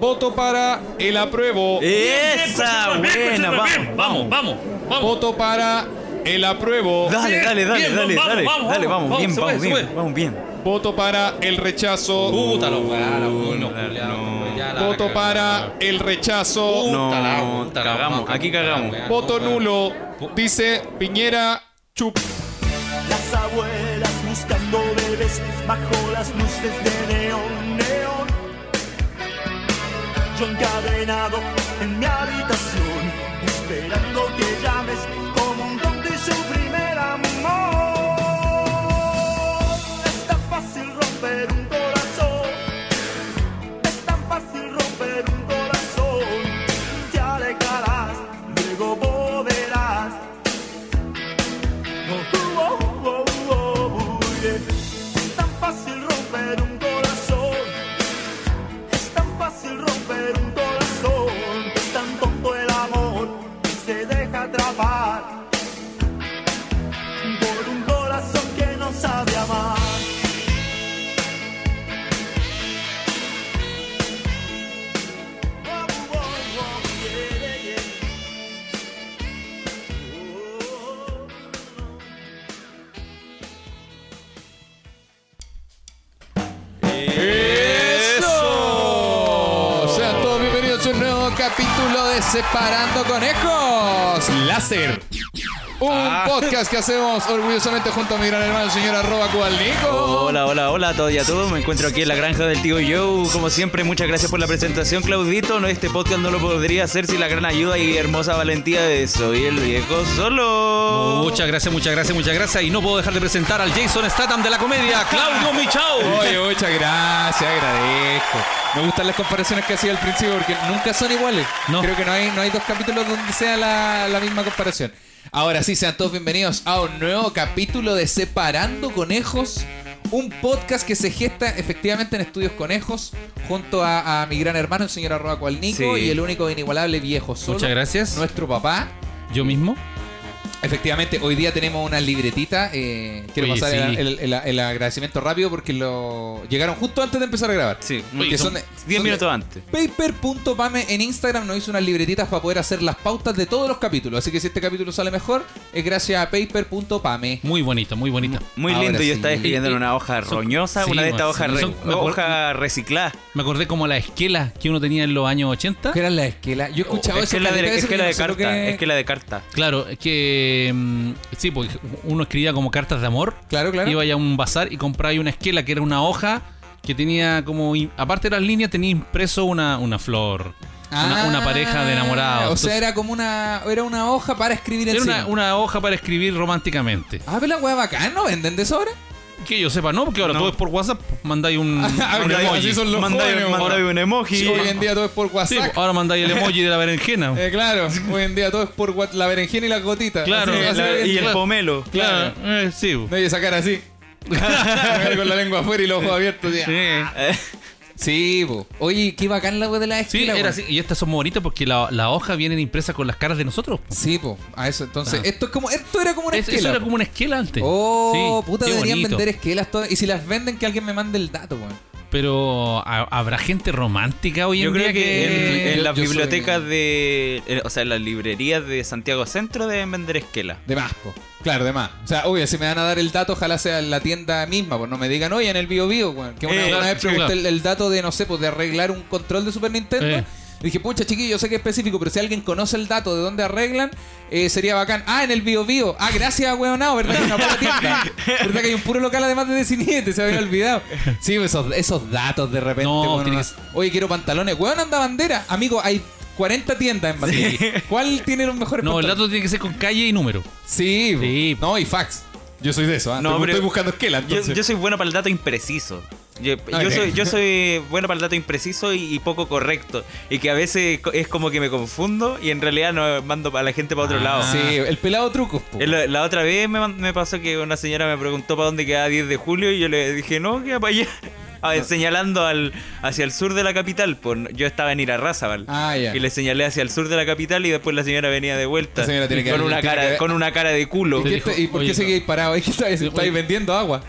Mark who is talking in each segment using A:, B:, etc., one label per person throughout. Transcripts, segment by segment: A: Voto para el apruebo.
B: Eh.
C: Esa,
B: Bien, bien,
C: buena,
B: bien, pues,
C: vamos, vamos.
B: bien. vamos, vamos.
A: Voto para el apruebo.
C: Dale,
B: Bien,
C: dale, dale,
B: bien,
C: dale,
B: vamos,
C: dale,
B: vamos,
C: dale,
B: vamos,
C: vamos, bien,
B: sube,
C: vamos, bien,
B: sube.
C: vamos, bien.
A: Voto para el rechazo.
B: Puta la weá, la weá, no,
C: la-
B: culiao,
C: no.
B: ya Uh, la- Uh,
A: Voto
B: la-
A: para el rechazo.
B: Puta
C: No,
B: la- puta la-
C: cagamos,
B: puta la-
C: aquí cagamos.
B: weá,
A: Voto
B: no, weá.
A: nulo. Dice Piñera chup.
D: Las abuelas buscando bebés bajo las luces de neón, neón. Yo encadenado en mi habitación, esperando que llames como un don de su primer amor. Es tan fácil romper un corazón, es tan fácil romper un corazón. Te alejarás, luego volverás. Oh, oh, oh, oh, yeah. Es tan fácil romper un corazón. Es tan fácil romper un corazón. Es tan tonto el amor que se deja atrapar por un corazón que no sabe amar. Oh, oh, oh, yeah, yeah, yeah. Oh, oh, oh.
A: ¡Eso!
E: Sean todos bienvenidos a un nuevo capítulo de Separando Conejos.
A: Láser.
E: Un
B: Ah.
E: podcast que hacemos orgullosamente junto a mi gran hermano, el señor arroba cubalnico.
C: Hola, hola, hola a todos y a todos. Me encuentro aquí en la granja del tío Joe. Como siempre, muchas gracias por la presentación, Claudito. No, este podcast no lo podría hacer sin la gran ayuda y hermosa valentía de Soy el Viejo Solo.
B: Muchas gracias, muchas gracias, muchas gracias. Y no puedo dejar de presentar al Jason Statham de la comedia, Claudio Michao.
E: Oye, muchas gracias, agradezco. Me gustan las comparaciones que hacía al principio porque nunca son iguales.
B: No.
E: Creo que no hay, no hay dos capítulos donde sea la, la misma comparación. Ahora sí, sean todos bienvenidos a un nuevo capítulo de Separando Conejos. Un podcast que se gesta efectivamente en Estudios Conejos junto a, a mi gran hermano, el señor Arroba Cualnico,
C: Sí.
E: y el único e inigualable viejo solo.
B: Muchas gracias.
E: Nuestro papá.
B: Yo mismo.
E: Efectivamente, hoy día tenemos una libretita. eh, quiero
B: Oye,
E: pasar
B: sí.
E: el, el- el- el agradecimiento rápido porque lo llegaron justo antes de empezar a grabar.
C: Sí,
E: Que son de-
C: 10
E: son
C: minutos
E: de-
C: antes.
E: Paper.pame en Instagram nos hizo unas libretitas para poder hacer las pautas de todos los capítulos. Así que si este capítulo sale mejor, es gracias a Paper.pame.
B: Muy bonita, muy bonita.
C: Muy
E: Ahora
C: lindo,
E: sí.
C: yo estaba escribiendo en una hoja
B: Son-
C: roñosa,
B: sí,
C: una de estas
B: bueno,
C: hojas
B: sí,
C: re-
B: son- me acuerdo-
C: hoja reciclada.
B: Me acordé como la esquela que uno tenía en los años 80.
E: ¿Qué era la esquela?
B: Oh,
E: Yo he escuchado
C: Es
E: eso.
C: que la
E: caleta
C: de,
E: veces,
C: es que
E: pero
C: la
E: yo
C: de
E: no sé lo
C: carta,
E: que-
C: es que la de carta.
B: Claro, es que. mm, sí, porque uno escribía como cartas de amor.
E: Claro, claro.
B: Iba ya a un bazar y compraba ahí una esquela que era una hoja que tenía como. im- Aparte de las líneas, tenía impreso una, una flor. Una, una
E: Ah,
B: pareja de enamorados.
E: O sea,
B: Entonces,
E: era como una, era una hoja para escribir
B: era
E: encima.
B: una, una hoja para escribir románticamente.
E: Ah, pero la hueá bacán, ¿no? ¿Venden de sobra?
B: Que yo sepa, no, porque ahora
C: No.
B: todo es por WhatsApp. Mandáis un,
E: Ah,
B: un
E: ok,
B: emoji.
E: así son los
C: Manda
E: jóvenes,
C: manda
E: ahora.
C: un emoji.
E: Sí, hoy en día todo es por
B: Sí,
E: WhatsApp.
B: ahora mandáis el emoji de la berenjena.
E: Eh, claro, hoy en día todo es por what- la berenjena y las gotitas.
B: Claro,
E: Así que
C: La-
E: así
B: la-
E: hoy en
C: y
E: día.
C: el
B: claro.
C: pomelo.
B: claro, eh, sí.
E: No hay que sacar así. Sacar con la lengua afuera y los ojos abiertos. así.
B: Sí.
E: Sí, po. Oye, qué bacán la wea de la
B: Sí,
E: esquela.
B: era
E: po.
B: así. Y estas son muy bonitas porque la, la hoja vienen impresa con las caras de nosotros. po.
E: Sí, po. A eso, entonces,
B: Ah.
E: esto es como, esto era como una
B: Es- eso
E: esquela.
B: era
E: po.
B: como una esquela antes.
E: Oh,
B: Sí,
E: puta,
B: qué
E: deberían
B: bonito.
E: vender esquelas todas. Y si las venden, que alguien me mande el dato, weón.
B: Pero ¿ha- habrá gente romántica hoy
C: Yo
B: en
C: creo
B: día
C: que,
B: que.
C: en, en
E: yo-
C: las
E: yo soy-
C: bibliotecas de. eh, O sea, en las librerías de Santiago Centro deben vender esquela.
E: De más, po. Claro, de más. O sea, obvio, si me van a dar el dato, ojalá sea en la tienda misma, pues no me digan, oye, en el Bio Bio, weón. Que una,
C: Eh,
E: una
C: claro,
E: vez
B: sí,
E: pregunté
B: claro.
E: el, el dato de, no sé, pues de arreglar un control de Super Nintendo.
B: Eh.
E: Y Dije, pucha, chiquillo, yo sé que es específico, pero si alguien conoce el dato de dónde arreglan, eh, sería bacán. Ah, en el Bio Bio. Ah, gracias, weonado, ¿verdad? Que hay una pura tienda. ¿Verdad que hay un puro local además de Desinete? Se había olvidado. Sí, pues, esos, esos datos de repente.
B: No,
E: weón,
B: tiene
E: uno- Oye, quiero pantalones. Weón, anda bandera. Amigo, hay 40 tiendas en Bandera. ¿Cuál tiene los mejores
B: No, el
E: pantalones?
B: dato tiene que ser con calle y número.
E: Sí, po.
B: Sí.
E: no, y fax. Yo soy de eso, ¿ah?
C: No,
E: Te-
C: pero-
E: estoy buscando esquela,
C: Yo,
E: entonces.
C: yo soy bueno para el dato impreciso. Yo,
E: Ah,
C: yo
E: ok.
C: soy, yo soy bueno para el dato impreciso y, y poco correcto. Y que a veces co- es como que me confundo y en realidad no mando a la gente para otro lado.
E: Ah, Sí,
B: Ah.
E: el pelado trucos, po.
C: El- La otra vez me, man- me pasó que una señora me preguntó para dónde quedaba 10 de julio y yo le dije, no, queda para allá. A ver, señalando al, hacia el sur de la capital. Pues, yo estaba en Irarrázaval.
E: Ah, ya.
C: Y le señalé hacia el sur de la capital y después la señora venía de vuelta.
E: La señora tiene que
C: con,
E: haber-
C: una
E: tiene que
C: cara,
E: haber-
C: con una cara de culo.
E: ¿Y, qué
B: dijo,
E: te- y por
B: "Oye,
E: qué
B: no".
E: seguís parado? Es que estáis estáis vendiendo agua.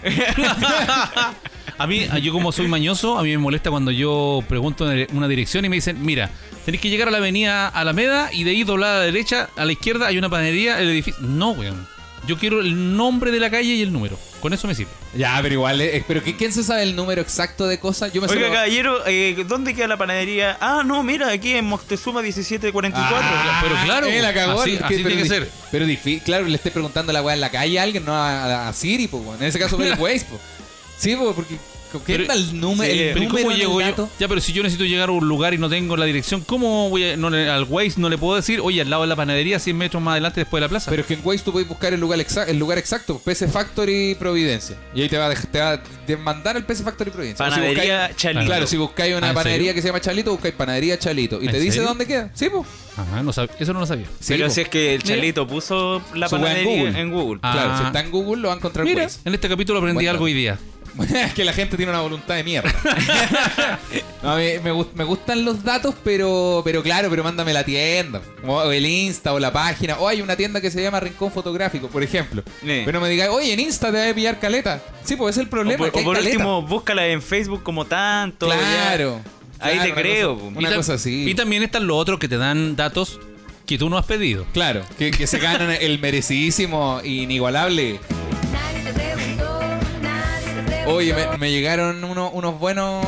B: A mí, yo como soy mañoso, a mí me molesta cuando yo pregunto en una dirección y me dicen, mira, tenés que llegar a la avenida Alameda y de ahí doblada a la derecha, a la izquierda hay una panadería, el edificio... No, weón. Yo quiero el nombre de la calle y el número. Con eso me sirve.
E: Ya, pero igual, eh, pero ¿qué- ¿quién se sabe el número exacto de cosas? Yo me sé
C: Oiga,
E: lo-
C: caballero, eh, ¿dónde queda la panadería? Ah, no, mira, aquí en Moctezuma 1744.
E: Ah,
B: pero claro,
E: él la cagó,
B: así-
E: es que-
B: así tiene
E: pero
B: que
E: dif-
B: ser.
E: Pero difícil, claro, le esté preguntando la weá en la calle a alguien, no a, a- a Siri, pues, weón. En ese caso fue el Waze, pues. Sí, pues, porque ¿con ¿qué
B: Pero-
E: onda el, número
C: sí,
E: el
B: Pero ¿y
E: número
B: cómo
E: en el
B: llego yo?
E: dato?
B: Ya, pero si yo necesito llegar a un lugar y no tengo la dirección, ¿cómo voy a- no le- al Waze no le puedo decir, oye, al lado de la panadería, 100 metros más adelante después de la plaza?
E: Pero es que en Waze tú puedes buscar el lugar, exa- el lugar exacto, pues, PC Factory Providencia. Y ahí te va a, dej- te va a de- mandar el PC Factory Providencia. O si
C: Panadería
E: buscáis-
C: Chalito.
E: Claro, si buscáis
B: Ah,
E: una
B: ¿en
E: panadería
B: serio?
E: que se llama Chalito, buscáis panadería Chalito. Y
B: ¿En
E: te dice
B: serio?
E: dónde queda. Sí, pues.
B: Ajá, no sab- eso no lo sabía.
E: Sí,
C: pero
E: pues.
C: si es que el Chalito puso la
E: Su weá en
C: panadería en Google.
E: Google. Claro,
B: Ah.
E: si está en Google lo va a encontrar
B: Mira,
E: Waze.
B: en este capítulo aprendí
E: Bueno.
B: algo hoy día.
E: es que la gente tiene una voluntad de mierda. No, a mí me, gust- me gustan los datos, pero pero claro, pero mándame la tienda. O el Insta o la página. O hay una tienda que se llama Rincón Fotográfico, por ejemplo.
C: Sí.
E: Pero no me digas, oye, en Insta te vas a pillar caleta. Sí, pues ese es el
C: O
E: problema.
C: por,
E: que hay
C: o por
E: caleta.
C: último, búscala en Facebook como tanto. ya.
E: Claro.
C: Ahí
E: Claro,
C: te
E: una
C: creo, pues,
E: cosa-
C: po.
E: una
B: Y tam-
E: cosa así.
B: Y también están los otros que te dan datos que tú no has pedido.
E: Claro, que, que se ganan el merecidísimo e inigualable.
F: Nadie te preguntó, nadie te preguntó.
E: Oye, me, me llegaron uno- unos buenos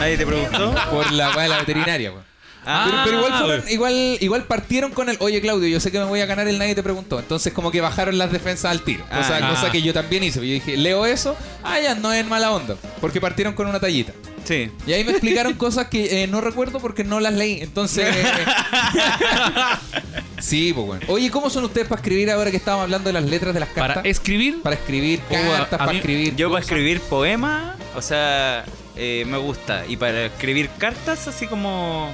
C: ¿Nadie te preguntó?
E: por la weá de la veterinaria, weón.
C: Ah,
E: Pero, pero igual,
B: Ah,
E: fueron-
B: bueno.
E: igual, igual partieron con el, oye Claudio, yo sé que me voy a ganar el nadie te preguntó. Entonces como que bajaron las defensas al tiro. Cosa,
C: Ah.
E: cosa que yo también hice. Yo dije, leo eso, ah, ya no es mala onda. Porque partieron con una tallita.
C: sí.
E: Y ahí me explicaron cosas que eh, no recuerdo porque no las leí. Entonces... eh, sí, pues bueno. Oye, ¿cómo son ustedes para escribir ahora que estábamos hablando de las letras de las cartas?
B: Para escribir,
E: Para escribir
B: Oh, a-
E: cartas,
B: a
E: para
B: mí-
E: escribir...
C: Yo para escribir poemas, o sea, eh, me gusta. Y para escribir cartas así como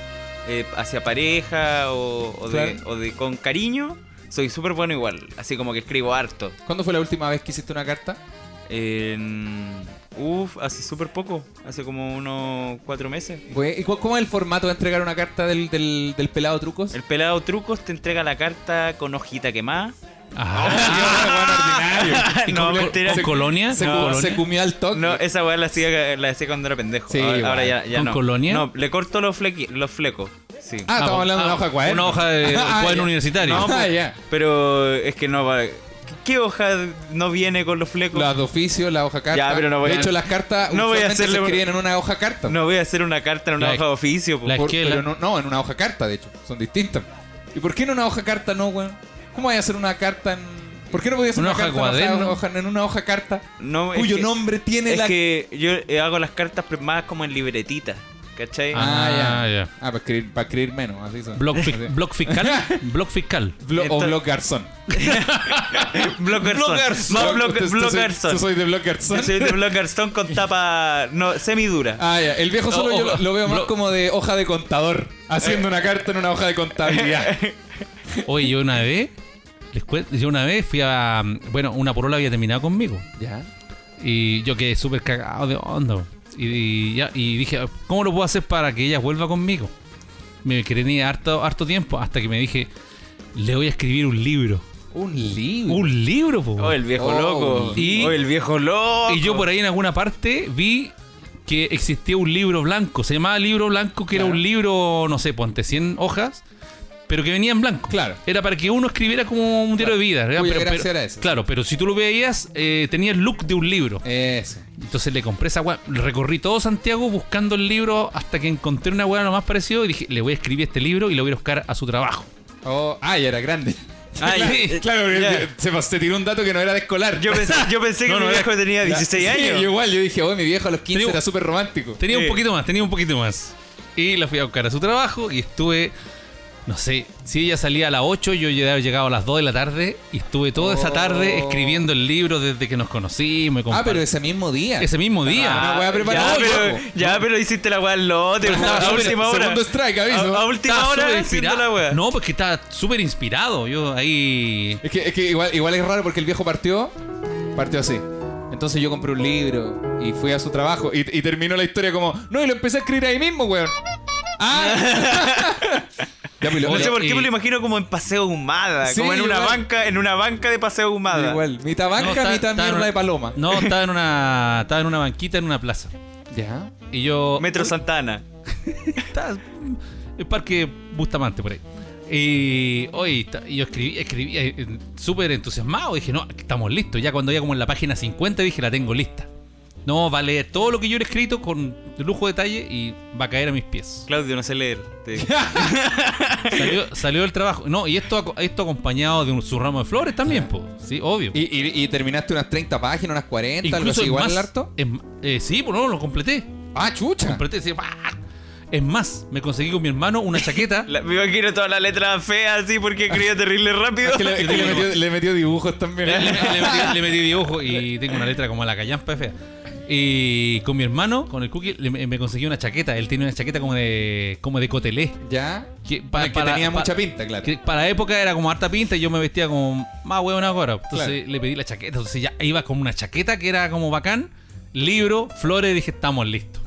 C: eh, hacia pareja o, o de,
E: Claro.
C: o de con cariño, soy súper bueno igual. Así como que escribo harto.
E: ¿Cuándo fue la última vez que hiciste una carta?
C: En- uf, hace súper poco, hace como unos cuatro meses.
E: Güey, ¿Y cu- cómo es el formato de entregar una carta del, del- del pelado trucos?
C: El pelado trucos te entrega la carta con hojita quemada.
B: Ajá.
C: Ah, no,
B: ¿Con-
C: mentira.
B: con colonia,
E: Se,
B: ¿Con
E: cu-
B: colonia?
E: se cumió al toque.
C: No, eh, esa weá la hacía, la hacía cuando era pendejo.
E: Sí,
C: ahora,
E: igual.
C: ahora ya, ya
B: ¿Con
C: no.
B: colonia?
C: No, le corto los, flequi- los flecos. Sí.
E: Ah, estamos hablando de una hoja de cuaderno.
B: Una hoja de
E: Ah,
B: cuaderno
E: ya.
B: universitario.
E: No, Ah, ya.
C: Pero es que no va. ¿Qué, qué hoja no viene con los flecos?
E: La de oficio, la hoja carta.
C: Ya, pero no voy
E: de
C: a-
E: hecho, las cartas
C: no voy a
E: usualmente
C: hacerle
E: se
C: un-
E: escriben en una hoja carta.
C: No voy a hacer una carta en una
B: La-
C: hoja de oficio. po.
B: la-
E: Por-
B: esquela.
E: pero no, no, en una hoja carta, de hecho. Son distintas. ¿Y por qué en una hoja carta no, güey? ¿Cómo voy a hacer una carta en...? ¿Por qué no voy a hacer
B: Una
E: una,
B: hoja
E: carta en una
B: cuaderno.
E: hoja- en una hoja carta
C: No, es
E: cuyo
C: que-
E: nombre tiene
C: Es
E: la...
C: que yo eh, hago las cartas pre- más como en libretita. ¿Cachai?
E: Ah, ya.
B: Ah, ya.
E: Ah, para escribir, para escribir menos, así son.
B: Blog, fi-
E: Así.
B: blog fiscal. blog fiscal.
E: Blo- o
C: Entonces-
E: blog garzón.
C: Blockerson. Más
E: Yo-
C: bloc-
E: yo soy-
C: Blockerson.
E: Yo soy de blog garzón.
C: Yo soy de Blockerson con tapa no, semidura.
E: Ah, ya. El viejo solo
C: Oh,
B: O-
E: yo
B: hoja-
E: lo, lo veo más
B: blo-
E: como de hoja de contador, haciendo una carta en una hoja de contabilidad.
B: Oye, yo una vez, les cuento, yo una vez fui a. Bueno, una porola había terminado conmigo.
E: ya.
B: Y yo quedé súper cagado de onda. Y, y ya- y dije, ¿cómo lo puedo hacer para que ella vuelva conmigo? Me quedé harto, harto tiempo hasta que me dije, le voy a escribir un libro.
E: Un libro.
B: Un libro, po.
C: Oh, el viejo
E: Oh,
C: loco.
B: y-
C: oh, el viejo loco.
B: Y yo por ahí en alguna parte vi que existía un libro blanco. Se llamaba libro blanco, que era
E: Claro.
B: un libro, no sé, ponte 100 hojas, pero que venía en blanco.
E: Claro.
B: Era para que uno escribiera como un diario de vida. ¿verdad?
E: Cuya
B: Pero-
E: gracia
B: pero-
E: era esa.
B: Claro, pero si tú lo veías, eh, tenía el look de un libro.
E: Eh. Eso.
B: Entonces le compré esa weá. Recorrí todo Santiago buscando el libro hasta que encontré una weá lo más parecido y dije, le voy a escribir este libro y lo voy a buscar a su trabajo.
E: Oh, ah, ya era grande.
C: Ah, ya.
E: claro, porque
C: Ya.
E: se, pas- se tiró un dato que no era de escolar.
C: Yo pensé, yo pensé que
B: No,
C: mi
B: no,
C: viejo
B: es-
C: tenía
E: Ya.
C: 16
E: Sí,
C: años.
E: yo igual, yo dije, oh, mi viejo a los 15
B: Tenía-
E: era súper romántico.
B: Tenía un
C: Sí.
B: poquito más, tenía un poquito más. Y la fui a buscar a su trabajo y estuve, no sé, si ella salía a las 8, yo ya había llegado a las 2 de la tarde y estuve toda esa tarde
E: Oh.
B: escribiendo el libro desde que nos conocimos. y
E: Ah,
B: compar-
E: pero ese mismo día.
B: ese mismo
E: Ah,
B: día.
E: una weá preparada,
C: Ya, pero,
E: loco.
C: ya, pero hiciste la weá al lote.
B: Pero estaba
C: A
B: súper-
C: última hora.
E: segundo strike, aviso.
C: A, a última
B: Estaba
C: hora
B: súper
C: haciendo la weá.
B: No, porque estaba súper inspirado. Yo ahí...
E: Es que, es que igual, igual es raro porque el viejo partió, partió así. Entonces yo compré un libro y fui a su trabajo y, y terminó la historia como, no, y lo empecé a escribir ahí mismo, weón. Ah, Ya, pues, lo-
C: No
B: Oye,
C: sé por qué
B: y-
C: me lo imagino como en Paseo Humada,
E: Sí,
C: como en una
E: igual.
C: banca, en una banca de Paseo Humada.
E: Igual, mitad banca,
B: No, está-
E: mitad
B: está en
E: mierda
B: una-
E: de paloma.
B: No, estaba en una. Estaba en una banquita en una plaza.
E: Ya.
B: Y yo.
C: Metro Santana.
B: Está- el parque Bustamante por ahí. Y hoy ta- y yo escribí, escribí eh, eh, súper entusiasmado. Dije, no, estamos listos. Ya cuando ya como en la página 50 dije, la tengo lista. No, va a leer todo lo que yo le he escrito con lujo de detalle y va a caer a mis pies.
C: Claudio, no sé leer. Te-
B: Salió, salió del trabajo. No, y esto, aco- esto acompañado de un, su ramo de flores también, po. Sí, obvio.
E: Y, y- y terminaste unas 30 páginas, unas 40, algo así,
B: es
E: igual
B: más,
E: el harto.
B: es m- eh, sí, pues no, lo completé.
E: Ah, chucha.
B: Completé, sí, ¡ah! Es más, me conseguí con mi hermano una chaqueta.
C: La- me imagino toda la letra fea así porque escribía terrible rápido.
E: Es que le, es que le metió, le metió dibujos también.
B: Le, le- le metí, le metí dibujo y tengo una letra como la callampa es fea. Y con mi hermano, con el cookie, le- me conseguí una chaqueta. Él tiene una chaqueta como de, como de cotelé.
E: ya.
B: Que,
E: Una que tenía mucha pinta, claro.
B: que para la época era como harta pinta y yo me vestía como más hueón ahora. Entonces
E: Claro.
B: le pedí la chaqueta. Entonces ya iba con una chaqueta que era como bacán, libro, flores. Dije, estamos listos.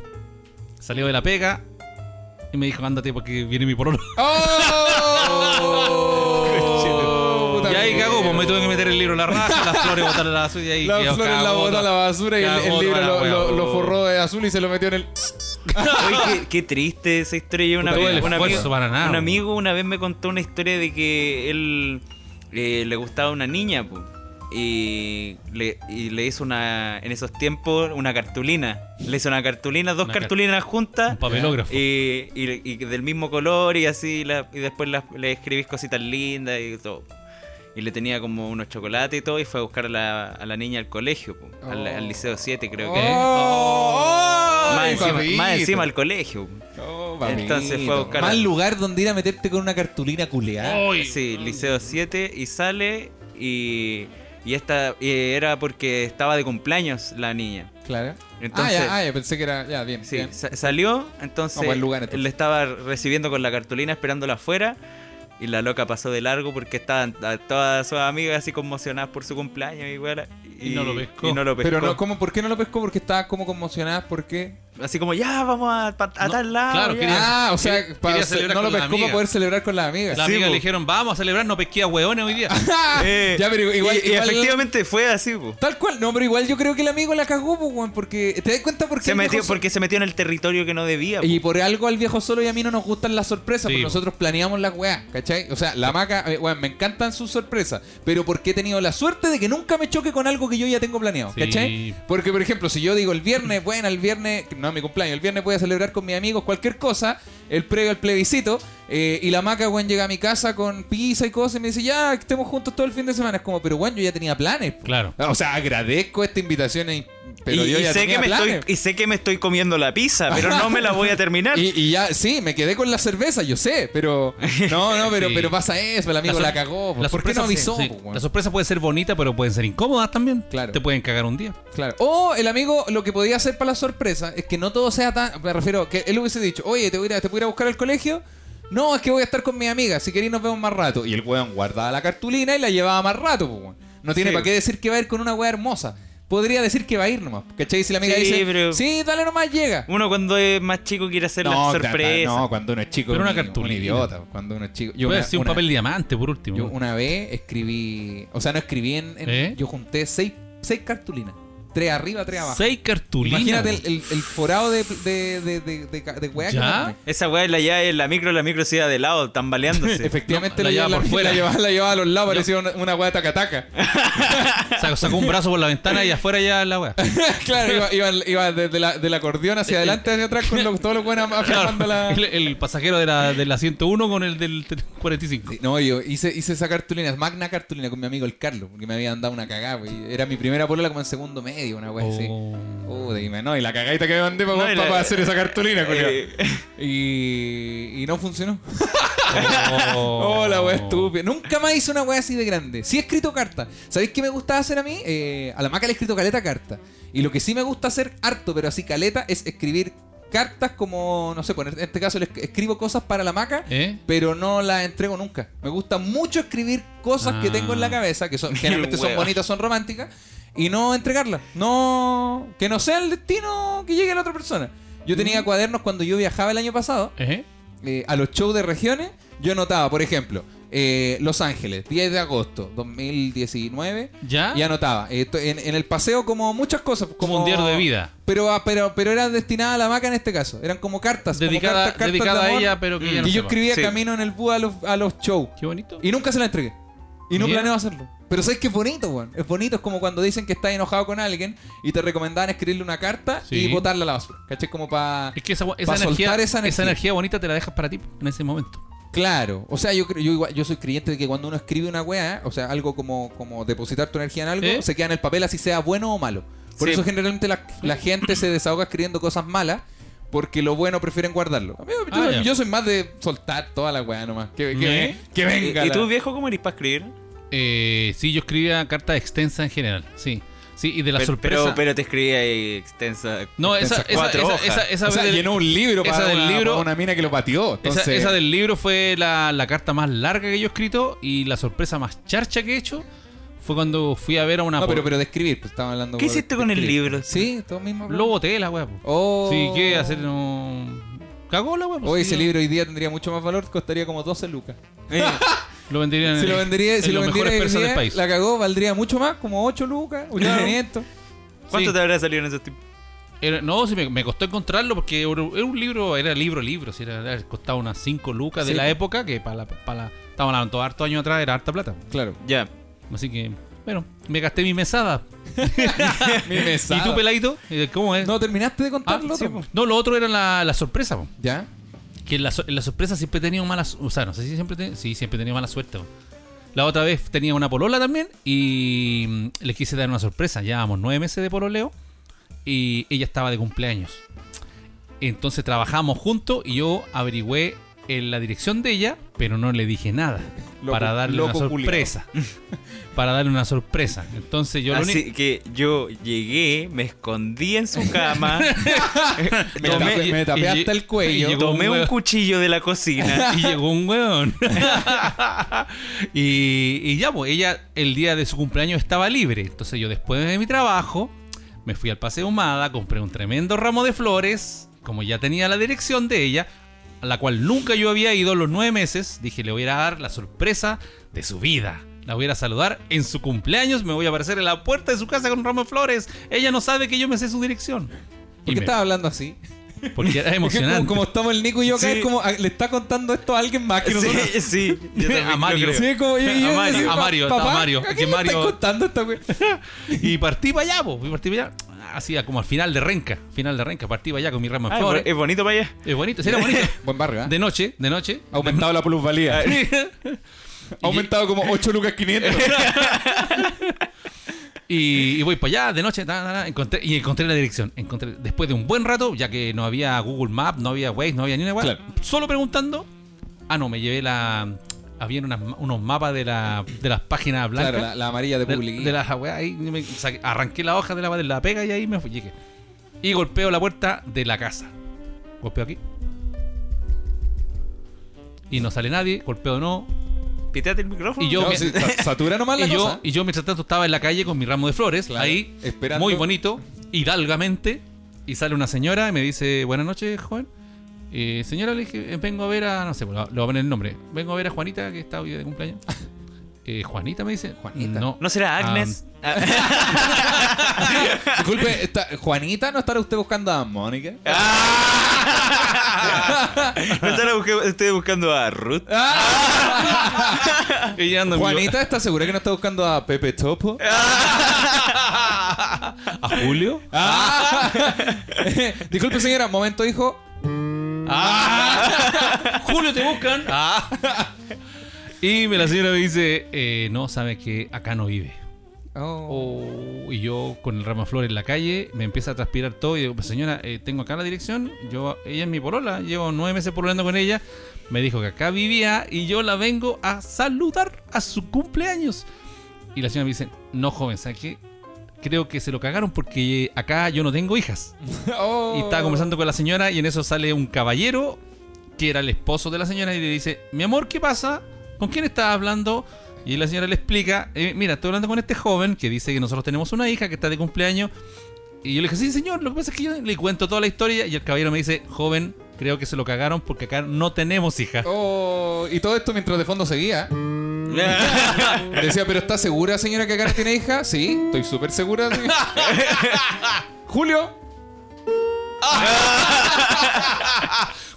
B: Salió de la pega y me dijo, ándate porque viene mi porolo.
E: ¡Oh! Puta
B: Y ahí
E: mierda.
B: cagó, pues me tuve que meter el libro en la raja, las flores botar a la basura y ahí
E: La
B: quedó,
E: flor en la
B: cagó
E: bota,
B: toda-
E: la basura y el, el
B: cagó
E: libro
B: toda la
E: lo,
B: wea,
E: lo-
B: po.
E: lo forró de azul y se lo metió en el.
C: Oye, qué, qué triste esa historia. Yo una
B: Puta,
C: vez-
B: todo el
C: un
B: esfuerzo
C: amigo,
B: para nada,
C: un
B: po.
C: amigo una vez me contó una historia de que él eh, le gustaba una niña, po, y le, y le hizo una, en esos tiempos, una cartulina. Le hizo una cartulina, dos
B: Una car-
C: cartulinas juntas.
B: Un papelógrafo.
C: Y, y- y del mismo color y así, la- y después las- le escribís cositas lindas y todo. Y le tenía como unos chocolates y todo, y fue a buscar a la, a la niña al colegio, po, al, al liceo 7 creo
B: Eh.
C: que.
E: ¡Oh!
C: Más
E: ¡Ay,
C: encima,
E: papito!
C: más encima al colegio.
E: Oh, papito.
C: Entonces fue a buscar a-
E: Mal lugar donde ir a meterte con una cartulina culeada.
B: Uy.
C: Sí, Liceo 7 y sale y, y esta y era porque estaba de cumpleaños la niña.
E: Claro.
C: Entonces-
E: ah, ya, ah, ya, pensé que era. Ya, bien.
C: Sí,
E: bien.
C: sa- salió, entonces,
E: Ah, buen lugar, entonces.
C: le estaba recibiendo con la cartulina esperándola afuera y la loca pasó de largo porque estaban a- todas sus amigas así conmocionadas por su cumpleaños y, weá,
B: Y no lo pescó.
C: y no lo
E: Pero
C: pescó.
E: no, ¿cómo, ¿por qué no lo pescó? Porque estaba como conmocionada. ¿Por qué?
C: Así como, ya, vamos a, pa- a
B: No,
C: tal lado.
B: claro,
C: ya".
B: quería-
E: Ah, o sea,
B: quería-
E: para-
B: quería celebrar
E: no lo
B: con la
E: pescó para
B: amiga.
E: poder celebrar con la amiga.
B: La
C: Sí,
B: amiga
C: po.
B: le dijeron, vamos a celebrar, no pesquía hueones hoy día.
C: Eh,
E: Ah, ya, pero igual.
C: y, y
E: igual-
C: efectivamente fue así, po.
E: Tal cual, no, pero igual yo creo que el amigo la cagó, pues, weón, porque te das cuenta por qué
C: Se
E: el viejo
C: metió,
E: so-
C: porque se metió en el territorio que no debía. po.
E: Y por algo al viejo solo y a mí no nos gustan las sorpresas,
B: Sí,
E: porque
B: po.
E: nosotros planeamos las weas, ¿cachai? O sea, la maca, eh, weón, me encantan sus sorpresas, pero porque he tenido la suerte de que nunca me choque con algo que yo ya tengo planeado,
B: Sí.
E: ¿cachai? Porque, por ejemplo, si yo digo el viernes, bueno, el viernes, no, mi cumpleaños, el viernes voy a celebrar con mis amigos cualquier cosa, el previo al plebiscito, eh, y la maca, weón, llega a mi casa con pizza y cosas y me dice, ya, que estemos juntos todo el fin de semana. Es como, pero weón, yo ya tenía planes. po.
B: Claro.
E: O sea, agradezco esta invitación, eh, pero
C: y,
E: yo
C: y
E: ya
C: sé
E: tenía
C: que me
E: planes.
C: estoy, y sé que me estoy comiendo la pizza, pero no me la voy a terminar.
E: Y, y ya, sí, me quedé con la cerveza, yo sé, pero. No, no, pero,
B: Sí.
E: pero pasa eso, el amigo
B: sor-
E: la, cagó. po.
B: la
E: ¿Por qué no
B: sorpresa-
E: avisó?
B: sí,
E: po, weón?
B: La sorpresa puede ser bonita, pero pueden ser incómodas también.
E: Claro.
B: Te pueden cagar un día.
E: Claro. O el amigo lo que podía hacer para la sorpresa es que no todo sea tan. Me refiero que él hubiese dicho, oye, te voy a, ir a- te voy a ir a buscar al colegio. No, es que voy a estar con mi amiga. Si queréis, nos vemos más rato. Y el weón guardaba la cartulina y la llevaba más rato. po, weón. No tiene
C: Sí.
E: para qué decir que va a ir con una weá hermosa. Podría decir que va a ir nomás. ¿Cachai? Si la amiga
C: Sí,
E: dice,
C: pero-
E: sí, dale nomás, llega.
C: Uno cuando es más chico quiere hacer
E: No,
C: las
E: tata,
C: sorpresas.
E: No, cuando uno es chico.
B: Pero
E: un-
B: una cartulina.
E: Un idiota. Cuando uno es chico. Yo
B: Puede
E: una-
B: ser un
E: una-
B: papel diamante, por último.
E: Yo una vez escribí, o sea, no escribí en, en-
B: ¿Eh?
E: yo junté seis, seis cartulinas, tres arriba, tres abajo.
B: Seis cartulinas.
E: Imagínate el,
B: weón.
E: el- el forado de de de de, de, de weá que
B: ¿Ya?
E: me-
C: Esa weá la lleva en la micro, la micro se iba de lado, tambaleándose.
E: Efectivamente la,
B: No, la
E: llevaba
B: llevaba por fuera.
E: la llevaba, la llevaba a los lados, parecía una, una weá tacataca.
B: Sacó, sacó un brazo por la ventana y afuera ya la weá.
E: claro, iba, iba, iba desde la, del acordeón hacia
B: Eh,
E: adelante, hacia atrás, con los- todos los buenos afirmando la.
B: El, el pasajero de la, de la 101 con el del 45.
E: Sí, No, yo hice, hice esa cartulina, magna cartulina con mi amigo el Carlos, porque me habían dado una cagada, güey. Era mi primera polola como en segundo medio, una weá así.
B: Oh.
E: Oh, dime, no, y la cagadita que me mandé para,
C: No, y la-
E: hacer esa cartulina, culiao.
C: Eh,
E: Y, y no funcionó.
B: Oh.
E: Oh, la weá estúpida. Nunca más hice una weá así de grande. Sí he escrito cartas. ¿Sabéis qué me gustaba hacer a mí? Eh, a la maca le he escrito caleta carta. Y lo que sí me gusta hacer harto, pero así caleta, es escribir cartas como, no sé, pues en este caso le esc- escribo cosas para la maca.
B: ¿Eh?
E: Pero no las entrego nunca. Me gusta mucho escribir cosas que
B: Ah.
E: tengo en la cabeza, que son, generalmente son
C: Hueva.
E: bonitas, son románticas, y no entregarlas. No, que no sea el destino que llegue a la otra persona. Yo tenía cuadernos cuando yo viajaba el año pasado.
B: ¿Eh?
E: eh, a los shows de regiones, yo notaba, por ejemplo, eh, Los Ángeles, 10 de agosto 2019.
B: ¿Ya?
E: Y anotaba. eh, to- en, en el paseo, como muchas cosas. pues, Como,
B: un diario de vida.
E: Pero, ah, pero, pero era destinada a la maca en este caso. Eran como cartas. como
B: Dedicada-
E: cartas- cartas
B: dedicada
E: de
B: a
E: amor.
B: ella, pero que
E: Mm.
B: ella no
E: Y yo
B: sepa.
E: escribía
C: Sí.
E: camino en el bus a los, a los shows.
B: Qué bonito.
E: Y nunca se la entregué. Y no
B: Mira.
E: planeo hacerlo. Pero ¿sabes qué es bonito, weón? Es bonito, es como cuando dicen que estás enojado con alguien y te recomendaban escribirle una carta
B: Sí.
E: y botarla a la basura. ¿Cachai? Como para...
B: Es que esa, esa
E: Pa'
B: energía,
E: soltar esa
B: esa
E: energía.
B: energía bonita te la dejas para ti en ese momento.
E: Claro. O sea, yo creo- yo, igual- yo soy creyente de que cuando uno escribe una weá, o sea, algo como, como depositar tu energía en algo,
B: ¿Eh?
E: se queda en el papel así sea bueno o malo. Por
C: Sí.
E: eso generalmente la, la gente se desahoga escribiendo cosas malas. Porque lo bueno prefieren guardarlo. Amigo, Yo,
B: Ah, ya.
E: yo soy más de soltar toda la weá nomás. Que, que-
B: ¿Eh?
E: que venga.
C: ¿Y, y
E: la-
C: tú, viejo, cómo eres para escribir?
B: Eh, sí, yo escribía cartas extensas en general. Sí. Sí, y de la
C: Pero-
B: sorpresa.
C: Pero, pero te escribía ahí extensa.
B: no, esa,
C: extensas
B: esa,
C: cuatro
B: esa,
C: hojas.
B: esa, esa
E: O sea,
B: del-
E: llenó un libro para
B: esa del
E: una,
B: libro-
E: para una mina que lo pateó.
B: Esa,
E: Entonces,
B: esa del libro fue la, la carta más larga que yo he escrito y la sorpresa más charcha que he hecho fue cuando fui a ver a una...
E: no, pero,
B: por-
E: pero de escribir, pues estaba hablando.
C: ¿Qué
E: por-
C: hiciste
E: de
C: con el
E: escribir.
C: libro?
E: Sí, todo mismo.
B: Lo boté la wea. po.
E: Oh.
B: Sí, ¿qué hacer? No... Cagó la wea. po,
E: Hoy
B: sí,
E: ese
B: yo-
E: libro hoy día tendría mucho más valor, costaría como 12 lucas.
B: Lo vendería en,
E: Si lo vendería,
B: en
E: si lo
B: los
E: vendiera
B: mejores
E: hoy
B: persas
E: día,
B: del país.
E: la cagó, valdría mucho más, como 8 lucas, 800.
C: ¿Cuánto
B: Sí.
C: te habrá salido en esos tiempos?
B: Era- no, sí, me, me costó encontrarlo porque era un era un libro, era libro, libro. sí, era, era- costaba unas 5 lucas de
E: Sí.
B: la época, que para la, para la- Estábamos hablando harto años atrás, era harta plata.
E: Claro.
C: Ya.
B: Así que, bueno, me gasté mi mesada.
E: Mi
B: ¿Y tú, peladito? Eh, ¿Cómo es?
E: Ah, No, terminaste de
B: Ah,
E: contarlo.
B: sí, po. no, lo otro era la, la sorpresa. po.
E: ¿Ya?
B: Que en la, so- en la sorpresa siempre he tenido mala suerte. O sea, no sé si siempre, he teni- sí, siempre he tenido mala suerte. po. La otra vez tenía una polola también y mm, le quise dar una sorpresa. Llevábamos nueve meses de pololeo y ella estaba de cumpleaños. Entonces trabajamos juntos y yo averigüé en la dirección de ella, pero no le dije nada.
E: Loco-
B: para darle una
E: loco culiao.
B: sorpresa. para darle una sorpresa. Entonces
E: Ah,
B: yo lo único-
C: Así que yo llegué, me escondí en su cama,
E: Me
C: Tomé-
E: tapé, me tapé
B: y-
E: hasta el cuello.
B: y- Llegó
C: tomé
B: un
C: un
B: huevo.
C: cuchillo de la cocina.
B: y llegó un weón. y, y ya, pues ella el día de su cumpleaños estaba libre. Entonces yo después de mi trabajo me fui al Paseo Humada, compré un tremendo ramo de flores, como ya tenía la dirección de ella, a la cual nunca yo había ido en los nueve meses. Dije, le voy a ir a dar la sorpresa de su vida. La voy a ir a saludar en su cumpleaños, me voy a aparecer en la puerta de su casa con un ramo de flores. Ella no sabe que yo me sé su dirección.
E: ¿Por
B: Y
E: qué
B: me-
E: estaba hablando así?
B: porque era
E: Es que como,
B: emocionante.
E: como estamos el Nico y yo acá,
C: Sí.
E: es como ah, le está contando esto a alguien más que nosotros.
C: Sí, sí. yo también
B: A
C: lo
B: Mario.
C: creo.
E: Sí, como yo, yo
B: A Mario,
E: decía,
B: a
E: "Pa-
B: Mario, está
E: papá,
B: Mario,
E: ¿a
B: que
E: quién le
B: Mario-
E: estás contando esta wea?
B: Y partí para allá, po, y partí para allá. Así, como al final de renca. Final de renca, partí para allá con mi rama de
C: Ah, es
B: flores.
C: bo- es bonito para allá.
B: Es bonito, sí, era bonito.
E: Buen barrio, ¿eh?
B: De noche, de noche.
E: Ha aumentado la plusvalía. Ha aumentado como 8 lucas 500.
B: Y, y voy para allá, de noche, ta, ta, ta, encontré, y encontré la dirección. Encontré, después de un buen rato, ya que no había Google Maps, no había Waze, no había ni una weá,
E: Claro.
B: solo preguntando. Ah, no, me llevé la. Habían unas ma- unos mapas de, la, de las páginas blancas.
E: Claro, la, la amarilla de
B: de,
E: Public.
B: de las weas, ahí me saqué- arranqué la hoja de la, de la pega y ahí me fui. llegué. Y golpeo la puerta de la casa. Golpeo aquí. Y no sale nadie, golpeo de nuevo.
C: Piteate el micrófono.
B: Y yo-
E: No, sí, sa- satura nomás la
B: Y yo,
E: cosa.
B: y yo mientras tanto estaba en la calle con mi ramo de flores,
E: Claro,
B: ahí,
E: esperando.
B: muy bonito, hidalgamente. Y sale una señora y me dice, buenas noches, Juan. Eh, señora, le dije, "eh, vengo a ver a, no sé, le voy a poner el nombre. Vengo a ver a Juanita, que está hoy de cumpleaños. Eh, Juanita me dice,
E: Juanita.
B: No,
C: ¿No será Agnes? Ah,
E: Disculpe, está- Juanita, ¿no estará usted buscando a Mónica?
C: ¿No estará busque- usted buscando a Ruth?
B: ah, ella anda en mi-
E: Juanita, ¿está segura que no está buscando a Pepe Topo?
B: ¿A Eh, Julio? Ah.
E: Ah. Disculpe, señora, momento, hijo.
B: Ah. Julio, te buscan. Ah. Y me- la señora me dice, eh, no, sabe que acá no vive.
E: Oh.
B: Oh, y yo con el ramo de flores en la calle, me empieza a transpirar todo y digo, "Pues, señora, eh, tengo acá la dirección, yo, ella es mi polola, llevo nueve meses pololeando con ella, me dijo que acá vivía y yo la vengo a saludar a su cumpleaños. Y la señora me dice, no, joven, ¿sabe qué? Creo que se lo cagaron porque acá yo no tengo hijas.
E: Oh.
B: Y estaba conversando con la señora y en eso sale un caballero que era el esposo de la señora y le dice, mi amor, ¿qué pasa? ¿Con quién estás hablando? Y la señora le explica, "Eh, mira, estoy hablando con este joven que dice que nosotros tenemos una hija que está de cumpleaños. Y yo le dije, sí, señor, lo que pasa es que yo le cuento toda la historia y el caballero me dice, joven, creo que se lo cagaron porque acá no tenemos hija.
E: Oh, y todo esto mientras de fondo seguía. Le decía, pero ¿está segura, señora, que acá no tiene hija? Sí, estoy súper segura. señora. Julio.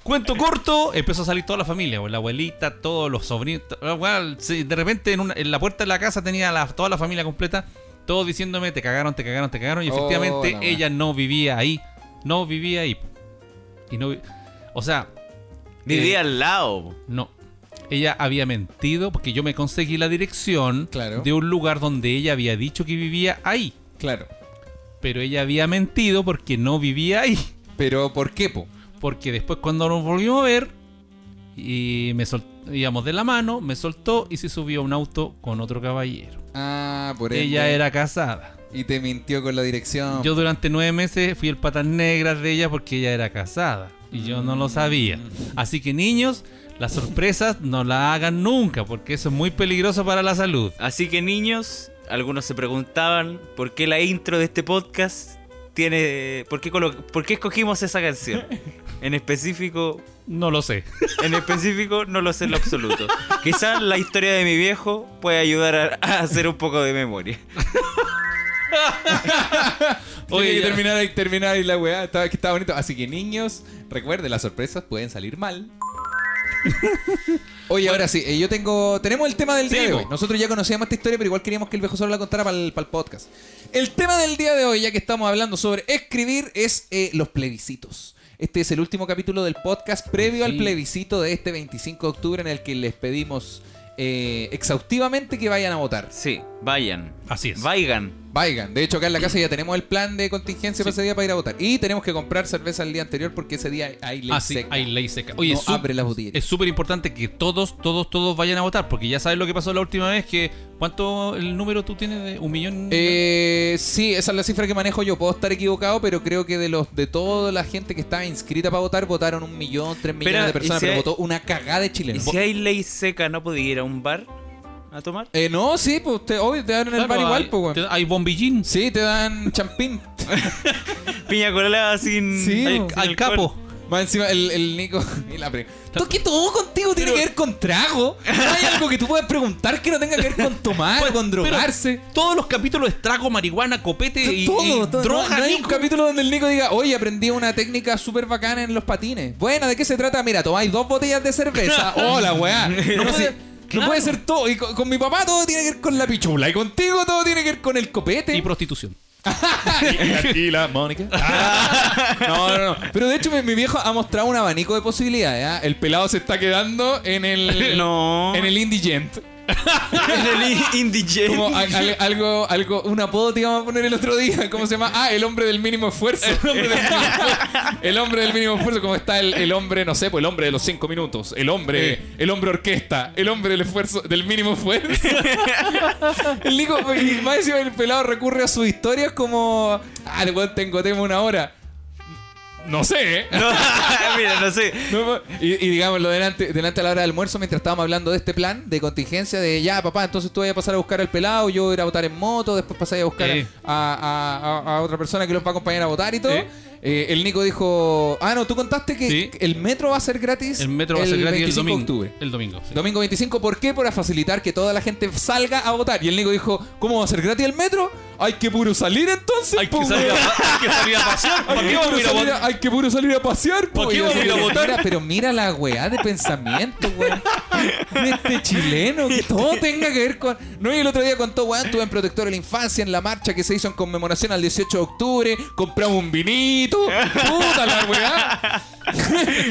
B: Cuento corto, empezó a salir toda la familia, güey, la abuelita, todos los sobrinos. to- la weá, sí, de repente en, una- en la puerta de la casa tenía la- toda la familia completa, todos diciéndome, te cagaron, te cagaron, te cagaron. Y
E: Oh,
B: efectivamente
E: la weá.
B: ella no vivía ahí. No vivía ahí. Y no, vi- o sea,
C: Vivía al lado.
B: No. Ella había mentido porque yo me conseguí la dirección
E: Claro.
B: de un lugar donde ella había dicho que vivía ahí.
E: Claro.
B: Pero ella había mentido porque no vivía ahí.
E: Pero ¿por qué, po?
B: Porque después cuando nos volvimos a ver y me sol- íbamos de la mano, me soltó y se subió a un auto con otro caballero.
E: Ah, por
B: Ella
E: ende.
B: era casada.
E: Y te mintió con la dirección.
B: Yo durante nueve meses fui el patas negras de ella porque ella era casada y yo no lo sabía.
E: Mm.
B: Así que niños, las sorpresas no las hagan nunca porque eso es muy peligroso para la salud.
C: Así que niños, algunos se preguntaban por qué la intro de este podcast tiene... ¿Por qué, colo- por qué escogimos esa canción? En específico,
B: No lo sé.
C: en específico no lo sé en lo absoluto. Quizás la historia de mi viejo puede ayudar a, a hacer un poco de memoria.
E: Oye,
B: Oye,
E: que
B: ya.
E: terminar y terminar y la weá. Estaba, que estaba bonito. Así que niños, recuerden, las sorpresas pueden salir mal. Oye, ahora sí, eh, yo tengo. Tenemos el tema del
B: Sí,
E: día de
B: po.
E: hoy. Nosotros ya conocíamos esta historia, pero igual queríamos que el viejo solo la contara para el, podcast. El tema del día de hoy, ya que estamos hablando sobre escribir, es eh, los plebiscitos. Este es el último capítulo del podcast previo al
B: Sí.
E: plebiscito de este 25 de octubre, en el que les pedimos eh, exhaustivamente que vayan a votar.
C: Sí, vayan.
B: Así es.
C: Vayan.
E: Vayan, de hecho acá en la casa ya tenemos el plan de contingencia para ese día para ir a votar. Y tenemos que comprar cerveza el día anterior porque ese día hay ley
B: Ah, sí,
E: seca.
B: hay ley seca. Oye,
E: No
B: es sup-
E: abre las botellas.
B: es súper importante que todos, todos, todos vayan a votar porque ya sabes lo que pasó la última vez que... ¿Cuánto el número tú tienes de un millón?
E: Eh, sí, esa es la cifra que manejo yo. Puedo estar equivocado, pero creo que de los de toda la gente que estaba inscrita para votar, votaron un millón, tres millones
C: Pero,
E: de personas,
C: ¿y si
E: pero
C: hay-
E: votó una cagada de
C: Y
E: chilenos.
C: si hay ley seca, ¿no podía ir a un bar a tomar?
E: Eh, no, sí, pues te, obvio, te dan en el
B: Claro,
E: bar igual,
B: hay-
E: pues, weón.
B: te- Hay bombillín.
E: Sí, te dan champín.
C: Piña colada sin...
E: Sí,
C: al-
E: bo.
C: sin
B: Al
C: alcohol.
B: capo.
E: Más encima, el, el Nico. Y la pre- ¿Tú qué todo contigo tiene que ver con trago? ¿No hay algo que tú puedas preguntar que no tenga que ver con tomar o con
B: Pues, Pero
E: drogarse?
B: Todos los capítulos es trago, marihuana, copete y,
E: todo,
B: y
E: todo.
B: droga.
E: no, no hay un
B: Nico.
E: capítulo donde el Nico diga, oye, aprendí una técnica súper bacana en los patines. Bueno, ¿de qué se trata? Mira, tomáis dos botellas de cerveza.
B: Oh,
E: Hola, weá. No, puede, no
B: claro.
E: puede ser todo. Y con, con mi papá todo tiene que ver con la pichula. Y contigo todo tiene que ver con el copete.
B: y prostitución.
A: Y la Mónica.
E: Ah. No, no, no. Pero de hecho, mi, mi viejo ha mostrado un abanico de posibilidades. ¿ah? El pelado se está quedando en el.
C: No.
E: En el indigent.
C: En el i- indigente.
E: Como a- al- algo, algo, un apodo te íbamos a poner el otro día. ¿Cómo se llama? Ah, el hombre del mínimo esfuerzo. El hombre del mínimo esfuerzo. El hombre del mínimo esfuerzo. Como está el, el hombre, no sé, pues el hombre de los cinco minutos. El hombre, el hombre orquesta. El hombre del esfuerzo, del mínimo esfuerzo. El Nico, y más encima el pelado recurre a sus historias como. Ah, el weón tengo tema una hora. No sé, ¿eh?
C: No, mira, no sé.
E: No, po- y, y digámoslo delante, delante a la hora del almuerzo, mientras estábamos hablando de este plan de contingencia, de ya, papá, entonces tú vas a pasar a buscar al pelado, yo voy a ir a votar en moto, después pasé a buscar
B: Sí.
E: a, a- a- a otra persona que los va a acompañar a votar y todo.
B: Sí.
E: Eh, el Nico dijo, ah, no, tú contaste que
B: Sí.
E: el metro va a ser gratis
B: El metro va a ser gratis el
E: 25 de
B: domingo.
E: octubre.
B: El domingo. sí.
E: Domingo 25, ¿por qué? Para facilitar que toda la gente salga a votar. Y el Nico dijo, ¿cómo va a ser gratis el metro? Hay que puro salir entonces.
B: Hay
E: po,
B: que salir a,
E: weón".
B: hay que salir a pasear. ¿Para
E: Hay
B: qué
E: que
B: vamos
E: puro
B: a ir a
E: salir
B: votar?
E: a- Hay que puro salir a pasear, pues,
B: ¿Por
E: po.
B: qué
E: Y yo
B: vamos a ir a
E: digo,
B: votar?
E: mira, pero mira la weá de pensamiento, weón. De este chileno, que todo tenga que ver con. No, y el otro día contó, weón, estuve en Protector de la Infancia, en la marcha que se hizo en conmemoración al 18 de octubre, compramos un vinito, puta la weá.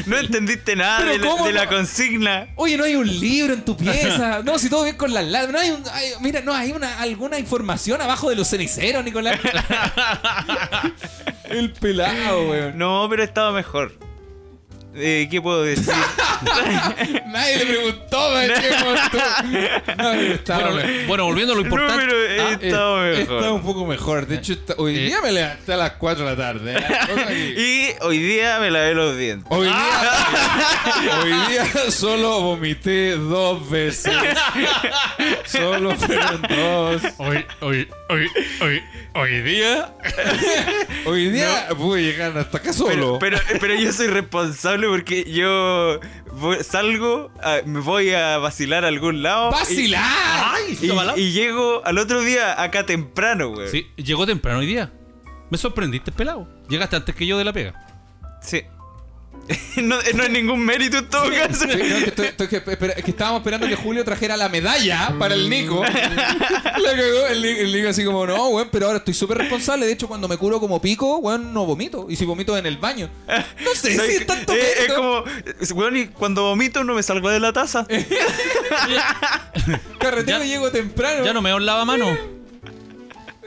C: No entendiste nada
E: Pero
C: de la,
E: ¿cómo
C: de la
E: no?
C: consigna.
E: Oye, no hay un libro en tu pieza. No, si todo bien con las latas. No hay un- hay- mira, no hay una, alguna información abajo de los ceniceros, Nicolás. El pelado, weón.
C: No, pero estaba mejor. Eh, ¿Qué puedo decir?
E: Nadie le preguntó, me está,
B: Bueno, eh, bueno, volviendo a lo
C: No,
B: importante.
C: pero eh, estaba
E: Está Ah, un
C: mejor.
E: poco mejor. De hecho, está- hoy día me levanté a las 4 de la tarde. ¿eh? Cosa que-
C: Y hoy día me lavé los dientes.
E: Hoy día, hoy día solo vomité dos veces. Solo fueron dos.
A: Hoy, hoy, hoy, hoy, hoy día.
E: Hoy día pude llegar hasta acá
C: Pero,
E: solo.
C: pero, pero yo soy responsable lamentable porque yo voy- salgo, a- me voy a vacilar a algún lado. y-
E: ¡Vacilar!
C: Y, y llego al otro día acá temprano, güey.
B: Sí, llegó temprano hoy día. Me sorprendiste, pelado. Llegaste antes que yo de la pega.
C: Sí. no, no es ningún mérito en todo caso.
E: Sí, no, que, estoy- estoy que- espera, que estábamos esperando que Julio trajera la medalla para el Nico. La cagó. El, Ni- el Nico así como, no, weón, pero ahora estoy súper responsable. De hecho, cuando me curo como pico, weón, no vomito. Y si vomito en el baño. No sé,
C: ¿Sabes
E: sí,
C: qué?
E: tanto
C: Eh, es
E: mérito.
C: como, eh, weón, y cuando vomito no me salgo de la taza.
E: Eh, Carretero
B: ya-
E: llego temprano.
B: Ya no me da un lavamano.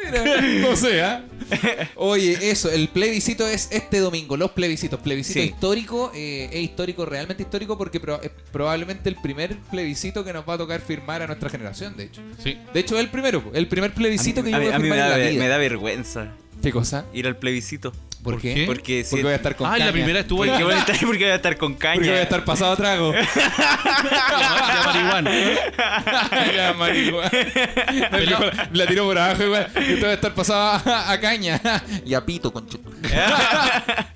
E: Mira, o sea. Oye, eso, el plebiscito es este domingo, los plebiscitos. Plebiscito
C: Sí.
E: histórico, eh, es histórico, realmente histórico, porque pro- es probablemente el primer plebiscito que nos va a tocar firmar a nuestra generación, de hecho.
B: Sí.
E: De hecho, es el primero, po, el primer plebiscito que yo
C: a mí,
E: voy a
C: a mí me,
E: firmar
C: da,
E: en la
C: ve-
E: vida.
C: me da vergüenza
E: ¿Qué cosa?
C: ir al plebiscito.
E: ¿Por,
B: ¿Por
E: qué?
B: qué?
C: Porque, si-
E: Porque voy a estar con
B: Ah, y la
E: caña.
B: primera estuvo ahí.
C: porque voy a estar, porque voy a estar con caña.
E: Porque voy a estar pasado a trago.
B: Ya, marihuana.
E: Ya, marihuana. La tiro por abajo igual. Yo te voy a estar pasado a, a caña. Y a pito, concho.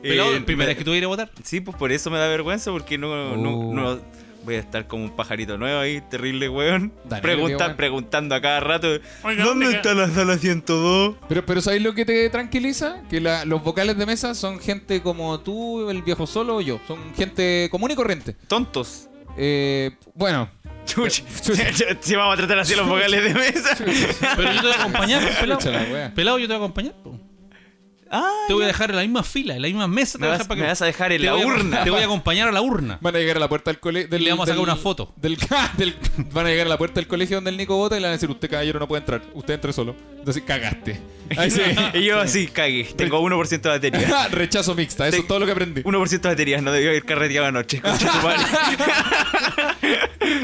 B: Pelado,
C: Eh,
B: primera
C: me-
B: vez que tú ir a votar.
C: Sí, pues por eso me da vergüenza, porque no, no-
E: Oh.
C: no- voy a estar como un pajarito nuevo ahí, terrible weón.
E: Daniel,
C: Pregunta-
E: qué weón.
C: Preguntando a cada rato,
A: Oiga,
C: ¿dónde
A: ¿dónde
C: está la sala 102?
E: Pero, pero ¿sabes lo que te tranquiliza? Que la- los vocales de mesa son gente como tú, el viejo solo o yo. Son gente común y corriente.
C: Tontos.
E: Eh, bueno,
C: Chuch.
E: Chucha.
C: Si vamos a tratar así los vocales de mesa.
B: Pero yo te voy a acompañar, pues,
E: Chucha la
B: pelado.
E: wea.
B: Pelado, yo te voy a acompañar. po.
C: Ah,
B: Te voy a dejar en la misma fila, en la misma mesa. te
C: me
B: voy
C: vas,
B: a dejar para
C: me
B: que-
C: vas a dejar en
B: te
C: la
B: voy a-
C: urna.
B: Te voy a acompañar a la urna.
E: van a llegar a la puerta del colegio.
B: le vamos a sacar una foto.
E: Del, ca- del- van a llegar a la puerta del colegio donde el Nico vota y le van a decir: Usted, caballero, no puede entrar. Usted entre solo. Entonces, cagaste. Ahí sí.
C: y yo así, cagué. Tengo 1% de batería.
E: Rechazo mixta. Eso
C: Te-
E: es todo lo que aprendí.
C: 1% de batería, no debió ir carreteado anoche. concha tu madre.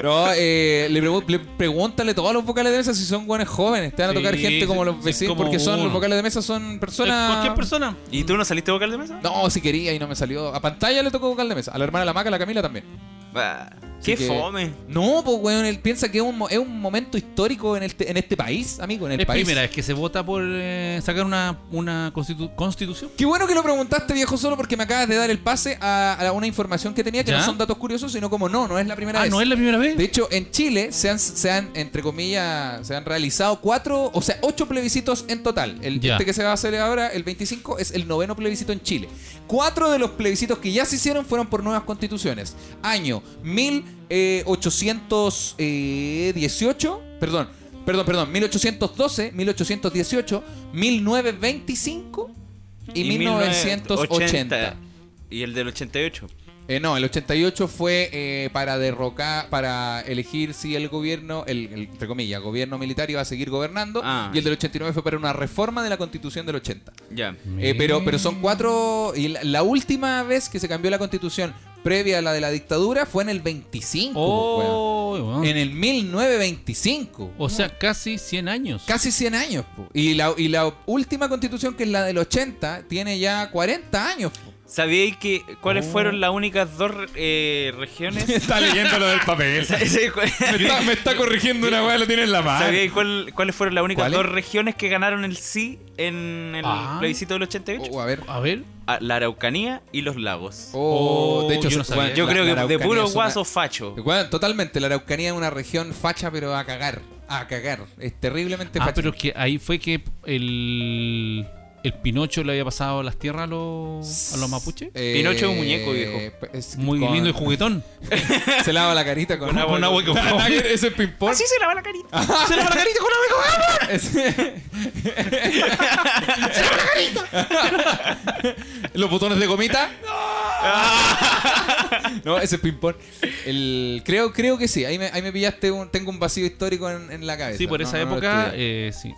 E: No, eh, le, pregun- le pregúntale todos los vocales de mesa si son buenos jóvenes. Te van a
B: Sí,
E: tocar gente como Eh, los
B: sí,
E: vecinos,
B: como
E: porque son
B: uno.
E: los vocales de mesa son personas.
B: Eh, Cualquier persona.
C: ¿Y tú no saliste vocal de mesa?
E: No, si quería y no me salió. A pantalla le tocó vocal de mesa. A la hermana de la Maca, a la Camila también.
C: Bah,
E: Así
C: qué
E: que-
C: fome.
E: No, pues, weón, él piensa que es un, mo- es un momento histórico en, el te- en este país, amigo, en el
B: Es
E: país.
B: primera vez que se vota por eh, sacar una, una constitu- constitución.
E: Qué bueno que lo preguntaste, viejo solo, porque me acabas de dar el pase a, a una información que tenía que
B: ¿Ya?
E: no son datos curiosos, sino como no, no es la primera
B: Ah,
E: vez.
B: ¿no es la primera
E: De
B: vez?
E: hecho, en Chile se han, se han, entre comillas, se han realizado cuatro, o sea, ocho plebiscitos en total. El
B: Ya.
E: este que se va a hacer ahora, el 25, es el noveno plebiscito en Chile. Cuatro de los plebiscitos que ya se hicieron fueron por nuevas constituciones. Año 1818, perdón, perdón, perdón, 1812, 1818, 1925 y, 1980.
C: Y el del 88.
E: Eh, no, el 88 fue eh, para derrocar, para elegir si el gobierno, el, el, entre comillas, gobierno militar iba a seguir gobernando.
C: Ah.
E: Y el del 89 fue para una reforma de la constitución del 80.
C: Ya.
E: Eh, pero, pero son cuatro. Y la, la última vez que se cambió la constitución previa a la de la dictadura fue en el 25. weón.
B: Oh, weón.
E: En el 1925.
B: O sea, casi 100 años.
E: Casi 100 años. po. Y, la, y la última constitución, que es la del 80, tiene ya 40 años. po.
C: ¿Sabíais que cuáles fueron las únicas dos eh, regiones?
E: Está leyendo lo del papel.
C: ¿Sabíais cu-
E: Me está, me está corrigiendo una weá, lo tiene en la mano.
C: ¿Sabíais cuál- cuáles fueron las únicas
E: Ah. ¿Cuáles?
C: dos regiones que ganaron el sí en el
B: Ah.
C: plebiscito del 88?
E: Oh, a ver.
B: A ver.
C: Ah, la Araucanía y los lagos.
E: Oh,
B: Oh,
E: de hecho,
B: yo no
E: se-
B: sabía.
E: weón,
C: Yo
E: la-
C: creo
E: la
C: que de
E: Araucanía
C: puro
E: es una-
C: guaso facho.
E: Weón, totalmente, la Araucanía es una región facha, pero a cagar. A cagar. Es terriblemente
B: Ah,
E: facha.
B: pero que ahí fue que el, el Pinocho le había pasado las tierras a los, a los mapuches.
E: Eh,
C: Pinocho es un muñeco, viejo.
E: pe- es-
B: Muy
E: con-
B: lindo y juguetón.
E: Se lava la carita con,
C: Con agua.
B: que
E: Ah, Ese es ping-pong.
C: Así se lava la carita.
E: Se lava la carita con agua y con Se lava la carita. Los botones de gomita. No, ese es ping-pong. El- Creo, creo que sí. Ahí me, ahí me pillaste. un- tengo un vacío histórico en, en la cabeza.
B: Sí, por
E: No,
B: esa
E: no, no lo
B: época,
E: estudié.
B: eh, sí.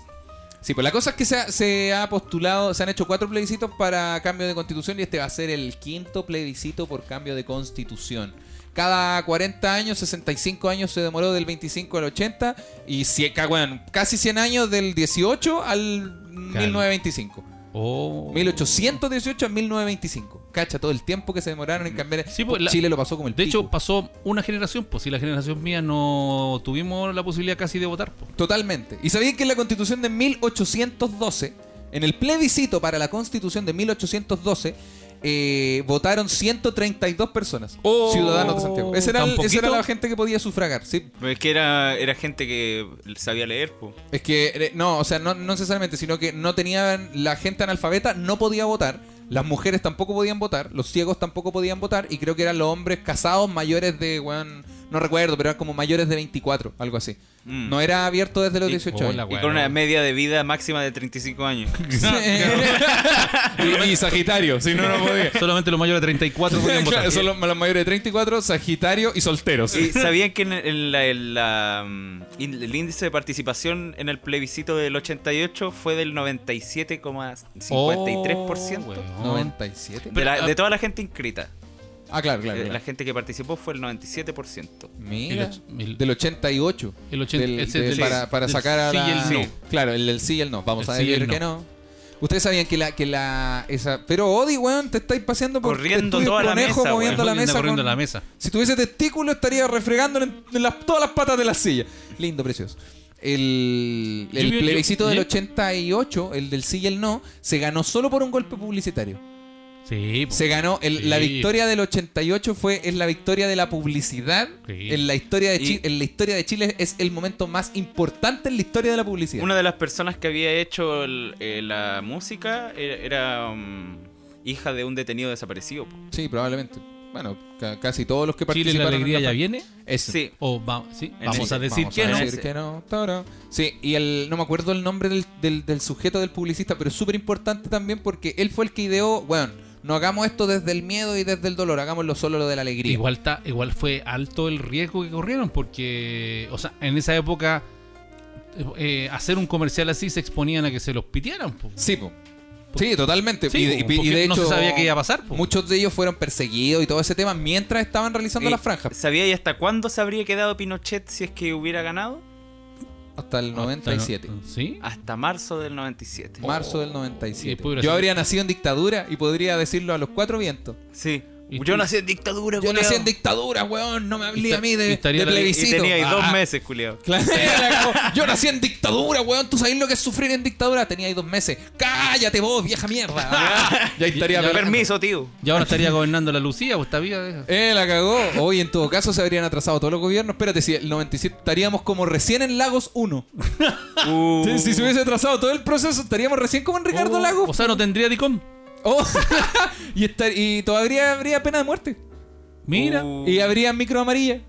E: Sí, pues la cosa es que se ha, se ha postulado, se han hecho cuatro plebiscitos para cambio de constitución y este va a ser el quinto plebiscito por cambio de constitución. Cada 40 años, 65 años se demoró del 25 al 80 y cie- ca- bueno, casi 100 años del 18 al 1925.
B: Oh.
E: 1818 al 1925. Cacha, todo el tiempo que se demoraron en cambiar.
B: Sí, pues, la-
E: Chile lo pasó como el
B: De hecho,
E: pico.
B: pasó una generación, pues si la generación mía no tuvimos la posibilidad casi de votar. pues.
E: Totalmente. ¿Y sabían que en la constitución de 1812, en el plebiscito para la constitución de 1812, eh, votaron 132 personas,
B: Oh,
E: ciudadanos de Santiago. Ese era
B: ¿tan
E: el- esa era
B: poquito?
E: la gente que podía sufragar, sí.
C: Pero Es que era, era gente que sabía leer, po.
E: Es que, eh, no, o sea, no, no necesariamente, sino que no tenían, la gente analfabeta no podía votar, las mujeres tampoco podían votar, los ciegos tampoco podían votar, y creo que eran los hombres casados mayores de, weón, no recuerdo, pero eran como mayores de 24, algo así.
C: Mm.
E: No era abierto desde los 18
B: oh,
E: años.
B: la
C: Y
B: Bueno.
C: con una media de vida máxima de 35 años.
E: y, y Sagitario, si no, no podía.
B: Solamente los mayores de 34 podían votar.
E: Claro, son los, los mayores de 34, Sagitario y solteros.
C: ¿Y sabían que en el, en la- en la, mm, in- el índice de participación en el plebiscito del 88 fue del 97,53%?
B: Oh, weón.
E: 97.
C: de, la- de toda la gente inscrita.
E: Ah, claro, claro.
C: Eh,
E: claro.
C: La gente que participó fue el 97%.
E: Mira,
B: El och- el-
E: del 88.
B: El ochenta-
E: Del-
B: ese
E: del-
B: del-
E: para, para
B: del
E: sacar a
B: sí y
E: la-
B: el no.
E: Claro, el del sí y el no. Vamos
B: El
E: a
B: sí y
E: decir
B: el
E: que no. Ustedes sabían que la que la esa, pero Odi, weón, te estáis paseando por
C: Corriendo
E: estudios
C: toda la
E: conejo,
C: mesa,
E: moviendo
C: weón.
E: la
B: Anda
E: mesa.
B: corriendo
E: con-
B: la mesa.
E: Si tuviese testículo estaría refregando en, en las- todas las patas de la silla. Lindo, precioso. El,
B: Yo
E: el
B: vi- yo-
E: plebiscito del
B: ¿ya?
E: 88, el del sí y el no, se ganó solo por un golpe publicitario.
B: Sí, pues. po.
E: Se ganó. el- La
B: Sí.
E: victoria del 88 fue es la victoria de la publicidad.
B: Sí.
E: En, la historia de
C: Y-
E: Chile, en la historia de Chile es el momento más importante en la historia de la publicidad.
C: Una de las personas que había hecho el- eh, la música era, era, mm, hija de un detenido desaparecido. po.
E: Sí, probablemente. Bueno, ca- casi todos los que
B: Chile la
E: participaron.
B: alegría
E: en
B: ya
E: par-
B: viene.
E: Eso.
C: Sí.
B: O va- sí,
C: En
B: vamos
C: Chile.
B: a decir
E: Vamos
B: que
E: a
B: no.
E: decir que no, toro. Sí, y el, no me acuerdo el nombre del, del- del sujeto del publicista, pero es súper importante también porque él fue el que ideó, bueno, no hagamos esto desde el miedo y desde el dolor, hagámoslo solo lo de la alegría.
B: Igual, ta- igual fue alto el riesgo que corrieron porque, o sea, en esa época eh, hacer un comercial así se exponían a que se los pitearan. pues. po.
E: Sí, po. Sí, totalmente.
B: Sí,
E: y, de-
B: po,
E: y- y de
B: porque
E: hecho,
B: no se sabía qué iba a pasar, po.
E: Muchos de ellos fueron perseguidos y todo ese tema mientras estaban realizando
C: Eh,
E: las franjas.
C: ¿Sabía y hasta cuándo se habría quedado Pinochet si es que hubiera ganado?
E: Hasta el 97.
B: Ah, Sí.
C: Hasta marzo del 97.
E: Oh. Marzo del
B: oh, Y
E: 97.
B: después hubiera
E: Yo
B: sido-
E: habría nacido en dictadura y podría decirlo a los cuatro vientos.
C: Sí.
B: ¿Y
C: Yo
B: tú?
C: nací en dictadura,
E: Yo nací
C: culiao.
E: en dictadura, weón. No me
B: Y
E: hablé
B: ta-
E: a mí
B: y
E: de,
B: estaría
E: de
B: la- y
C: Y
E: plebiscito.
C: tenía ahí dos
E: Ah,
C: meses, culiao.
E: claro, era como, Yo nací en dictadura, weón. ¿Tú sabes lo que es sufrir en dictadura? Tenía ahí dos meses. ¡Cállate vos, vieja mierda! ya estaría
C: Ya,
E: pelando.
C: Permiso, tío.
B: Y ahora estaría gobernando la Lucía, pues, o esta vida. de-
E: Eh, la cagó. Hoy en todo caso se habrían atrasado todos los gobiernos. Espérate, si el 97 estaríamos como recién en Lagos 1.
C: Uh.
E: Si- Si se hubiese atrasado todo el proceso, estaríamos recién como en Ricardo
B: Oh,
E: Lagos.
B: O sea, no tendría DICOM.
E: Oh. y, estar- y todavía habría pena de muerte.
B: Mira.
C: Uh.
E: Y habría micro amarilla.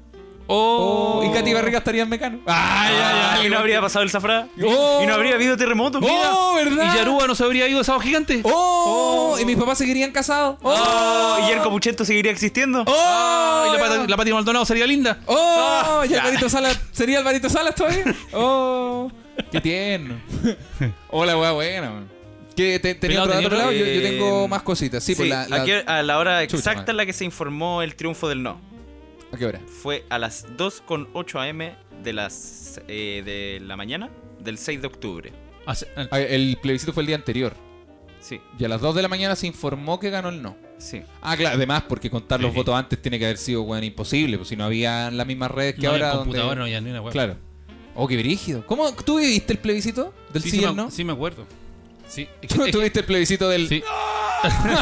B: Oh.
E: Y Katy Barriga estaría en mecano. ¡Ay,
C: Ah, y no habría pasado el zafra.
E: Oh.
C: Y no habría habido terremoto. mira.
E: ¡Oh, verdad!
B: Y Yaruba no se habría ido de Sábado Gigante.
E: ¡Oh! Y mis papás seguirían casados. ¡Oh!
C: Oh, y el Puchento seguiría existiendo.
E: ¡Oh!
B: Ah, y la, Pati- la Pati Maldonado sería linda.
E: ¡Oh! ¿Y Alvarito Salas? ¿Sería Alvarito Salas todavía? ¡Oh! ¡Qué tierno! Hola, weá, buena, man. ¿Qué, te, ¿Tenía
B: Pelado,
E: otro
B: tenía
E: dato pelado?
B: otro-
E: Yo, yo
C: Eh,
E: tengo más cositas. Sí,
C: Sí,
E: pues la, la-
C: ¿A, qué- a la hora
E: Chucha,
C: exacta
E: madre.
C: en la que se informó el triunfo del no.
E: ¿a qué hora?
C: Fue a las 2.8 am de, las, eh, de la mañana del 6 de octubre.
B: Hace- eh,
E: Ah, El plebiscito fue el día anterior.
C: Sí,
E: Y a las 2 de la mañana se informó que ganó el no.
C: sí.
E: Ah, claro, además, porque contar los votos antes tiene que haber sido, weón, imposible, pues si no había las mismas redes que
B: no había
E: ahora. donde-
B: computadora, no había ni una web.
E: Claro. Oh, qué brígido. ¿Cómo tú viviste el plebiscito del sí,
B: Sí,
E: y
B: sí,
E: el
B: me,
E: no?
B: sí me acuerdo. Sí. Es
E: ¿Tú
B: que- es que-
E: tuviste el plebiscito del
B: Sí.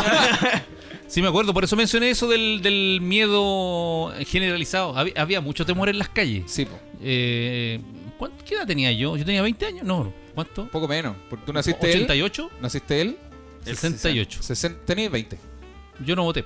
B: Sí, me acuerdo, por eso mencioné eso del, del miedo generalizado. Hab- Había, mucho temor en las calles.
E: Sí, po.
B: Eh, ¿cuánto- ¿Qué edad tenía yo? ¿Yo tenía 20 años? No, ¿cuánto?
E: poco menos. Porque tú naciste él.
B: ¿88?
E: Naciste él.
C: El
B: 68.
E: 60, tenías 20.
B: Yo no voté.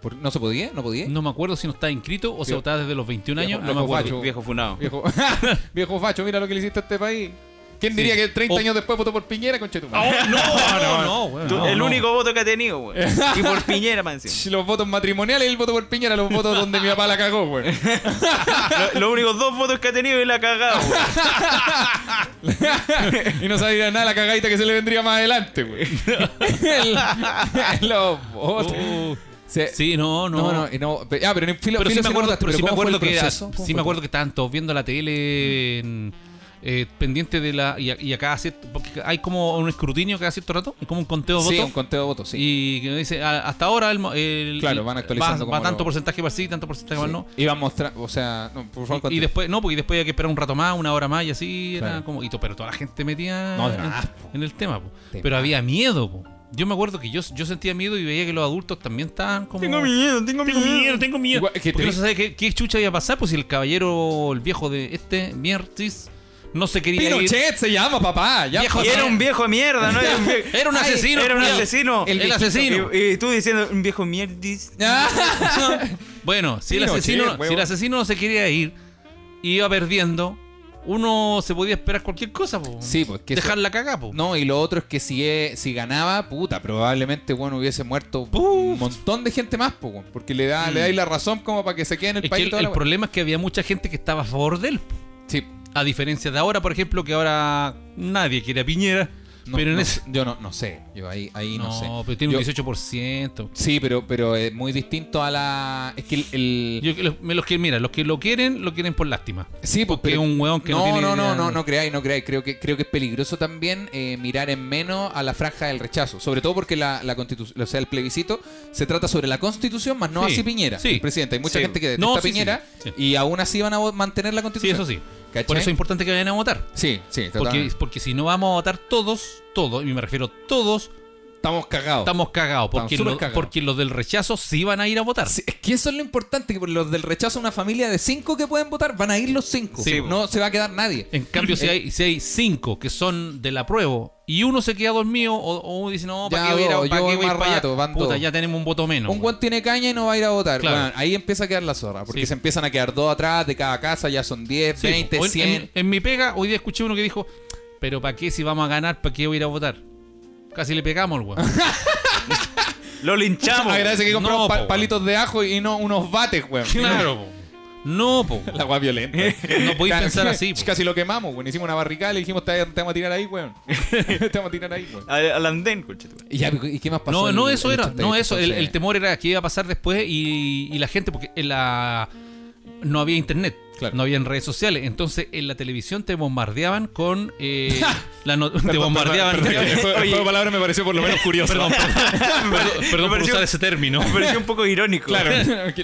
E: Por- ¿No se podía? ¿No podía?
B: No me acuerdo si no estaba inscrito o si
E: Viejo-
B: votaba desde los 21
E: viejo-
B: años. Ah, No me
E: loco
B: acuerdo.
E: facho.
C: Viejo funado.
E: Viejo, viejo facho, mira lo que le hiciste a este país. ¿Quién diría que 30
B: O-
E: años después votó por Piñera, conchetumare?
B: Oh, no, no, no, weón,
C: Tú-
B: no,
C: el
B: no.
C: único voto que ha tenido, güey. Y por Piñera, man. encima.
E: Los votos matrimoniales y el voto por Piñera, los votos donde mi papá la cagó, güey.
C: Lo- Los únicos dos votos que ha tenido y la ha cagado, güey.
E: y no sabía nada la cagadita que se le vendría más adelante, güey. El- los votos. Se-
B: Oh. Sí, no, no.
E: Uh, No, no, y no, pe- ah, pero en filo,
B: pero sí
E: filo sí
B: me
E: lo
B: acuerdo,
E: votaste,
B: pero sí
E: ¿cómo
B: me
E: fue
B: acuerdo
E: el
B: que
E: proceso? ¿Cómo
B: sí
E: fue
B: me
E: todo?
B: acuerdo que estaban todos viendo la tele en- eh, pendiente de la y, a- y acá cierto- porque hay como un escrutinio cada cierto rato, y como un conteo de
E: Sí,
B: votos.
E: un conteo de votos, sí.
B: Y que dice, a- hasta ahora el, mo- el-
E: Claro, van actualizando
B: Va,
E: como
B: va
E: lo-
B: tanto porcentaje para sí, tanto porcentaje para no.
E: Iba a mostrar, o sea, no, por favor,
B: Y, y
E: continúa.
B: después, no, porque después había que esperar un rato más, una hora más y así. Era
E: Claro.
B: como, y to- pero toda la gente metía
E: No, de
B: en,
E: más,
B: en el tema. po.
E: De
B: Pero había miedo. po. Yo me acuerdo que yo, yo sentía miedo y veía que los adultos también estaban como.
C: miedo,
A: Tengo miedo, tengo miedo.
E: Igual- que
B: Porque no
E: tri-
B: se sabe qué, qué chucha iba a pasar, pues si el caballero, el viejo de este, Miertis, no se quería ir.
E: Pinochet se llama, papá. Ya, pues.
B: Viejo
E: pa-
C: Y era un viejo de mierda, ¿no? Era un, vie-
B: Era un
E: Ay,
B: asesino.
C: era un
B: culiao.
C: asesino.
B: El,
E: viejito.
B: asesino.
C: Y, y tú diciendo, un viejo mierdis.
E: Ah.
B: Bueno, si el,
E: Pinochet,
B: asesino,
E: huevón.
B: si el asesino no se quería ir, iba perdiendo, uno se podía esperar cualquier cosa, po.
E: Sí, pues, que
B: Dejar la cagada, po.
E: No, y lo otro es que si, eh, si ganaba, puta, probablemente bueno hubiese muerto un montón de gente más, po, weón, porque le da, le dais la razón como para que se quede en el
B: Mm. Es que
E: país. y
B: el,
E: toda
B: el
E: la weá.
B: problema es que había mucha gente que estaba a favor de él. po.
E: Sí.
B: A diferencia de ahora, por ejemplo, que ahora nadie quiere a Piñera.
E: No,
B: pero en
E: no,
B: ese.
E: Yo no, no sé, yo ahí, ahí no,
B: No,
E: sé.
B: pero tiene
E: Yo-
B: un 18%.
E: Sí, pero, pero es muy distinto a la... Es que el... el-
B: Yo que los, me los que, mira, los que lo quieren, lo quieren por lástima.
E: Sí, pues,
B: Porque es un weón que no
E: no,
B: tiene
E: no, no,
B: idea.
E: no, no creáis, no creáis. Creo que, creo que es peligroso también eh, mirar en menos a la franja del rechazo. Sobre todo porque la, la constitución, o sea, el plebiscito se trata sobre la constitución, más no
B: Sí,
E: así Piñera,
B: sí.
E: el presidente. Hay mucha
B: Sí.
E: gente que detesta
B: No,
E: a
B: sí, sí,
E: Piñera
B: sí.
E: y aún así van a vo- mantener la
B: Sí,
E: constitución.
B: eso sí.
E: ¿Cachai?
B: Por eso es importante que vayan a votar.
E: Sí, sí,
B: Porque,
E: totalmente.
B: porque si no vamos a votar todos, todos, y me refiero todos,
E: estamos cagados.
B: estamos cagados. Porque,
E: súper
B: lo-
E: cagados.
B: porque los del rechazo sí van a ir a votar.
E: Sí, es que eso es lo importante, que por los del rechazo una familia de cinco que pueden votar, van a ir los cinco.
B: Sí,
E: no se va a quedar nadie.
B: En cambio,
E: Eh.
B: si hay, si hay cinco que son del apruebo y uno se queda dormido, o, o uno dice, no, ¿para
E: Ya
B: qué voy a ir a-
E: dos,
B: para
E: yo
B: qué voy a ir
E: más
B: para allá?
E: rato, van
B: Puta,
E: dos.
B: ya tenemos un voto menos.
E: un
B: weón.
E: guan tiene caña y no va a ir a votar.
B: Claro.
E: Bueno, ahí empieza a quedar la zorra, porque
B: Sí.
E: se empiezan a quedar dos atrás de cada casa, ya son 10,
B: Sí,
E: 20,
B: hoy-
E: 100.
B: En, en mi pega, hoy día escuché uno que dijo, pero ¿para qué si vamos a ganar? ¿Para qué voy a ir a votar? Casi le pegamos al weón.
C: Lo linchamos.
E: Agradece que compramos
B: No,
E: pa-
B: po, weón.
E: palitos de ajo y no unos bates, weón.
B: Claro, po. No, po.
E: La weá violenta.
B: No podéis pensar así, po.
E: Casi lo quemamos, weón. Hicimos una barricada y le dijimos, te, te vamos a tirar ahí, weón. te vamos a tirar ahí, weón.
C: Al, al andén, conchetumare.
E: Y ya, ¿y qué más pasó?
B: No, no,
E: el-
B: eso
E: el
B: era.
E: 88?
B: No, eso. El, el
E: Entonces,
B: temor era que iba a pasar después y, y la gente, porque en la no había internet,
E: Claro.
B: no había en redes sociales. Entonces en la televisión te bombardeaban con. eh, la no- te
E: perdón,
B: bombardeaban.
E: perdón,
B: Perdón,
E: perdón, el juego- el
C: Oye.
E: juego de palabras me pareció por lo menos curioso.
B: perdón
C: Me
B: por
C: pareció-
B: usar ese término.
C: Me pareció un poco irónico.
E: Claro,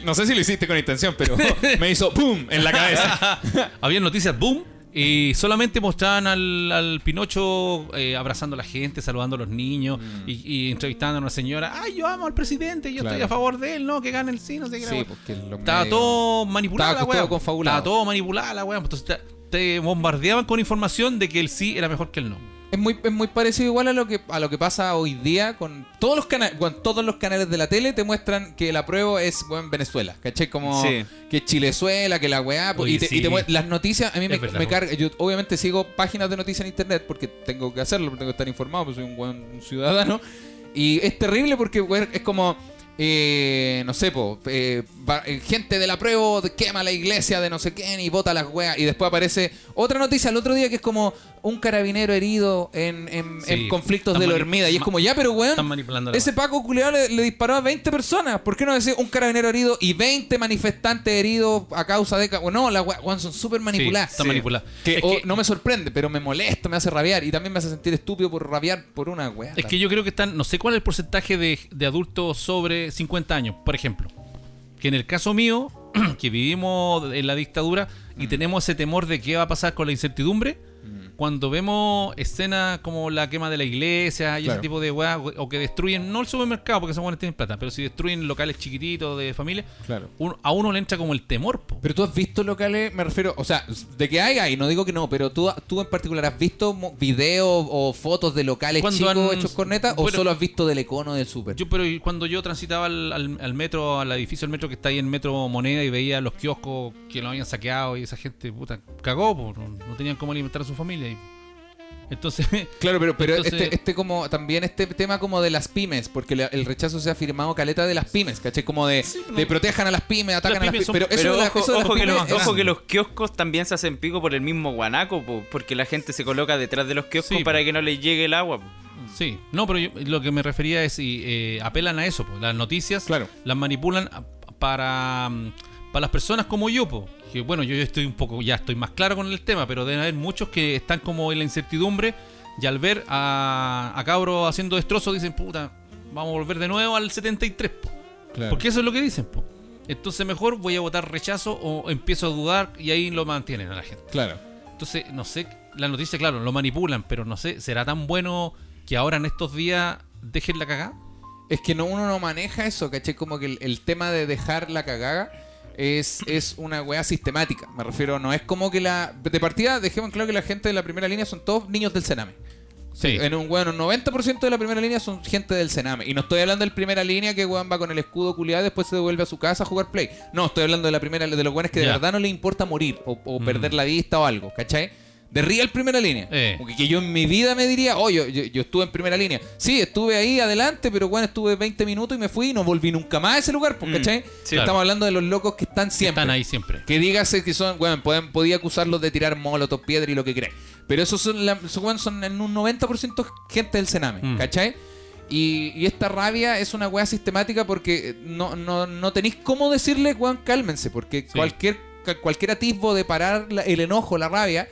E: no sé si lo hiciste con intención, pero me hizo ¡pum! en la cabeza.
B: Había noticias, boom. Y solamente mostraban al, al Pinocho eh, abrazando a la gente, saludando a los niños y, y entrevistando a una señora. ¡Ay, yo amo al presidente! Yo estoy
E: Mm. Claro.
B: a favor de él, ¿no? Que gane el sí, no sé qué. la
E: Sí,
B: wea".
E: porque los
B: Estaba
E: medios-
B: todo manipulado
E: Estaba
B: la
E: todo
B: wea.
E: confabulado.
B: Estaba todo manipulado la wea. Entonces te, te bombardeaban con información de que el sí era mejor que el no.
E: Es muy, es muy parecido igual a lo que a lo que pasa hoy día con todos los canales con todos los canales de la tele te muestran que el apruebo es buen Venezuela, ¿cachai? Como
C: Sí.
E: que Chilezuela, que la weá, po-
B: Oye,
E: y te, y te
B: sí.
E: mue- las noticias, a mí
B: Es
E: me,
B: verdad,
E: me
B: po.
E: carga, yo obviamente sigo páginas de noticias en internet porque tengo que hacerlo, porque tengo que estar informado, porque soy un buen ciudadano. Y es terrible porque weón, es como eh, no sé, po, eh, va- eh, gente del apruebo de- quema la iglesia de no sé quién y bota las weas. Y después aparece otra noticia al otro día que es como un carabinero herido en, en-
B: Sí,
E: en conflictos
B: están
E: de la
B: mani-
E: hormiga. Y es
B: ma-
E: como, ya, pero
B: Están
E: weón,
B: manipulando la
E: ese
B: wea.
E: Paco culiado le, le disparó a 20 personas. ¿Por qué no decir un carabinero herido y 20 manifestantes heridos a causa de. ca- Bueno, no, las weas weón, son súper
B: Sí,
E: manipuladas.
B: están
E: Sí.
B: manipuladas.
E: Que,
B: es,
E: o-
B: que,
E: no me sorprende, pero me molesta, me hace rabiar. Y también me hace sentir estúpido por rabiar por una wea.
B: es que yo creo que están. No sé cuál es el porcentaje de, de adultos sobre 50 años, por ejemplo. Que en el caso mío, que vivimos en la dictadura y
E: Mm.
B: tenemos ese temor de qué va a pasar con la incertidumbre. Cuando vemos escenas como la quema de la iglesia y
E: Claro.
B: ese tipo de weá, o que destruyen, no el supermercado porque esos buenos tienen plata, pero si destruyen locales chiquititos de familia,
E: Claro.
B: uno- a uno le entra como el temor. po.
E: Pero tú has visto locales, me refiero, o sea, de que hay, hay, no digo que no, pero tú, tú en particular, ¿has visto mo- videos o fotos de locales
B: Cuando
E: chicos
B: han-
E: hechos cornetas o
B: bueno-
E: solo has visto del econo del súper?
B: Yo, pero y cuando yo transitaba al, al- al metro, al edificio del metro que está ahí en Metro Moneda y veía los kioscos que lo habían saqueado y esa gente, puta, cagó, po, no, no tenían cómo alimentar a su familia. y- entonces,
E: Claro, pero, pero
B: Entonces-
E: este, este como también este tema como de las pymes, porque la- el rechazo se ha firmado caleta de las pymes, ¿cachai? Como de, de protejan a las pymes, atacan
B: pymes
E: a
B: son-
E: las pymes. Pero eso
C: Pero
E: de la-
C: ojo,
E: eso de las
C: ojo que
E: pymes
C: los,
E: es-
C: ojo que los kioscos también se hacen pico por el mismo guanaco, po, porque la gente se coloca detrás de los kioscos
B: Sí,
C: para
B: po.
C: que no les llegue el agua. po.
B: sí, no, pero yo- lo que me refería es y eh, apelan a eso, po, las noticias
E: Claro.
B: las manipulan a- para, mm, para las personas como yo, po, que bueno, yo ya estoy un poco, ya estoy más claro con el tema, pero deben haber muchos que están como en la incertidumbre y al ver a, a Cabro haciendo destrozos dicen, puta, vamos a volver de nuevo al 73, po". pues". Porque eso es lo que dicen, po. Entonces mejor voy a votar rechazo o empiezo a dudar y ahí lo mantienen a la gente.
E: Claro.
B: Entonces, no sé, la noticia, claro, lo manipulan, pero no sé, será tan bueno que ahora en estos días dejen la cagada?
E: Es que no, uno no maneja eso, ¿cachai? Como que el, el tema de dejar la cagada es, es una weá sistemática. Me refiero, no es como que la. De partida, dejemos en claro que la gente de la primera línea son todos niños del Sename.
B: Sí.
E: En un weón, un 90% de la primera línea son gente del Sename. Y no estoy hablando del primera línea que weón va con el escudo culiado y después se devuelve a su casa a jugar play. No, estoy hablando de la primera de los weones que de
B: Ya. Mm.
E: verdad no les importa morir o, o perder la vista o algo, ¿cachai? De real primera línea.
B: Eh.
E: Como que- que yo en mi vida me diría, oh, yo, yo- yo estuve en primera línea. Sí, estuve ahí adelante, pero bueno, estuve 20 minutos y me fui y no volví nunca más a ese lugar, pues, ¿cachai?
B: Mm. claro.
E: Estamos hablando de los locos que están siempre.
B: Están ahí siempre.
E: Que dígase que son, bueno, pueden, podía acusarlos de tirar molotov, piedra y lo que queráis. Pero esos son, la- esos weones son en un 90% gente del Sename,
B: Mm.
E: ¿cachai? Y, y esta rabia es una weá sistemática porque no, no, no tenéis cómo decirle, weón, cálmense, porque cualquier, ca- cualquier atisbo de parar la- el enojo, la rabia,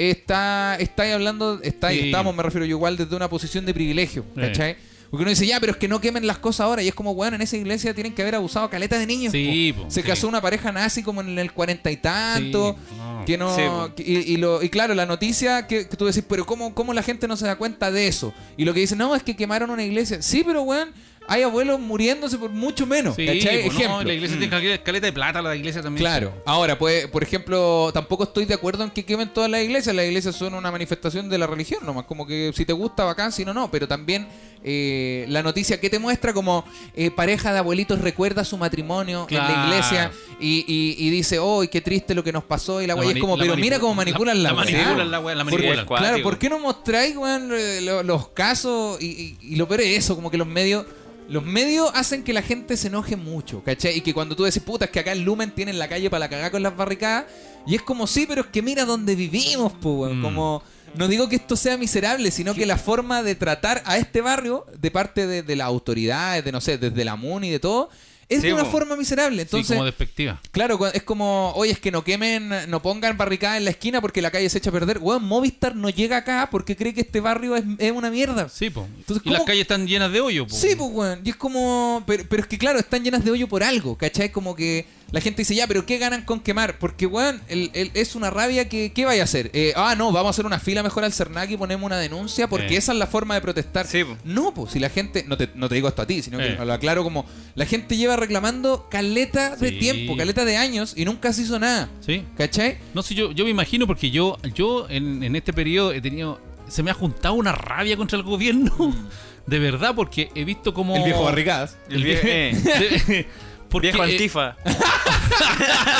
E: está, está ahí hablando, está ahí,
B: Sí.
E: estamos, me refiero yo igual, desde una posición de privilegio,
B: Sí.
E: ¿cachai? Porque uno dice, ya, pero es que no quemen las cosas ahora. Y es como, weón, en esa iglesia tienen que haber abusado caleta de niños.
B: Sí,
E: po.
B: po,
E: Se
B: sí.
E: casó una pareja nazi como en el cuarenta y tanto.
B: Sí, no.
E: Que no.
C: Sí, po.
E: que- y, y lo, y claro, la noticia que, que tú decís, pero ¿cómo, ¿cómo la gente no se da cuenta de eso? Y lo que dicen, no, es que quemaron una iglesia. Sí, pero weón, hay abuelos muriéndose por mucho menos.
B: Sí,
E: ¿cachai?
B: po, no,
E: Ejemplo. Mm.
B: la iglesia tiene caleta- caleta de plata, la iglesia también.
E: Claro. Ahora, pues, por ejemplo, tampoco estoy de acuerdo en que quemen todas las iglesias. Las iglesias son una manifestación de la religión, nomás. Como que si te gusta, bacán, si no, no. Pero también eh, la noticia que te muestra como eh, pareja de abuelitos recuerda su matrimonio en la
B: Claro.
E: iglesia y, y- y dice, oh, qué triste lo que nos pasó! Y la,
B: La
E: wea y es
B: mani-
E: como,
B: la
E: pero mira
B: manipu-
E: cómo manipulan la, ¿eh?
B: la
E: wea".
B: manipulan la wea, la
E: Por-
B: manipulan.
E: Claro, ¿por qué no mostráis, weón, eh, lo- los casos? Y, y- y lo peor es eso, como que los medios. Los medios hacen que la gente se enoje mucho, ¿cachai? Y que cuando tú decís, puta, es que acá en Lumen tienen la calle para la cagar con las barricadas. Y es como, sí, pero es que mira dónde vivimos, pues, weón. Como. No digo que esto sea miserable, sino que la forma de tratar a este barrio, de parte de, de las autoridades, de no sé, desde la MUNI, de todo, es
C: Sí,
E: de una
C: po.
E: forma miserable.
B: Sí,
E: Entonces,
B: como despectiva.
E: Claro, cu- es como, oye, es que no quemen, no pongan barricadas en la esquina porque la calle se echa a perder. Weón, Movistar no llega acá porque cree que este barrio es, es una mierda.
B: Sí, po.
E: Entonces,
B: y las
E: ¿cómo-
B: calles están llenas de hoyo, po.
E: Sí, pues, weón. Y es como, pero, pero es que claro, están llenas de hoyo por algo, ¿cachai? Como que la gente dice, ya, pero ¿qué ganan con quemar? Porque, weón, el- el- es una rabia que, ¿qué vaya a hacer? Eh, ah, no, vamos a hacer una fila mejor al Cernac y ponemos una denuncia porque
B: Eh.
E: esa es la forma de protestar.
C: Sí, po.
E: No, pues, si la gente, no te, no te digo hasta a ti, sino que
B: Eh.
E: lo aclaro como, la gente lleva reclamando caleta de
B: Sí.
E: tiempo, caleta de años y nunca se hizo nada.
B: Sí.
E: ¿Cachai?
B: No sé, yo, yo me imagino porque yo, yo en, en este periodo he tenido. Se me ha juntado una rabia contra el gobierno.
E: Mm.
B: De verdad, porque he visto como.
E: barricadas.
C: El viejo, eh,
B: De- porque,
C: viejo
B: eh,
C: antifa.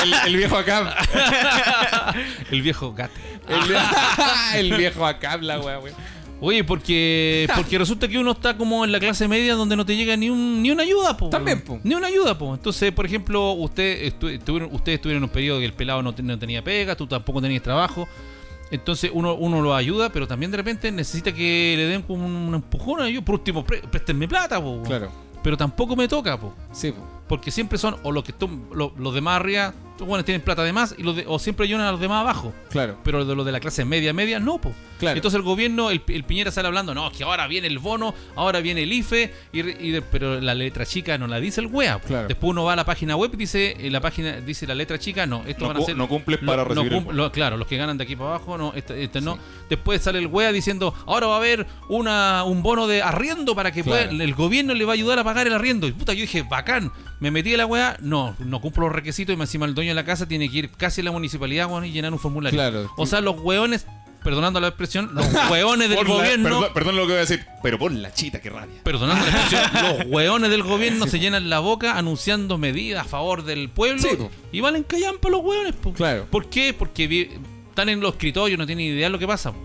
E: El, el viejo acá.
B: el viejo gato.
E: El, el viejo acá, la wea, wea.
B: Oye, porque porque resulta que uno está como en la clase media donde no te llega ni un, ni una ayuda, po.
E: También, po.
B: Ni una ayuda, po. Entonces, por ejemplo, usted estu- estuvieron, ustedes tuvieron un periodo que el pelado no, ten- no tenía pega, tú tampoco tenías trabajo. Entonces uno, uno lo ayuda, pero también de repente necesita que le den como un, un empujón. Yo, por último, pre- préstenme plata, po.
E: Claro.
B: Pero tampoco me toca, po.
E: Sí, po.
B: Porque siempre son o los que están, lo- los demás arriba, bueno, tienen plata de más, y los de- o siempre ayudan a los demás abajo
E: claro.
B: pero de lo de la clase media, media, no, po.
E: Claro.
B: Entonces el gobierno, el, el Piñera sale hablando, no, es que ahora viene el bono, ahora viene el IFE, y, re- y de- pero la letra chica no la dice el wea. po.
E: Claro.
B: Después uno va a la página web y dice, eh, la página dice la letra chica, no, esto
A: No
B: van a
A: cu-
B: ser...
A: no cumples para
B: no
A: recibir el
B: cum-
A: bono.
B: lo- Claro, los que ganan de aquí para abajo, no, este, este no. Después sale el wea diciendo, ahora va a haber una, un bono de arriendo para que
E: Claro.
B: pueda- el gobierno le va a ayudar a pagar el arriendo. Y puta, yo dije, bacán, me metí a la wea, no, no cumplo los requisitos y encima el dueño de la casa tiene que ir casi a la municipalidad weón, y llenar un formulario.
E: Claro.
B: O sea, los hueones, perdonando la expresión, los hueones del
A: Por la-
B: gobierno.
A: perdón, perdón lo que voy a decir, pero por la chita, qué rabia.
B: Perdonando la expresión, los hueones del gobierno se llenan la boca anunciando medidas a favor del pueblo
E: Sí, po.
B: y valen callampa los hueones. po.
E: Claro.
B: ¿Por qué? Porque vi- están en los escritorios, no tienen idea de lo que pasa. po.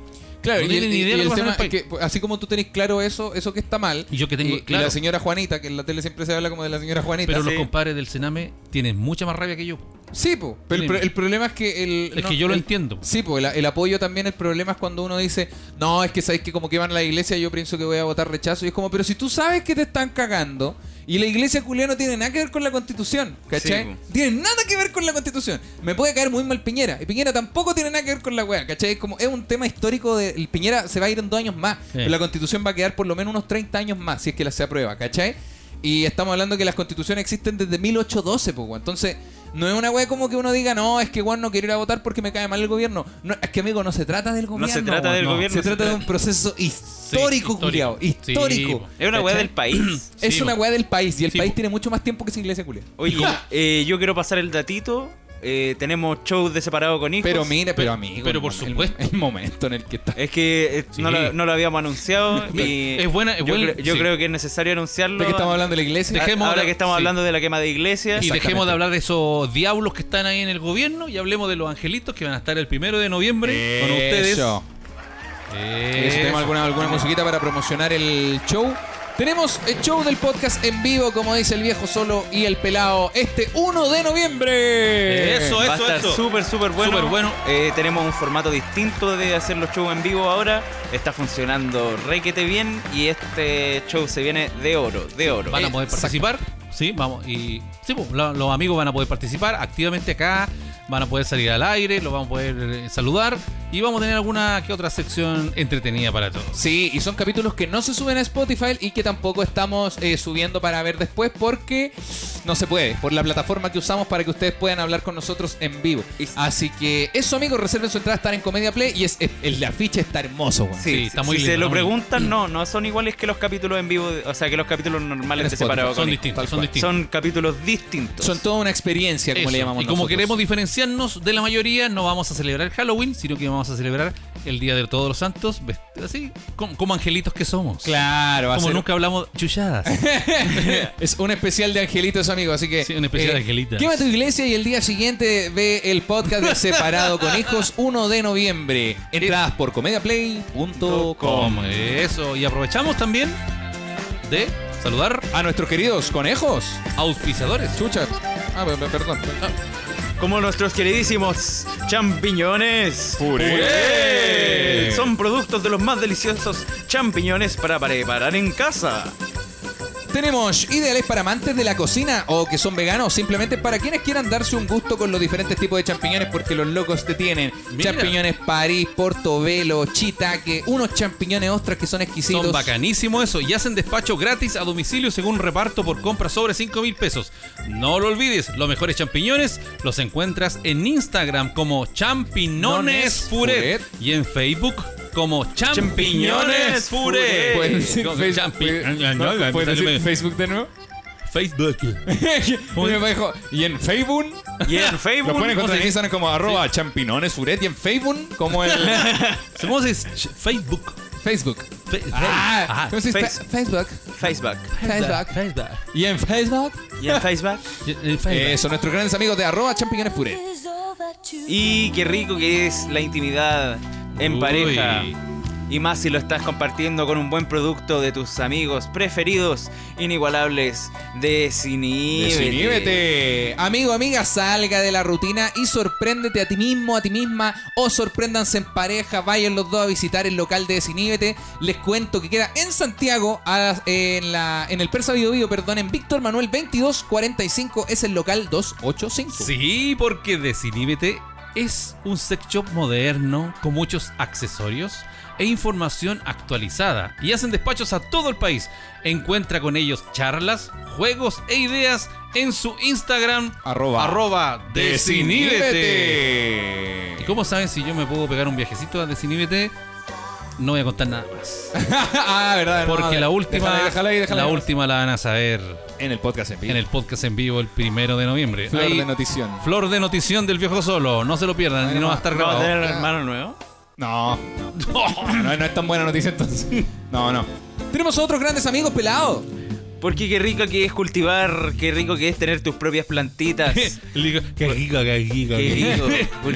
E: Claro,
B: No
E: y,
B: tienen ni
E: y-
B: idea
E: y
B: de
E: el
B: lo que pasa en
E: tema
B: el
E: es que, pues, así como tú tenés claro eso, eso que está mal.
B: Y yo que tengo
E: y,
B: claro.
E: la señora Juanita, que en la tele siempre se habla como de la señora Juanita.
B: Pero los
E: sí.
B: compadres del Sename tienen mucha más rabia que yo. po.
E: Sí, po. Pero el, pro- el problema es que el.
B: Es
E: no,
B: que yo lo
E: el-
B: entiendo.
E: Sí, pues el, el apoyo también, el problema es cuando uno dice, no, es que sabéis que como que van a la iglesia, yo pienso que voy a votar rechazo. Y es como, pero si tú sabes que te están cagando, y la iglesia culia no tiene nada que ver con la constitución, ¿cachai?
C: Sí,
E: tiene nada que ver con la constitución. Me puede caer muy mal Piñera, y Piñera tampoco tiene nada que ver con la wea, ¿cachai? Es como, es un tema histórico de el Piñera se va a ir en dos años más, pero la constitución va a quedar por lo menos unos 30 años más, si es que la se aprueba, ¿cachai? Y estamos hablando que las constituciones existen desde 1812, pues, weón. entonces No es una wea como que uno diga, no, es que Juan no quiero ir a votar porque me cae mal el gobierno. No, es que, amigo, no se trata del gobierno.
C: se trata
E: weón.
C: del
E: No,
C: gobierno,
E: Se
C: se
E: trata de
C: trata-
E: un proceso histórico,
B: histórico.
E: culiao.
B: Sí,
E: Histórico.
B: po.
C: Es una weá
E: ¿Cachai?
C: del país.
E: Es
B: Sí,
E: una
B: po.
E: weá del país y el
B: Sí,
E: país
B: po.
E: tiene mucho más tiempo que esa iglesia culia.
C: Oye, eh, yo quiero pasar el datito. Eh, tenemos shows de separado con hijos.
E: Pero mire, pero amigo.
B: pero por
E: el-
B: supuesto.
E: El momento en el que está.
C: Es que eh, no,
B: Sí.
C: lo, no lo habíamos anunciado. y
B: Es buena- es
C: yo
B: buen-
C: creo- yo
B: sí.
C: creo que es necesario anunciarlo.
E: ¿De qué estamos hablando de la iglesia?
B: Dejé- Dejemos
C: Ahora
B: hablar-
C: que estamos
B: sí.
C: hablando de la quema de iglesias.
B: Y
E: Exactamente.
B: dejemos de hablar de esos diablos que están ahí en el gobierno y hablemos de los angelitos que van a estar el primero de noviembre con ustedes. Eh,
E: Eso. Eso,
B: Eso.
E: tenemos alguna, alguna musiquita para promocionar el show. Tenemos el show del podcast en vivo, como dice el viejo solo y el pelado, este 1 de noviembre.
B: Eso,
C: Va a
B: eso,
C: estar
B: eso.
C: súper, súper bueno.
B: Súper bueno.
C: Eh, tenemos un formato distinto de hacer los shows en vivo ahora. Está funcionando requete bien y este show se viene de oro, de oro. Eh,
B: Van a poder Eh, participar. Sí, vamos. Y sí, pues, lo- los amigos van a poder participar activamente acá. Van a poder salir al aire, los vamos a poder eh, saludar. Y vamos a tener alguna que otra sección entretenida para todos.
E: Sí, y son capítulos que no se suben a Spotify y que tampoco estamos eh, subiendo para ver después porque no se puede, por la plataforma que usamos para que ustedes puedan hablar con nosotros en vivo.
C: Y-
E: Así que eso, amigos, reserven su entrada, estar en Comedia Play y es, es- el afiche está hermoso, weón.
B: Sí, está
C: si
B: muy
C: se
B: lindo, Mm.
C: lo
B: está muy
C: preguntan, no, no son iguales que los capítulos en vivo, de- o sea, que los capítulos normales
E: En
C: de
E: Spotify,
C: separado
B: Son
C: con
B: distintos,
E: tal
B: son
E: cual.
C: Hijos.
B: distintos.
C: Son capítulos distintos.
E: Son toda una experiencia, como
B: Eso.
E: le llamamos
B: y como
E: nosotros.
B: queremos diferenciarnos de la mayoría, no vamos a celebrar Halloween, sino que vamos a celebrar el Día de Todos los Santos, vest- así como, como angelitos que somos.
E: Claro, va a
B: Como
E: ser-
B: nunca hablamos chulladas.
E: Es un especial de angelitos, amigos, así que...
B: Sí, un especial de angelitos.
E: Quema tu iglesia y el día siguiente ve el podcast de Separado con Hijos, 1 de
B: Eh,
E: noviembre. Entradas por comediaplay.com.
B: Como eso. Y aprovechamos también de saludar
E: A nuestros queridos conejos.
B: auspiciadores.
E: Chucha. Ah, pe- pe- perdón.
C: Como nuestros queridísimos champiñones.
A: Puré.
C: Son productos de los más deliciosos champiñones para preparar en casa.
E: Tenemos ideales para amantes de la cocina o que son veganos, simplemente para quienes quieran darse un gusto con los diferentes tipos de champiñones, porque los locos te tienen
B: Mira.
E: champiñones París, Portobelo, Chitaque, unos champiñones ostras que son exquisitos.
B: Son bacanísimo eso y hacen despacho gratis a domicilio según reparto por compra sobre 5 mil pesos. No lo olvides, los mejores champiñones los encuentras en Instagram como Champiñones
E: Nones
B: Furet
E: Furet.
B: y en Facebook como
C: Champiñones
B: Champiñones Furet.
E: Pueden decir
B: Como
E: Facebook-
B: champi- Ah,
E: pueden-
B: no,
E: ¿no?
B: no,
E: ¿Pueden
B: no,
E: decir
B: no,
E: Facebook de nuevo.
B: Facebook.
E: Y me dijo, y en Facebook
C: Y en Facebook.
E: lo pueden
C: ¿cómo se
E: encontrar en Instagram como arroba champinones furet y en Facebook como el
B: ¿Cómo se dice? Ch- Facebook.
E: Facebook.
B: Fe-
E: Ah,
B: Ajá.
E: ¿cómo se dice?
C: Face-
E: Facebook.
C: dice? Facebook.
E: Facebook.
B: Facebook.
E: Y en Facebook.
C: Y en Facebook.
B: Y- y Facebook.
E: Eso, nuestros grandes amigos de arroba champiñones furet.
C: Y qué rico que es la intimidad en
B: Uy.
C: pareja. Y más si lo estás compartiendo con un buen producto de tus amigos preferidos, inigualables, Desiníbete.
E: Desinhíbete. Amigo, amiga, salga de la rutina y sorpréndete a ti mismo, a ti misma, o sorpréndanse en pareja. Vayan los dos a visitar el local de Desinhíbete. Les cuento que queda en Santiago, a- eh, en, la, en el Persa Bio Bio, perdón, en Víctor Manuel 2245, es el local 285.
B: Sí, porque Desiníbete es un sex shop moderno con muchos accesorios e información actualizada y hacen despachos a todo el país. Encuentra con ellos charlas, juegos e ideas en su Instagram
E: Arroba.
B: arroba Desiníbete.
E: Desiníbete.
B: ¿Y cómo saben si yo me puedo pegar un viajecito a Desiníbete? No voy a contar nada más.
E: ah, verdad. no,
B: Porque la
E: déjala
B: última,
E: ahí, déjala ahí, déjala
B: la
E: ahí.
B: última la van a saber
E: En el podcast en vivo.
B: en el podcast en vivo el primero de noviembre.
E: Flor
B: Ahí-
E: de notición.
B: Flor de notición del viejo solo, no se lo pierdan,
E: Ahí
B: y no va
E: nomás.
B: a estar
C: ¿Vamos a
B: grabado.
C: tener hermano nuevo?
E: No, no, no es tan buena noticia entonces. No, no. Tenemos a otros grandes amigos pelados.
C: Porque qué rico que es cultivar, qué rico que es tener tus propias plantitas. Qué rico, porque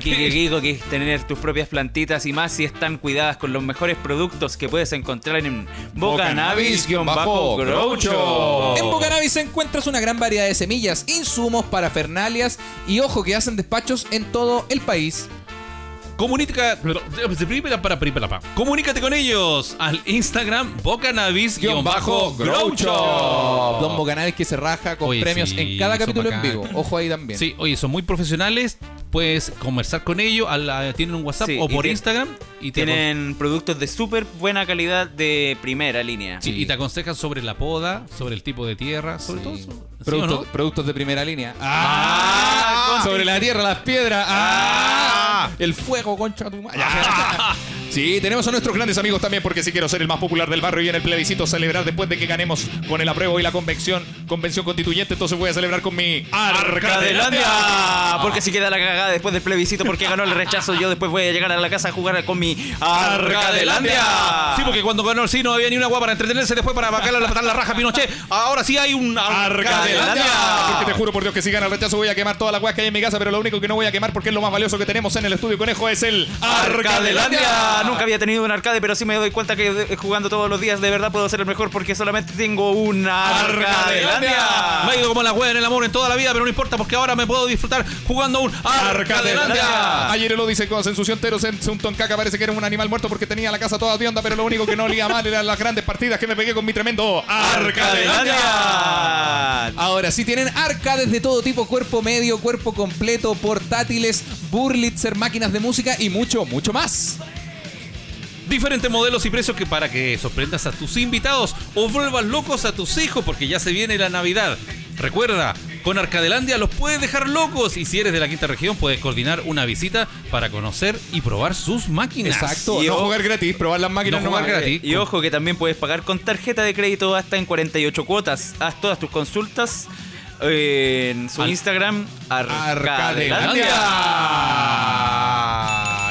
C: qué rico que es tener tus propias plantitas y más si están cuidadas con los mejores productos que puedes encontrar en Bocanabis-Groucho.
E: En Bocanabis encuentras una gran variedad de semillas, insumos para fernalias y ojo que hacen despachos en todo el país.
B: Comunica, para, para, para. Comunícate con ellos al Instagram bocanabis-groucho.
E: Don Bocanabis que se raja con
B: Oye,
E: premios
B: sí,
E: en cada
B: son
E: capítulo en
B: bacanes.
E: vivo. Ojo ahí también.
B: Sí, oye, son muy profesionales, puedes conversar con ellos, a la- tienen un WhatsApp
C: Sí,
B: o
C: y
B: por
C: tien-
B: Instagram y te, acon-
C: Tienen productos de súper buena calidad de primera línea.
B: sí, y te aconsejan sobre la poda, sobre el tipo de tierra, sobre todo eso. ¿Sí o
E: Producto-
B: no?
E: Productos de primera línea.
C: Ah,
E: sobre la tierra las piedras. ¡Ah!
A: Ah.
E: El fuego, concha tu madre. Ah. Sí, tenemos a nuestros grandes amigos también, porque si quiero ser el más popular del barrio y en el plebiscito celebrar después de que ganemos con el apruebo y la convención, convención constituyente, entonces voy a celebrar con mi
C: Arcadelandia.
E: Arcadelandia.
C: Porque si queda la cagada después del plebiscito, porque ganó el rechazo, yo después voy a llegar a la casa a jugar con mi Arcadelandia.
B: Sí, porque cuando ganó el sí no había ni una agua para entretenerse después para bajarle la, la raja a Pinochet. Ahora sí hay un
E: Arcadelandia. Porque te juro por Dios que si gana el rechazo voy a quemar toda la weas que hay en mi casa, pero lo único que no voy a quemar porque es lo más valioso que tenemos en el estudio conejo es el
C: Arcadelandia.
E: Arcadelandia.
C: Nunca había tenido un arcade, pero sí me doy cuenta que de- jugando todos los días de verdad puedo ser el mejor porque solamente tengo una
E: Arcadelandia.
B: Me ha
C: Arcadelandia.
B: ido como la hueá en el amor en toda la vida, pero no importa porque ahora me puedo disfrutar jugando un
E: Arcadelandia.
B: Arcadelandia.
E: Ayer lo dice con Sensución Tero, un Toncaca parece que era un animal muerto porque tenía la casa toda de onda, pero lo único que no olía mal eran las grandes partidas que me pegué con mi tremendo Arcadelandia.
C: Arcadelandia.
E: Ahora sí tienen arcades de todo tipo, cuerpo medio, cuerpo completo, portátiles, burlitzer, máquinas de música y mucho, mucho más.
B: Diferentes modelos y precios que para que sorprendas a tus invitados o vuelvas locos a tus hijos porque ya se viene la Navidad. Recuerda, con Arcadelandia los puedes dejar locos y si eres de la quinta región puedes coordinar una visita para conocer y probar sus máquinas.
E: Exacto,
C: Y
E: no
C: o-
E: jugar gratis, probar las máquinas
B: No
E: no
B: jugar
E: más.
B: gratis.
C: Y ojo que también puedes pagar con tarjeta de crédito hasta en 48 cuotas. Haz todas tus consultas eh, en su
B: Al-
C: Instagram
E: Arcadelandia.
C: Arcadelandia.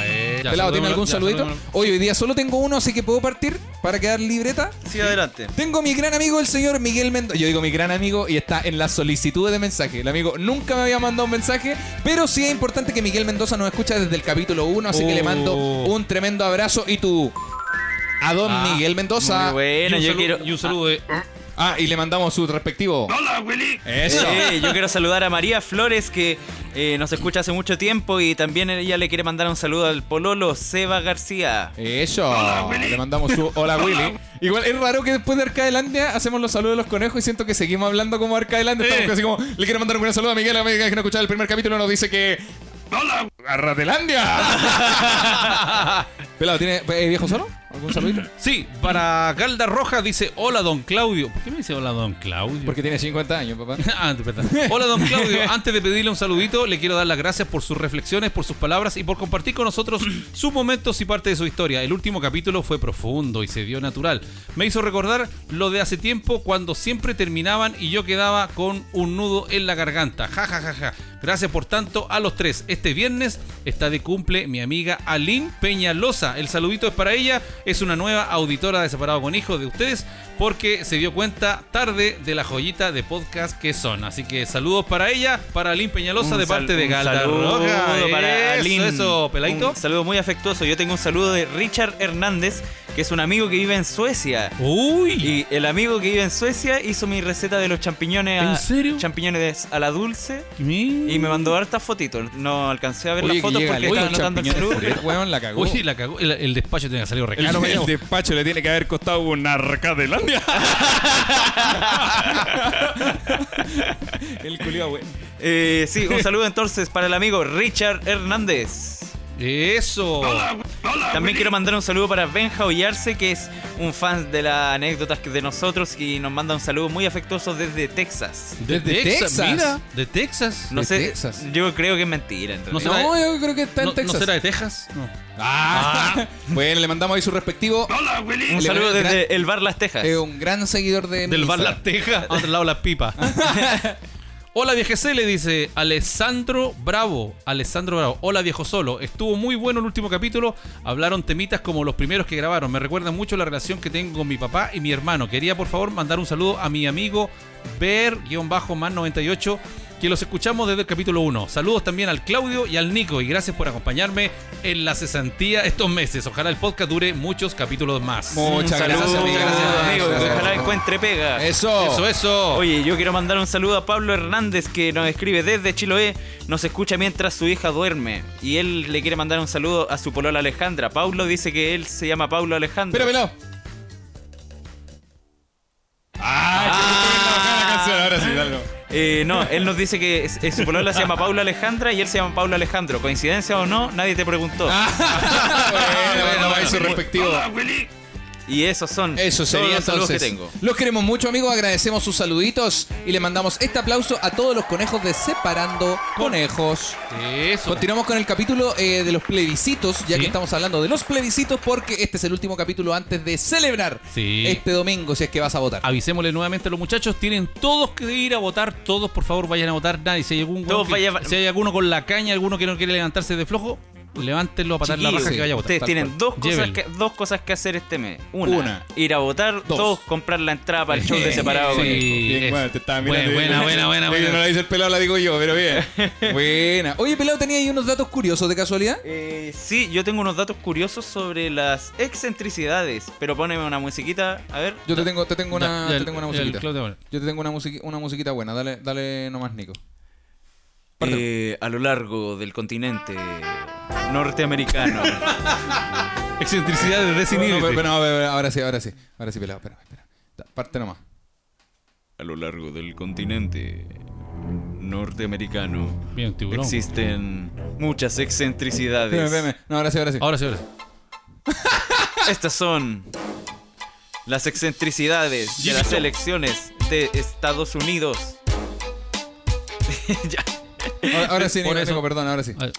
E: Eh,
B: Ya,
E: Pelado, ¿tiene
B: saludémoslo,
E: algún
B: ya,
E: saludito?
B: saludémoslo.
E: Hoy, hoy día solo tengo uno, así que puedo partir para quedar libreta.
C: Sí, adelante.
E: Tengo mi gran amigo, el señor Miguel Mendoza. Yo digo mi gran amigo y está en las solicitudes de mensaje. El amigo nunca me había mandado un mensaje, pero sí es importante que Miguel Mendoza nos escucha desde el capítulo 1, así que le mando
B: Oh.
E: un tremendo abrazo y tu... A don
B: Ah,
E: Miguel Mendoza.
C: Muy bueno,
B: y un
C: Eh, yo
B: salu-
C: quiero.
B: y un saludo de...
E: Ah, y le mandamos su respectivo... ¡Hola, Willy! Eso.
C: Eh, yo quiero saludar a María Flores que eh, nos escucha hace mucho tiempo y también ella le quiere mandar un saludo al pololo Seba García.
E: Eso. Le mandamos su hola Willy. Igual es raro que después de Arcadelandia hacemos los saludos de los conejos y siento que seguimos hablando como Arcadelandia. Estamos
B: Eh.
E: casi como. Le quiero mandar un gran saludo a Miguel, a Miguel que no escuchaba el primer capítulo, nos dice que. ¡Hola! Ah. ¡Arcadelandia!
C: Ah.
E: Pelado, ¿tiene eh, viejo solo? ¿Algún saludito?
B: Sí, para Galda Roja dice, hola don Claudio. ¿Por qué me dice hola don Claudio?
E: Porque tiene 50 años, papá.
B: Ah, de verdad. Hola, don Claudio. Antes de pedirle un saludito, le quiero dar las gracias por sus reflexiones, por sus palabras y por compartir con nosotros sus momentos y parte de su historia. El último capítulo fue profundo y se dio natural. Me hizo recordar lo de hace tiempo cuando siempre terminaban y yo quedaba con un nudo en la garganta. Ja, ja, ja, ja. Gracias por tanto a los tres. Este viernes está de cumple mi amiga Aline Peñalosa. El saludito es para ella. Es una nueva auditora de Separado con Hijos de ustedes porque se dio cuenta tarde de la joyita de podcast que son. Así que saludos para ella, para Aline Peñalosa
C: Un
B: de
C: sal-
B: parte de
C: un
B: Galda
C: saludo
B: Roja.
C: para
B: eso,
C: Lin.
B: eso, peladito.
C: Un saludo muy afectuoso. Yo tengo un saludo de Richard Hernández, que es un amigo que vive en Suecia.
B: Uy.
C: Y el amigo que vive en Suecia hizo mi receta de los champiñones a,
B: ¿En serio?
C: champiñones a la dulce
B: mi-
C: y me mandó hartas fotitos. No alcancé a ver
E: Oye,
C: las
E: que
C: fotos
E: llega
C: porque
E: lejos
C: estaba anotando el
E: champiñones
C: celular.
E: furietos, weón, la cagó.
B: Uy, la cagó. El, el despacho tenía que salir
E: El,
B: recaro.
E: el despacho le tiene que haber costado un Arcadelandia. el culiao, weón.
C: Eh, sí, un saludo entonces para el amigo Richard Hernández.
B: Eso.
C: También quiero mandar un saludo para Benja Ollarse, que es un fan de las anécdotas que- de nosotros y nos manda un saludo muy afectuoso desde Texas.
E: Desde Texas.
B: Mira, de Texas.
C: No
E: ¿De
C: sé,
E: Texas?
C: yo creo que es mentira. en
B: No
C: realidad.
B: será-
E: No, yo creo que está en
B: No-
E: Texas.
B: ¿No será de Texas? No.
E: Ah. Bueno, le mandamos ahí su respectivo.
C: un
E: Le-
C: saludo
E: gran- Eh,
C: desde el bar Las Tejas.
E: Es un gran seguidor de
B: Del
E: mi
B: bar
E: Instagram.
B: Las Tejas, a otro lado las pipas. Hola vieje C, le dice Alessandro Bravo. Alessandro Bravo. Hola viejo solo. Estuvo muy bueno el último capítulo. Hablaron temitas como los primeros que grabaron. Me recuerda mucho la relación que tengo con mi papá y mi hermano. Quería por favor mandar un saludo a mi amigo Ber-Man98 que los escuchamos desde el capítulo 1. Saludos también al Claudio y al Nico y gracias por acompañarme en la cesantía estos meses. Ojalá el podcast dure muchos capítulos más.
E: Muchas
C: Un
E: gracias,
C: saludo,
E: amigo.
C: amigo, que
E: Gracias.
C: Ojalá encuentre pega.
E: Eso.
B: Eso, eso.
C: Oye, yo quiero mandar un saludo a Pablo Hernández que nos escribe desde Chiloé, nos escucha mientras su hija duerme y él le quiere mandar un saludo a su polola Alejandra. Pablo dice que él se llama Pablo Alejandro.
E: Espera, pelado. Ah, qué bonito, bacán la canción. Ahora sí, dale.
C: Eh, no, él nos dice que es- es su polola se llama Paula Alejandra y él se llama Pablo Alejandro. ¿Coincidencia o no? Nadie te preguntó.
E: Ah, bueno, bueno, ahí su respectivo.
C: Y esos son
E: Eso
C: todos
E: sería
C: los saludos
E: entonces.
C: que tengo.
E: Los queremos mucho, amigos. Agradecemos sus saluditos y le mandamos este aplauso a todos los conejos de Separando Conejos.
B: Eso.
E: Continuamos con el capítulo eh, de los plebiscitos, ya
B: Sí.
E: que estamos hablando de los plebiscitos, porque este es el último capítulo antes de celebrar
B: Sí.
E: este domingo, si es que vas a votar.
B: Avisémosle nuevamente a los muchachos, tienen todos que ir a votar, todos por favor vayan a votar, nadie, si hay, algún
C: Todos
B: que-
C: vayan-
B: si hay alguno con la caña, alguno que no quiere levantarse de flojo, levántenlo a patar la
C: Chiquillos,
B: raja que vaya a votar.
C: Ustedes
E: tal
C: tienen
E: cual.
C: dos cosas,
B: Llévenlo.
C: que, dos cosas que hacer este mes. Una,
E: Una.
C: ir a votar. Dos, comprar la entrada para el show de separado.
B: Sí.
C: con él.
B: Bien, bueno, te estaba mirando y- Buena, buena, buena, buena.
E: No la dice el pelado, la digo yo, pero bien. buena. Oye, pelado, tenía ahí unos datos curiosos de casualidad.
C: Eh, sí, yo tengo unos datos curiosos sobre las excentricidades. Pero poneme una musiquita. A ver.
E: Yo te tengo, te tengo una,
B: Ya, ya,
E: te tengo una
B: ya,
E: musiquita.
B: el Claudio, bueno.
E: Yo te tengo una, musiqui- una musiquita buena. Dale, dale nomás, Nico.
C: Eh, a lo largo del continente norteamericano.
B: Excentricidades de
E: No,
B: Cine.
E: pero- pero no, pero ahora sí, ahora sí. Ahora sí, pelado, espera, espera. Da- Parte nomás.
C: a lo largo del continente norteamericano
B: Bien, tiburón.
C: existen muchas
E: Espérame,
C: excentricidades.
E: espérame. No, ahora sí, ahora sí.
B: Ahora sí, ahora sí.
C: Estas son las excentricidades de las elecciones de Estados Unidos. Ya.
E: Ahora, ahora sí, Nico,
B: Por eso-
E: Nico, perdón, ahora sí.
B: A ver,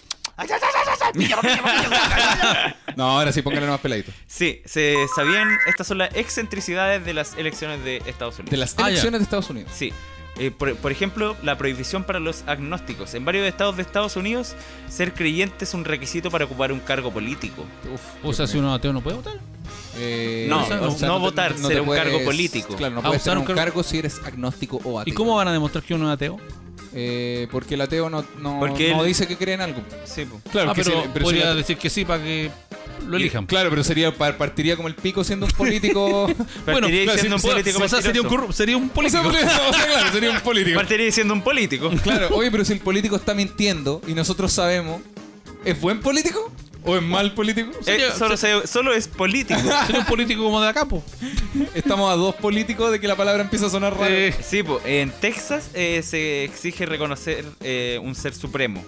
E: No, ahora sí, póngale nomás peladito.
C: Sí, se sabían, estas son las excentricidades de las elecciones de Estados Unidos.
E: De las
B: Ah, ya.
E: elecciones de Estados Unidos.
C: Sí. Eh, por, por ejemplo, la prohibición para los agnósticos. En varios estados de Estados Unidos, ser creyente es un requisito para ocupar un cargo político.
E: Uf,
B: O sea,
E: Dios
B: si
E: mío.
B: uno ateo no puede votar.
E: Eh,
C: No,
E: o sea,
C: no
E: te-
C: votar,
E: te
C: ser un
E: puedes-
C: cargo político.
E: Claro, no
B: Ah,
E: puedes
B: usar
E: ser
B: un
E: un
B: cargo-
E: cargo si eres agnóstico o ateo.
B: ¿Y cómo van a demostrar que uno es ateo?
E: Eh, porque el ateo no, no,
C: Porque
E: no
C: él-
E: dice que cree en algo.
C: Sí, po.
E: Claro,
B: Ah,
E: que
B: pero
E: sí, pero
B: podría
E: sí la-
B: decir que sí para que lo elijan.
E: Claro, pero sería par- partiría como el pico siendo un político.
C: Partiría
B: claro,
C: siendo
B: si-
C: un político
B: o sea, sería un,
C: mentiroso.
B: corru- sería un
E: O
B: político.
E: sea, o sea, claro, sería un político.
C: Partiría siendo un político.
E: Claro, oye, pero si el político está mintiendo y nosotros sabemos, ¿es buen político o es mal político?
C: Eh,
B: Sería-
C: solo, se- solo es político.
B: Sería un político como de acá, po.
E: Estamos a dos políticos de que la palabra empieza a sonar raro.
B: Eh,
C: Sí, po, en Texas eh, se exige reconocer eh, un ser supremo.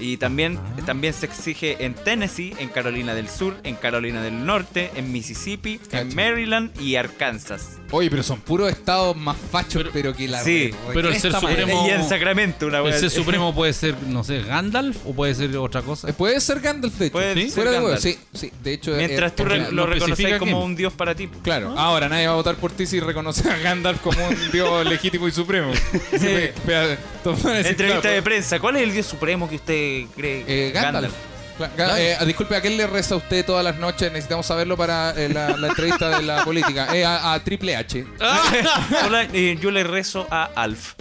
C: Y también, también se exige en Tennessee, en Carolina del Sur, en Carolina del Norte, en Mississippi,
E: Cacho.
C: en Maryland y Arkansas.
E: Oye, pero son puros estados más fachos, pero, que la
C: sí,
E: re-
B: pero el ser
E: esta madre.
B: supremo-
C: Y en Sacramento, una
B: el
C: wea-
B: ser supremo puede ser, no sé, Gandalf o puede ser otra cosa.
E: Eh, Puede ser Gandalf, de hecho.
C: Puede
E: ¿Sí?
C: ser
E: Fuera de huevo,
C: Gandalf.
E: sí, sí. De hecho,
C: Mientras
E: eh,
C: tú
E: es
C: re-
E: la-
C: lo
B: no especifica
C: reconoces como
B: quién.
C: un dios para ti. po.
E: Claro, ahora nadie va a votar por ti si reconoce a Gandalf como un dios legítimo y supremo. Pe- pe- todos van a decir,
C: Entrevista
E: claro,
C: de prensa. ¿Cuál es el dios supremo que usted cree?
E: Eh, Gandalf. Cla- Ga- eh, disculpe, ¿a quién le reza a usted todas las noches? Necesitamos saberlo para eh, la, la entrevista de la política. Eh, a, a Triple H.
C: Hola, eh, yo le rezo a Alf.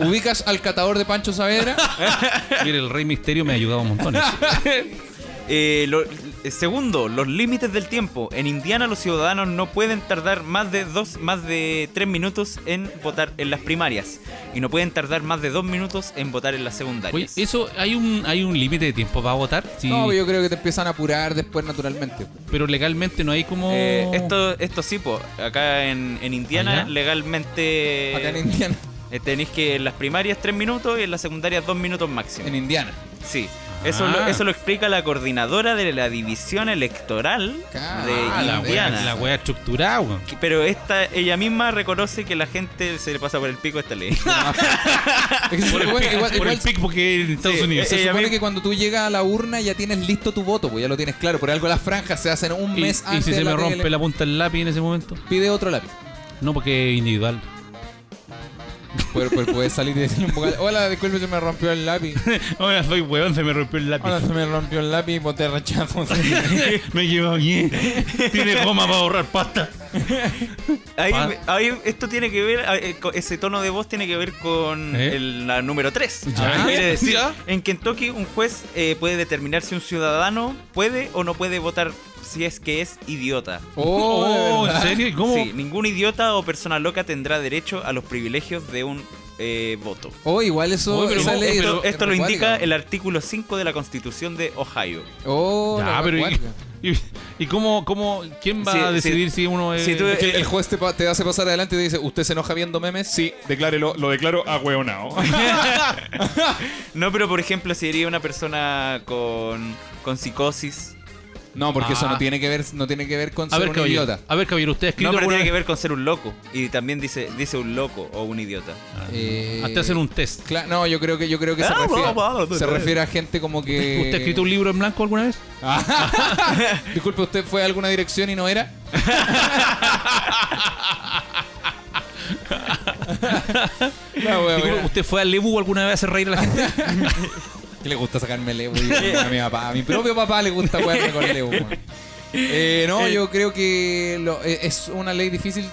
E: ¿Ubicas al catador de Pancho Saavedra?
B: Mire, el Rey Misterio me ha ayudado un montón.
C: Eh, lo- eh, segundo, los límites del tiempo. En Indiana los ciudadanos no pueden tardar más de dos, más de tres minutos en votar en las primarias y no pueden tardar más de dos minutos en votar en las
B: Oye,
C: secundarias.
B: eso, ¿hay un hay un límite de tiempo para votar? Sí,
E: No, yo creo que te empiezan a apurar después naturalmente.
B: pero legalmente no hay como...
C: Eh, esto, esto sí, po. acá en, en Indiana
B: ¿Allá?
C: legalmente
E: Acá en Indiana.
C: eh, tenéis que en las primarias tres minutos y en las secundarias dos minutos máximo.
E: En Indiana.
C: Sí, eso, lo,
B: Ah.
C: eso lo explica la coordinadora de la división electoral
E: Ca-
C: de
E: Ah,
B: la
C: Indiana.
B: wea, la wea estructurada, weón.
C: Que- Pero esta, ella misma reconoce que la gente se le pasa por el pico esta ley.
E: Es que se
B: Por el,
E: supone-
B: pic-
E: igual-
B: por el
E: igual-
B: pic, porque en Estados
C: Sí,
B: Unidos.
C: eh,
E: Se
C: eh, a
E: supone
C: mí-
E: que cuando tú llegas a la urna ya tienes listo tu voto, pues ya lo tienes claro. Por algo las franjas se hacen un
B: y,
E: mes
B: y
E: antes.
B: si
E: de
B: se me
E: la
B: rompe
E: tele.
B: la punta del lápiz en ese momento?
E: Pide otro lápiz.
B: No, porque es individual.
E: Puedes, puedes- puedes salir y decirle un vocal. Hola, disculpe, se me rompió el lápiz.
B: Ahora soy weón, se me rompió el
E: Hola,
B: lápiz.
E: se me rompió el lápiz, voté rechazo.
B: me lleva bien. Tiene goma para borrar pasta.
C: Ahí,
B: Ah.
C: ahí esto tiene que ver, eh, con- ese tono de voz tiene que ver con
B: ¿Eh?
C: el- la número 3.
B: Ya.
C: Quiere decir,
B: Ya.
C: en Kentucky un juez eh, puede determinar si un ciudadano puede o no puede votar si es que es idiota.
E: Oh,
B: Oh,
E: de
B: ¿en
E: verdad.
B: serio? ¿Y ¿Cómo?
C: Sí, ningún idiota o persona loca tendrá derecho a los privilegios de un eh, voto.
E: Oh, igual eso.
B: Oh, pero
E: esa
B: vos-
E: ley
C: esto
E: es-
C: esto lo
E: es
C: indica
E: acuática.
C: el artículo 5 de la Constitución de Ohio.
E: Oh,
B: Ya,
E: la
B: pero ¿y,
E: acuática.
B: y, y cómo, cómo, quién va
C: Sí,
B: a
C: sí.
B: decidir si uno es...
C: Si tú-
E: Es que el juez te, pa- te hace pasar adelante y te dice, ¿usted se enoja viendo memes? Sí, declárelo, lo declaro a hueonao.
C: No, pero por ejemplo, si sería una persona con, con psicosis
E: No, porque eso
B: Ah.
E: no tiene que ver, no tiene que ver con
B: A
E: ser
B: ver,
E: un
B: caballero.
E: idiota.
B: A ver, caballero, usted ha escrito.
C: No, pero
B: alguna
C: tiene que
B: vez-
C: ver con ser un loco. Y también dice, dice un loco o un idiota.
E: Eh,
B: Hasta hacer un test.
E: Cla- no, yo creo que yo creo que se
C: Ah,
E: refiere,
C: va, va, va.
E: se refiere a gente como que.
B: ¿Usted ha escrito un libro en blanco alguna vez?
E: Disculpe, ¿usted fue a alguna dirección y no era? La wea,
B: Disculpe,
E: wea.
B: ¿Usted fue al Lebu alguna vez a hacer reír a la gente?
E: Que le gusta sacarme Leo a mi papá. A mi propio papá le gusta jugarme con Leo. weón. Eh, no, yo creo que lo- eh, es una ley difícil.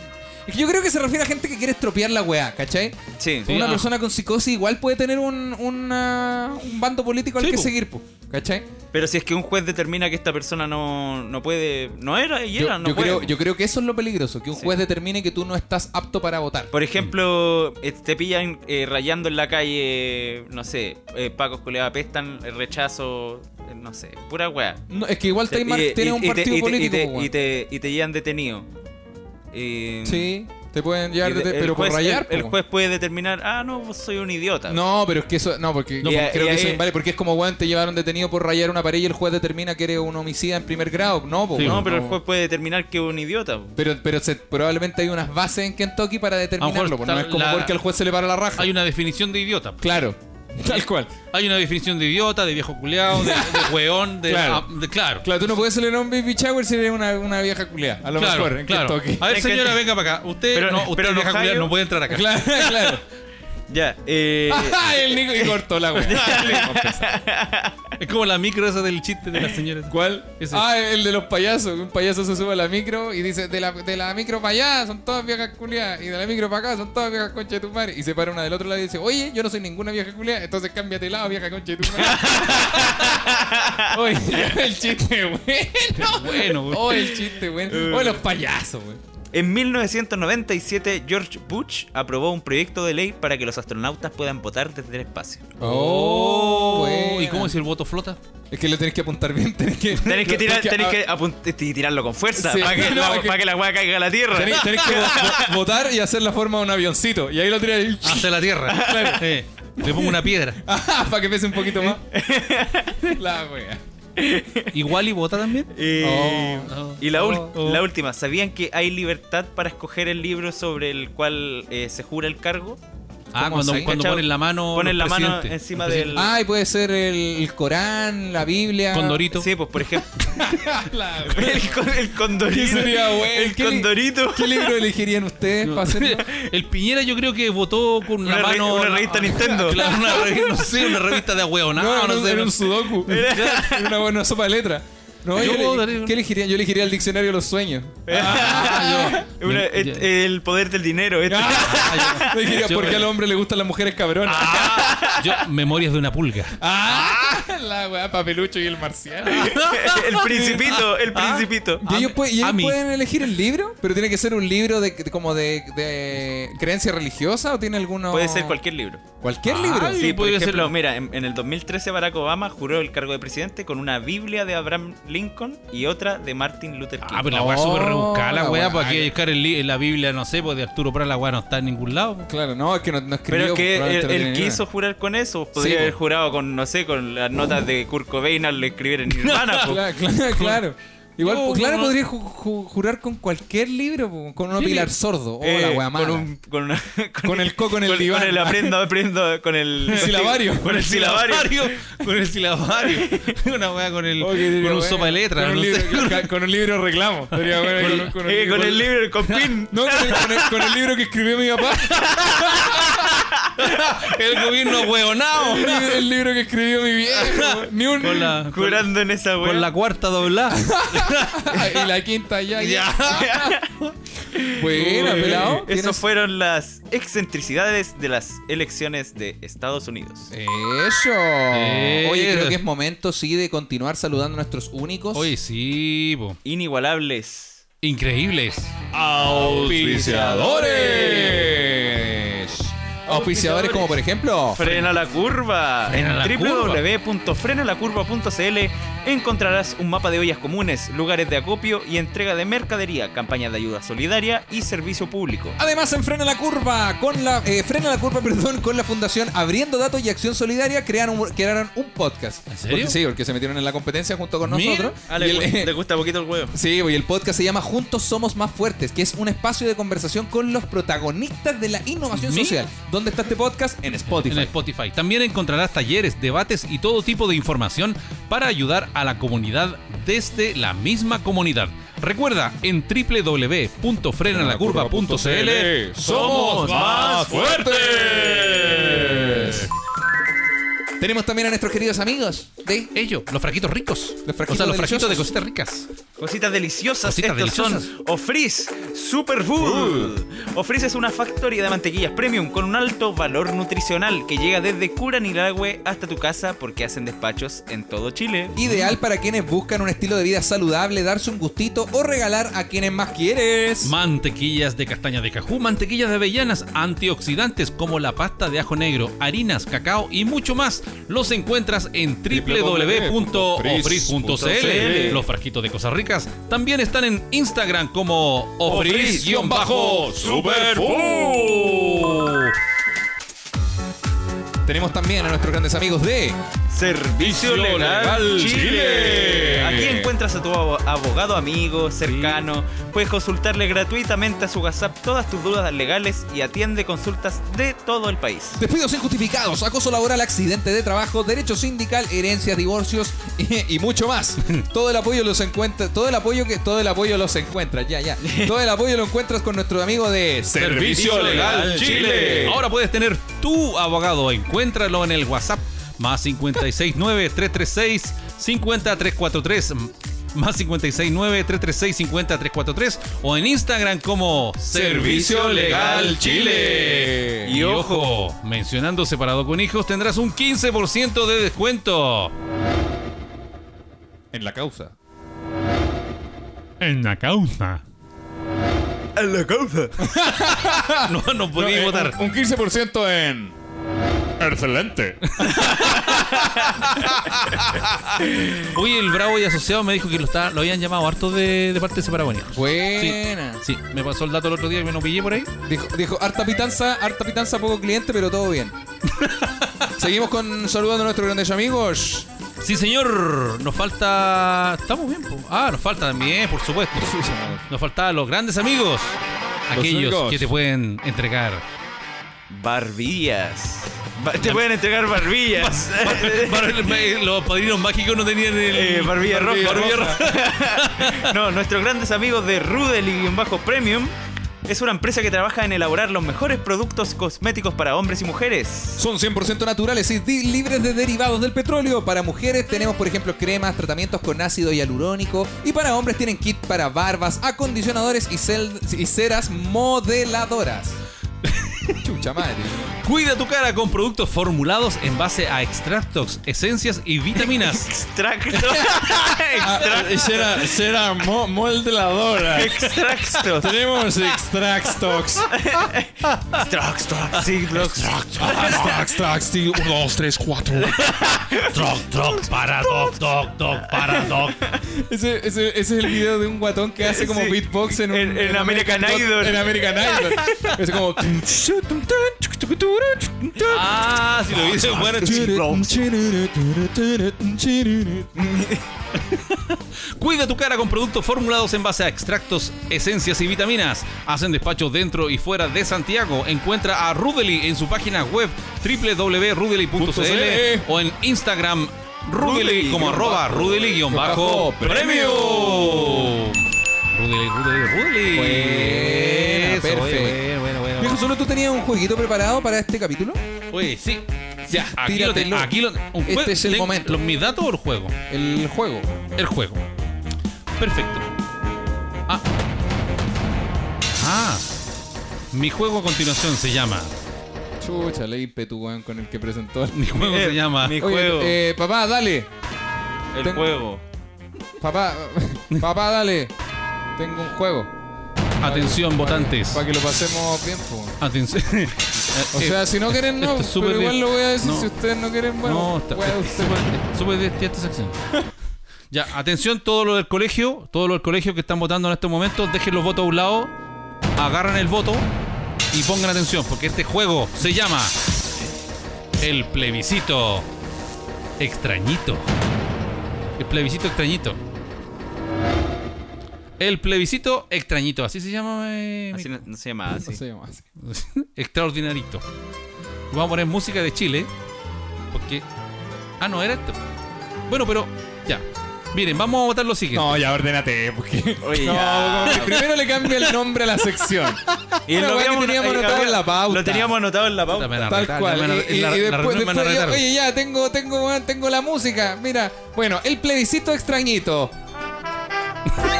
E: Es que Yo creo que se refiere a gente que quiere estropear la weá, ¿cachai?
C: Sí.
B: Sí.
E: una
B: ah.
E: persona con psicosis igual puede tener un, una- un bando político al
B: Sí,
E: que
B: po.
E: seguir, po, ¿cachai?
C: Pero si es que un juez determina que esta persona no, no puede. No era y era,
E: yo,
C: no
E: yo
C: puede.
E: creo, yo creo que eso es lo peligroso, que un juez determine que tú no estás apto para votar.
C: Por ejemplo, eh, te pillan eh, rayando en la calle, no sé, eh, pacos culeados apestan, eh, rechazo, eh, no sé, pura weá.
E: No, es que igual
C: Y-
E: Taimar
C: y-
E: tiene
C: y-
E: un
C: y te-
E: partido
C: y te-
E: político. pues,
C: Y te,
E: po,
C: y te, y te llevan detenido. Eh, Y-
E: Sí, te pueden
C: y
E: llevar,
C: de-
E: de-
C: el
E: pero
C: juez-
E: por rayar.
C: el- El,
E: po.
C: juez puede determinar, ah, no, vos soy un idiota.
E: No, pero es que eso. No, porque
C: No,
E: y-
C: porque-
E: creo
C: y
E: que
C: ahí-
E: eso invale. Porque es como, weón, te llevaron detenido por rayar una pared y el juez determina que eres un homicida en primer grado. No, po,
B: Sí,
E: weón,
C: No, pero el
E: no.
C: juez puede determinar que es un idiota. po.
E: Pero, pero se- probablemente hay unas bases en Kentucky para determinarlo. po, No
B: está
E: es como
B: la-
E: porque al juez se le para la raja.
B: Hay una definición de idiota.
E: Claro. Tal cual.
B: Hay una definición de idiota, de viejo culeado, de, de weón, de
E: Claro.
B: ah, de- claro.
E: Claro, tú no puedes celebrar un baby shower si eres una, una vieja culea. A lo
B: Claro,
E: mejor en
B: claro.
E: Kentucky.
B: A ver,
C: En
B: señora,
C: Kentucky.
B: venga para acá. Usted,
C: Pero-
B: no, usted
C: pero en
B: vieja culeada,
C: Ohio-
B: no puede entrar acá.
E: Claro, claro.
C: Ya, eh.
E: Ajá, el Nico y cortó la wea.
B: Es como la micro esa del chiste de la señora.
E: ¿Cuál?
B: Ese.
E: Ah, el de los payasos. Un payaso se sube a la micro y dice, de la, de la micro para allá son todas viejas culiadas. Y de la micro para acá son todas viejas concha de tu madre. Y se para una del otro lado y dice, oye, yo no soy ninguna vieja culiada, entonces cámbiate de lado, vieja concha de tu madre. oye, el chiste bueno.
B: Bueno, güey.
E: Oh, el chiste bueno. Oh, los payasos, güey.
C: En 1997, George Bush aprobó un proyecto de ley para que los astronautas puedan votar desde el espacio.
E: Oh,
B: ¿Y cómo si el voto flota?
E: Es que lo tenés que apuntar bien, tenés que...
C: Tenés que, tirar,
E: es
C: tenés que apunt- y tirarlo con fuerza
E: Sí.
C: para que,
E: No,
C: la-
E: es que-
C: pa' que la weá caiga a la tierra.
E: Tenés, tenés que vo- vo- votar y hacer la forma de un avioncito. Y ahí lo tiras y...
B: Hacia la tierra. Sí. Le pongo una piedra.
E: Ajá, Ah, para que pese un poquito más. La wea.
B: ¿Igual y vota también?
C: Eh,
B: Oh,
C: y la,
B: oh,
C: ul-
B: oh.
C: la última, ¿sabían que hay libertad para escoger el libro sobre el cual eh, se jura el cargo?
B: Ah,
C: ¿Cómo
B: cuando,
C: se-
B: cuando
C: cachao?
B: ponen la mano.
C: Ponen
B: los
C: la mano
B: presidentes.
C: encima
B: Los
C: del-
E: Ay, puede ser el, el Corán, la Biblia.
B: Condorito.
C: Sí, pues por ejemplo,
E: La wea.
C: el, con- el condorito.
E: ¿Qué sería, güey?
C: El
E: ¿Qué li-
C: condorito.
E: ¿Qué libro elegirían ustedes para hacerlo?
B: El Piñera yo creo que votó con una,
C: Una, re-
B: mano...
C: una revista Nintendo.
B: Claro, una revista, no sé, una revista de ahueonado,
E: No,
B: no,
E: no,
B: sé.
E: era un sudoku. Era una buena sopa de letra. No,
B: Yo
E: yo,
B: puedo
E: le-
B: dar-
E: ¿Qué elegiría? Yo elegiría el diccionario de los sueños.
C: Ah, Una-
B: Ya.
C: et- el poder del dinero. Este, esto.
E: Ah, yo elegiría
B: Yo-
E: por qué al hombre le gustan las mujeres cabronas.
B: Yo, memorias de una pulga.
E: Ah, la weá, papelucho y el marciano.
C: el principito, el
E: Ah.
C: principito.
E: Y ellos, pue- y ellos
B: a mí.
E: pueden elegir el libro, pero tiene que ser un libro de, de- como de, de creencia religiosa o tiene alguno.
C: Puede ser cualquier libro. Ah,
E: ¿Cualquier
B: Ay,
E: libro.
B: Sí,
C: Sí, por
B: podría
C: ejemplo,
B: serlo.
C: mira, en, en el 2013 Barack Obama juró el cargo de presidente con una Biblia de Abraham Lincoln y otra de Martin Luther King.
B: Ah, pero la weá es súper
E: Oh,
B: rebuscada, la
E: la
B: weá,
E: weá.
B: para que buscar en li- en la Biblia, no sé, pues de Arturo Prat la weá no está en ningún lado. pues.
E: Claro, no, es que no, no
C: Pero
E: escribió. pues,
C: es que
E: probablemente
C: él,
E: no
C: él
E: tiene
C: quiso
E: ninguna.
C: jurar con eso. Podría
E: Sí,
C: haber
E: po.
C: jurado con, no sé, con las notas de Kurt Cobain al escribir en Nirvana. po.
E: Claro, claro, claro. Igual,
B: No,
E: pues, claro,
B: no.
E: podría ju- ju- jurar con cualquier libro, po, con un
B: Sí.
E: pilar sordo. O
C: Eh,
E: la wea mala.
C: con, un- con, una-
E: Con el coco en el
C: con-
E: diván.
C: Con el aprendo, aprendo, con el...
E: silabario.
C: Con el silabario.
B: Con el silabario. una weá con, el,
E: Oh, qué
B: con
E: libro,
B: un
E: wea.
B: sopa de letras.
E: Con un
B: no sé.
E: libro, ca- con un libro reclamo. Sería bueno, con, con un
C: Eh,
E: libro-
C: con el libro, con pin.
E: No, con el, con el- con el libro que escribió mi papá.
B: El gobierno
E: El
B: hueonao.
E: libro, el libro que escribió mi viejo. Ni un.
B: Con la, con,
C: Jurando en esa wea.
B: con la cuarta doblada.
E: y la quinta ya. ya.
B: ya.
E: Buena,
C: Eh,
E: pelado.
C: Esas
E: Tienes-
C: fueron las excentricidades de las elecciones de Estados Unidos.
E: Eso.
B: Eh.
E: Oye, creo que es momento, sí, de continuar saludando a nuestros únicos.
B: Oye, sí, po.
C: Inigualables.
B: Increíbles.
E: auspiciadores. Auspiciadores como por ejemplo...
C: Frena la curva.
B: Frena la
C: en www.frenalacurva.cl encontrarás un mapa de ollas comunes, lugares de acopio y entrega de mercadería, campañas de ayuda solidaria y servicio público.
E: Además, en Frena la Curva, con la, eh, Frena la Curva, perdón, con la Fundación Abriendo Datos y Acción Solidaria, crearon, un- crearon un podcast.
B: ¿En serio?
E: Porque, sí, porque se metieron en la competencia junto con
B: Mira. ah,
E: nosotros.
C: Ale,
E: Y el-
C: ¿te gusta poquito el huevo?
E: Sí, pues, y el podcast se llama Juntos Somos Más Fuertes, que es un espacio de conversación con los protagonistas de la innovación
B: Mira.
E: social. ¿Dónde está este podcast? En Spotify.
B: En Spotify. También encontrarás talleres, debates y todo tipo de información para ayudar a la comunidad desde la misma comunidad. Recuerda, en www.frenalacurva.cl somos más fuertes.
E: Tenemos también a nuestros queridos amigos de
B: Ellos, los fraquitos ricos.
E: Los fraquitos
B: o sea, los fraquitos de
E: deliciosos.
B: cositas ricas.
C: Cositas deliciosas.
B: Cositas
C: Estos
B: deliciosas.
C: son Ofriz Superfood. Ofriz es una factoría de mantequillas premium con un alto valor nutricional que llega desde Curanilagüe hasta tu casa porque hacen despachos en todo Chile.
E: Ideal para quienes buscan un estilo de vida saludable, darse un gustito o regalar a quienes más quieres.
B: Mantequillas de castaña de cajú, mantequillas de avellanas, antioxidantes como la pasta de ajo negro, harinas, cacao y mucho más. Los encuentras en www.ofris.cl. Los frasquitos de cosas ricas también están en Instagram como ofris-superfood.
E: Tenemos también a nuestros grandes amigos de
C: Servicio Legal,
B: Legal
C: Chile.
B: Chile.
C: Aquí encuentras a tu abo- abogado amigo, cercano. Puedes consultarle gratuitamente a su WhatsApp todas tus dudas legales y atiende consultas de todo el país.
E: Despidos injustificados, acoso laboral, accidente de trabajo, derecho sindical, herencias, divorcios y, y mucho más. Todo el apoyo los encuentra, todo el apoyo que todo el apoyo los encuentras, ya, ya. Todo el apoyo lo encuentras con nuestro amigo de
B: Servicio Legal Chile. Ahora puedes tener tu abogado. Encuéntralo en el WhatsApp más 569-336-50343. Más 569-336-50343 o en Instagram como
E: Servicio Legal Chile.
B: Y ojo, mencionando separado con hijos tendrás un 15% de descuento.
E: En la causa.
B: En la causa.
C: En la causa.
B: No, no eh. podéis votar.
E: Un 15% en. Excelente.
B: Oye, el Bravo y asociado me dijo que lo, está- lo habían llamado harto de, de parte de separado con hijos.
E: Buena.
B: Sí, me pasó el dato el otro día y me lo pillé por ahí.
E: Dijo, dijo, harta pitanza, harta pitanza, poco cliente, pero todo bien. Seguimos con saludando a nuestros grandes amigos.
B: Sí, señor, nos falta. Estamos bien, po. Ah, nos falta también, por supuesto. Nos faltaban los grandes amigos.
E: Los
B: Aquellos
E: únicos.
B: que te pueden entregar
C: Barbillas. Ba- Te pueden entregar barbillas.
B: eh, los padrinos mágicos no tenían el.
C: Eh, barbilla roja.
B: barbilla roja.
C: no, nuestros grandes amigos de Rudel y Bajo Premium es una empresa que trabaja en elaborar los mejores productos cosméticos para hombres y mujeres.
E: Son 100% naturales y di- libres de derivados del petróleo. Para mujeres tenemos, por ejemplo, cremas, tratamientos con ácido hialurónico. Y para hombres tienen kit para barbas, acondicionadores y, cel- y ceras modeladoras. Chucha madre.
B: Cuida tu cara con productos formulados en base a extractos, esencias y vitaminas.
C: Extracto.
G: Ah, Será, será mo- moldeladora.
C: Extracto.
G: Tenemos Extractox.
C: Extracto. Sí, los-
E: Ah,
G: Extractox. 1, 2, 3, 4.
B: Troc, troc, para, doc, doc, doc, para, doc.
E: Ese, ese- ese es el video de un guatón que hace como
C: Sí.
E: beatbox en, un-
C: En- en American Idol.
E: En American Idol. Es como.
B: Ah, si lo hice, bueno, Cuida tu cara con productos formulados en base a extractos, esencias y vitaminas. Hacen despachos dentro y fuera de Santiago. Encuentra a Rudely en su página web www.rudely.cl o en Instagram Rudely como arroba Rudely-premio. Rudely, Rudely, Rudely.
E: Buena,
B: Eso, oye,
E: perfecto.
B: bueno, bueno,
E: Viejo,
B: bueno.
E: solo tú tenías un jueguito preparado para este capítulo.
B: Oye, sí. Ya, aquí lo,
E: Tíratelo.
B: te- aquí lo- un
E: Este
B: jue-
E: es el
B: le-
E: momento.
B: lo- ¿Mis datos o el juego?
E: El juego.
B: El juego. Perfecto. Ah. Ah. Mi juego a continuación se llama.
E: Chucha, leipe tu weón con el que presentó.
B: Mi juego
C: Eh,
B: se llama.
C: mi-
E: Oye,
C: juego.
E: eh, papá, dale.
C: El
E: Tengo-
C: juego.
E: Papá, papá, dale. Tengo un juego.
B: Atención, votantes.
E: Para que lo pasemos bien, po.
B: Atención. Eh,
E: O
B: eh,
E: sea, si no quieren, no.
B: esto es súper
E: pero igual
B: bien.
E: lo voy a decir.
B: No.
E: Si ustedes no quieren, bueno.
B: no, está.
E: weá,
B: eh,
E: usted-
B: súper- eh, Súper divertida esta sección. Ya, atención, todo lo del colegio, todo lo del colegio que están votando en estos momentos, dejen los votos a un lado, agarran el voto y pongan atención, porque este juego se llama El plebiscito extrañito. El plebiscito extrañito. El plebiscito extrañito, así se llama. eh, mi
C: Así no, no se llama así.
E: No se llama así.
B: Extraordinarito. Vamos a poner música de Chile. Porque. Ah, no, era esto. Bueno, pero. Ya. Miren, vamos a votar lo siguiente.
G: No, ya ordenate, porque.
C: Oye,
E: No,
C: ya.
E: como que primero le cambia el nombre a la sección.
C: Y
E: Una
C: lo
E: weá que
C: habíamos-
E: teníamos
C: eh,
E: anotado en la pauta.
C: Lo teníamos anotado en la
B: Puta,
C: pauta.
B: me van a
E: Tal
B: retar,
E: cual.
B: me van a-
E: Y,
B: en
E: y-
B: la-
E: y
B: la
E: después,
B: reunión me van a
E: después yo,
B: retar.
E: oye, ya, tengo, tengo, weón, tengo la música. Mira, bueno, el plebiscito extrañito.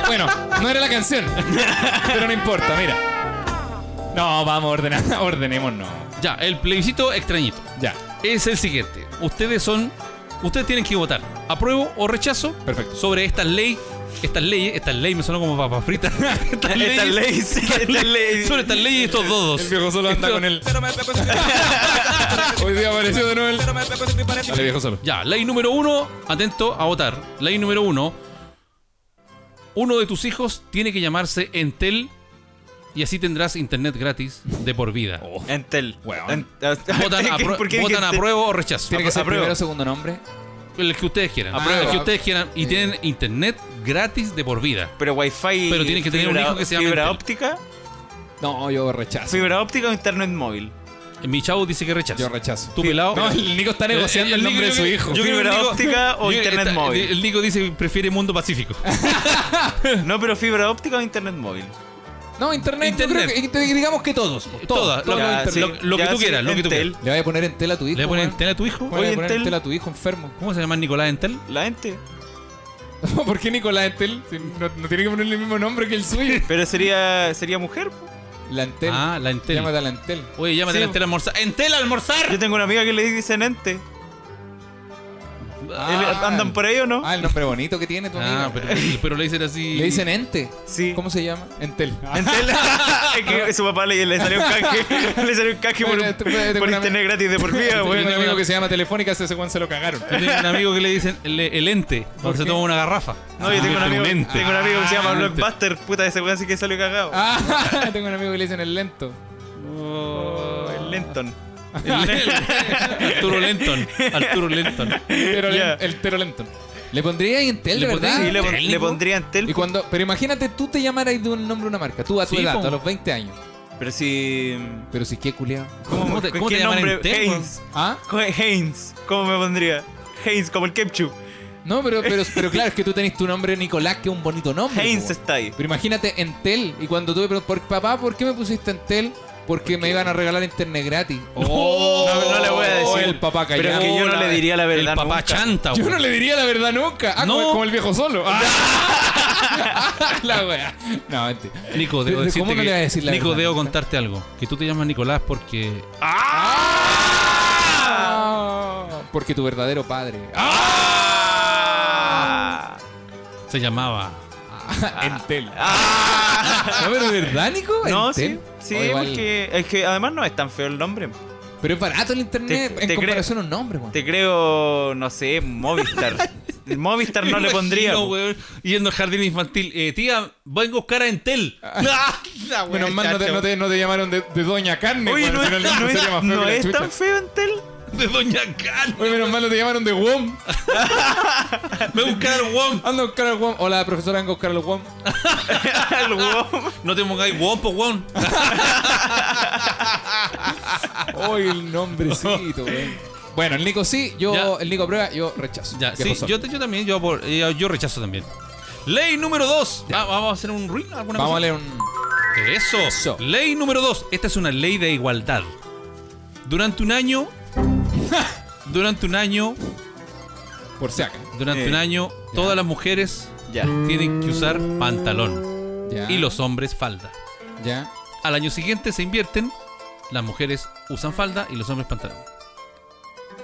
E: Bueno, no era la canción, pero no importa, mira. No, vamos, ordena, ordenémonos.
B: Ya, el plebiscito extrañito.
E: Ya,
B: Es el siguiente. Ustedes son. Ustedes tienen que votar. ¿Apruebo o rechazo?
E: Perfecto.
B: Sobre estas ley. Estas leyes. Estas leyes me sonó como papas fritas.
C: Esta
B: estas
C: ley, sí, esta ley.
B: Sobre estas leyes y estos dodos.
E: el viejo solo anda con él. Hoy día apareció de nuevo el... Dale, viejo solo.
B: Ya, ley número uno, atento a votar. Ley número uno. Uno de tus hijos tiene que llamarse Entel y así tendrás internet gratis de por vida.
C: Oh. Entel.
E: Weón.
C: Ent- ¿Por
B: Votan,
C: qué
B: apro-
C: dije
B: votan
C: Entel?
B: apruebo o rechazo.
E: Tiene que ser
C: Apruebo.
E: primero o segundo nombre.
B: El que ustedes quieran.
E: Apruebo.
B: El que ustedes quieran. Y tienen internet gratis de por vida.
C: Pero wifi.
B: Pero tiene que tener un
C: fibra-
B: hijo que se llame
C: Fibra
B: Entel.
C: óptica.
E: No, yo rechazo.
C: Fibra óptica o internet móvil.
B: Mi chavo dice que rechazo.
E: Yo rechazo.
B: Tú pelado.
E: No, el Nico está negociando el nombre de su hijo.
B: yo creo que
C: Fibra
B: el Nico-
C: óptica o
B: yo-
C: internet
B: está-
C: móvil.
B: El Nico dice que prefiere mundo pacífico.
C: No, pero fibra óptica o internet móvil.
E: No, internet, yo
B: Internet.
E: creo que- digamos que todos.
B: Todas.
E: todos
B: lo-
E: los
C: Ya,
E: internet.
C: sí.
B: lo, lo que
C: Ya,
B: tú
C: sí,
B: quieras. Lo que tú
C: Entel.
B: quieras.
E: Le voy a poner Entel a tu hijo.
B: Le ponen
E: weón.
B: Entel a tu hijo.
E: Le voy a
C: Oye,
E: poner
C: Entel.
E: Entel a tu hijo enfermo.
B: ¿Cómo se llama Nicolás Entel?
C: La gente.
E: ¿Por qué Nicolás Entel? Si no, no tiene que ponerle el mismo nombre que el suyo.
C: Pero sería sería mujer. po.
E: La Entel.
B: Ah, la Entel.
E: Llámate a la Entel.
B: Oye, llámate
C: Sí. pues.
B: a la Entel a almorzar. ¡Entel a almorzar!
C: Yo tengo una amiga que le dicen ente.
E: Ah,
C: ¿Andan por ahí o no?
E: Ah, el nombre bonito que tiene tu
B: Ah,
E: amiga.
B: pero, pero le dicen así.
E: Le dicen Ente.
C: Sí.
E: ¿Cómo se llama? Entel. Ah,
C: Entel. es que su papá le, le salió un canje. le salió un canje por,
E: Bueno, este- este- este-
C: por internet gratis de por vida,
E: Yo tengo
C: güey.
E: un amigo que se llama Telefónica, ese ese weón se lo cagaron.
B: Yo tengo un amigo que le dicen el, el ente, cuando se
E: qué?
B: toma una garrafa. Ah,
C: No, yo tengo un amigo,
B: Ente.
C: tengo un amigo que se llama
B: Ah, ente.
C: Blockbuster. Puta, ese weón sí que salió cagado.
E: Ah, tengo un amigo que le dicen el lento.
C: Oh, el Lenton.
B: Arturo Lenton. Arturo Lenton.
E: Pero
C: Ya.
E: len- el Tero Lento. Le pondría ahí Entel,
B: Le
E: de
B: pondría
E: ¿verdad?
C: Y le, pon-
B: ¿Entel,
C: le
B: Nico?
C: pondría Entel.
E: Y cuando, pero imagínate tú te llamaras de un nombre a una marca, tú a tu
B: Sí,
E: edad,
B: po.
E: a los 20 años.
C: Pero si.
E: Pero si qué culiao.
B: ¿Cómo te-
C: ¿con
B: cómo te
C: qué
B: llaman
C: nombre?
B: Entel, weón?
C: Haynes.
E: ¿Ah?
C: Co- Haynes. ¿Cómo me pondría? Haynes, como el ketchup.
E: No, pero, pero, pero claro, es que tú tenés tu nombre Nicolás, que es un bonito nombre. po,
C: Haynes
E: weón.
C: está ahí.
E: Pero imagínate Entel. Y cuando tú me preguntas, "Por- papá, ¿por qué me pusiste Entel? Porque me iban a regalar internet gratis. Oh,
C: no, no le voy a decir.
E: El papá
C: Pero es
E: callado.
C: que yo no
B: la-
C: le diría la verdad.
B: El papá
C: nunca.
B: chanta,
E: Yo
B: güey.
E: no le diría la verdad nunca. Ah,
B: No.
E: como, como el viejo solo. Ah. la wea. No, mentira.
B: Nico, debo
E: ¿Pero
B: decirte
E: cómo no
B: que-
E: le vas a decir la
B: Nico,
E: verdad?
B: debo contarte algo. Que tú te llamas Nicolás porque.
E: Ah, porque tu verdadero padre. Ah,
C: Ah.
B: Se llamaba.
E: Entel. No, pero ¿verdad, Nico?
C: Ah, No, sí.
E: Entel.
C: Sí,
E: O Ah, Oh, igual-
C: porque es que además no es tan feo el nombre.
E: Pero es barato el internet
C: Te-
E: en
C: te
E: comparación a un nombre, weón.
C: Te creo, no sé, Movistar. El Movistar no le
B: Imagino,
C: pondría. po.
B: güey, Yendo al jardín infantil. Eh, tía, vengo a buscar a Entel.
C: Ah.
E: Menos mal no te,
B: chacho.
E: no te- no te llamaron de, de Doña Carne.
C: Oye,
E: weón,
C: no,
E: si
C: es,
E: no
C: no
E: sería
C: es-
E: más feo
C: no
E: que la
C: es
E: chucha.
C: tan feo Entel.
B: De Doña Carmen.
E: Oye, menos mal no te llamaron de WOM.
B: Me voy a buscar al WOM.
E: Anda a buscar al WOM. Hola, profesora, anda a buscar al WOM.
C: Al huevo.
B: No te pongáis WOM, po, WOM.
E: Oye, el nombrecito, weón. Bueno, el Nico sí, yo,
B: Ya.
E: el Nico prueba, yo rechazo.
B: Ya,
E: Viejo
B: sí,
E: solo.
B: yo, te- yo también, yo, por- eh, yo rechazo también. Ley número 2. vamos a hacer un ring alguna
E: Vamos a
B: cosa?
E: leer un.
B: Eso.
E: Eso.
B: Ley número 2. Esta es una ley de igualdad. Durante un año. durante un año.
E: Por si acá.
B: Durante
C: Eh,
B: un año, todas las mujeres
C: Ya.
B: tienen que usar pantalón
E: Ya.
B: y los hombres falda.
E: Ya.
B: Al año siguiente se invierten, las mujeres usan falda y los hombres pantalón.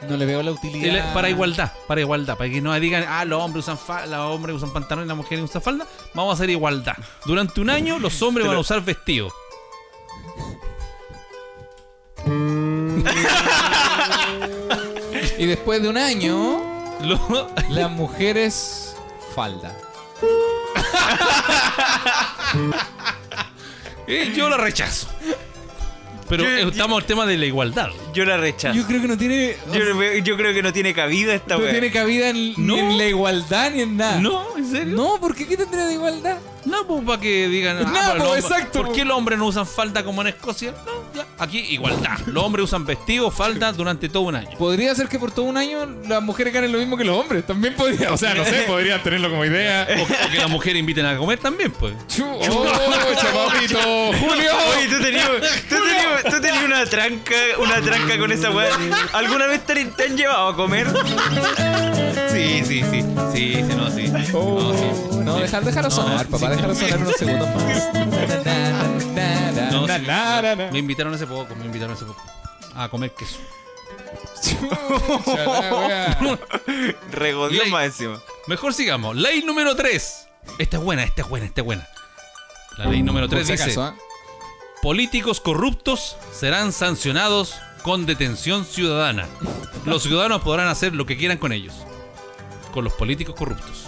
E: No le veo la
B: Y
E: utilidad.
B: le- Para igualdad, para igualdad, para que no digan, ah, los hombres usan falda, los hombres usan pantalón y las mujeres usan falda, vamos a hacer igualdad. Durante un año los hombres van a usar vestido.
E: Y después de un año,
B: Lo-
E: las mujeres falda.
B: Eh, yo la rechazo. Pero eh, estamos al tema de la igualdad.
C: Yo la rechazo.
E: Yo
C: Yo,
E: creo que no tiene.
C: creo- yo creo que no tiene cabida esta
E: no
C: weá.
E: tiene cabida en,
B: No.
E: ni en la igualdad ni en nada.
B: No, en serio.
E: No, ¿por qué? ¿Qué tendría de igualdad?
B: No, pues para que digan.
E: No,
B: pero
E: pues,
B: los hombres-
E: exacto.
B: ¿Por qué los hombres no usan falda como en Escocia? No, ya. Aquí igualdad. Los hombres usan vestidos, falda durante todo un año.
E: Podría ser que por todo un año las mujeres ganen lo mismo que los hombres. También podría.
G: O sea, no sé, podrían tenerlo como idea.
B: O, o que las mujeres inviten a comer también, pues.
E: Chu- ¡Oh, chaparrito! ¡Julio!
C: Oye, tú tenías,
E: ¡Oh!
C: tú tenías, tú tenías una tranca, una tranca con esa weá. ¿Alguna vez te, te han llevado a comer?
B: Sí, sí, sí. Sí, sí, no, sí.
E: Oh,
B: No, sí.
E: No,
B: Sí.
E: dejar, déjalo
B: No,
E: sonar,
B: sí.
E: papá. Déjalo sonar unos segundos más.
B: No,
E: Na,
B: sí.
E: na, na, na.
B: Me invitaron hace poco, me invitaron hace poco. A comer queso.
E: Chucha, la wea.
C: Regodeo
B: Ley.
C: más encima.
B: Mejor sigamos. Ley número 3. Esta es buena, esta es buena, esta es buena. La ley número 3
E: Por si
B: dice:
E: acaso, ¿ah?
B: Políticos corruptos serán sancionados con detención ciudadana. Los ciudadanos podrán hacer lo que quieran con ellos. Con los políticos corruptos.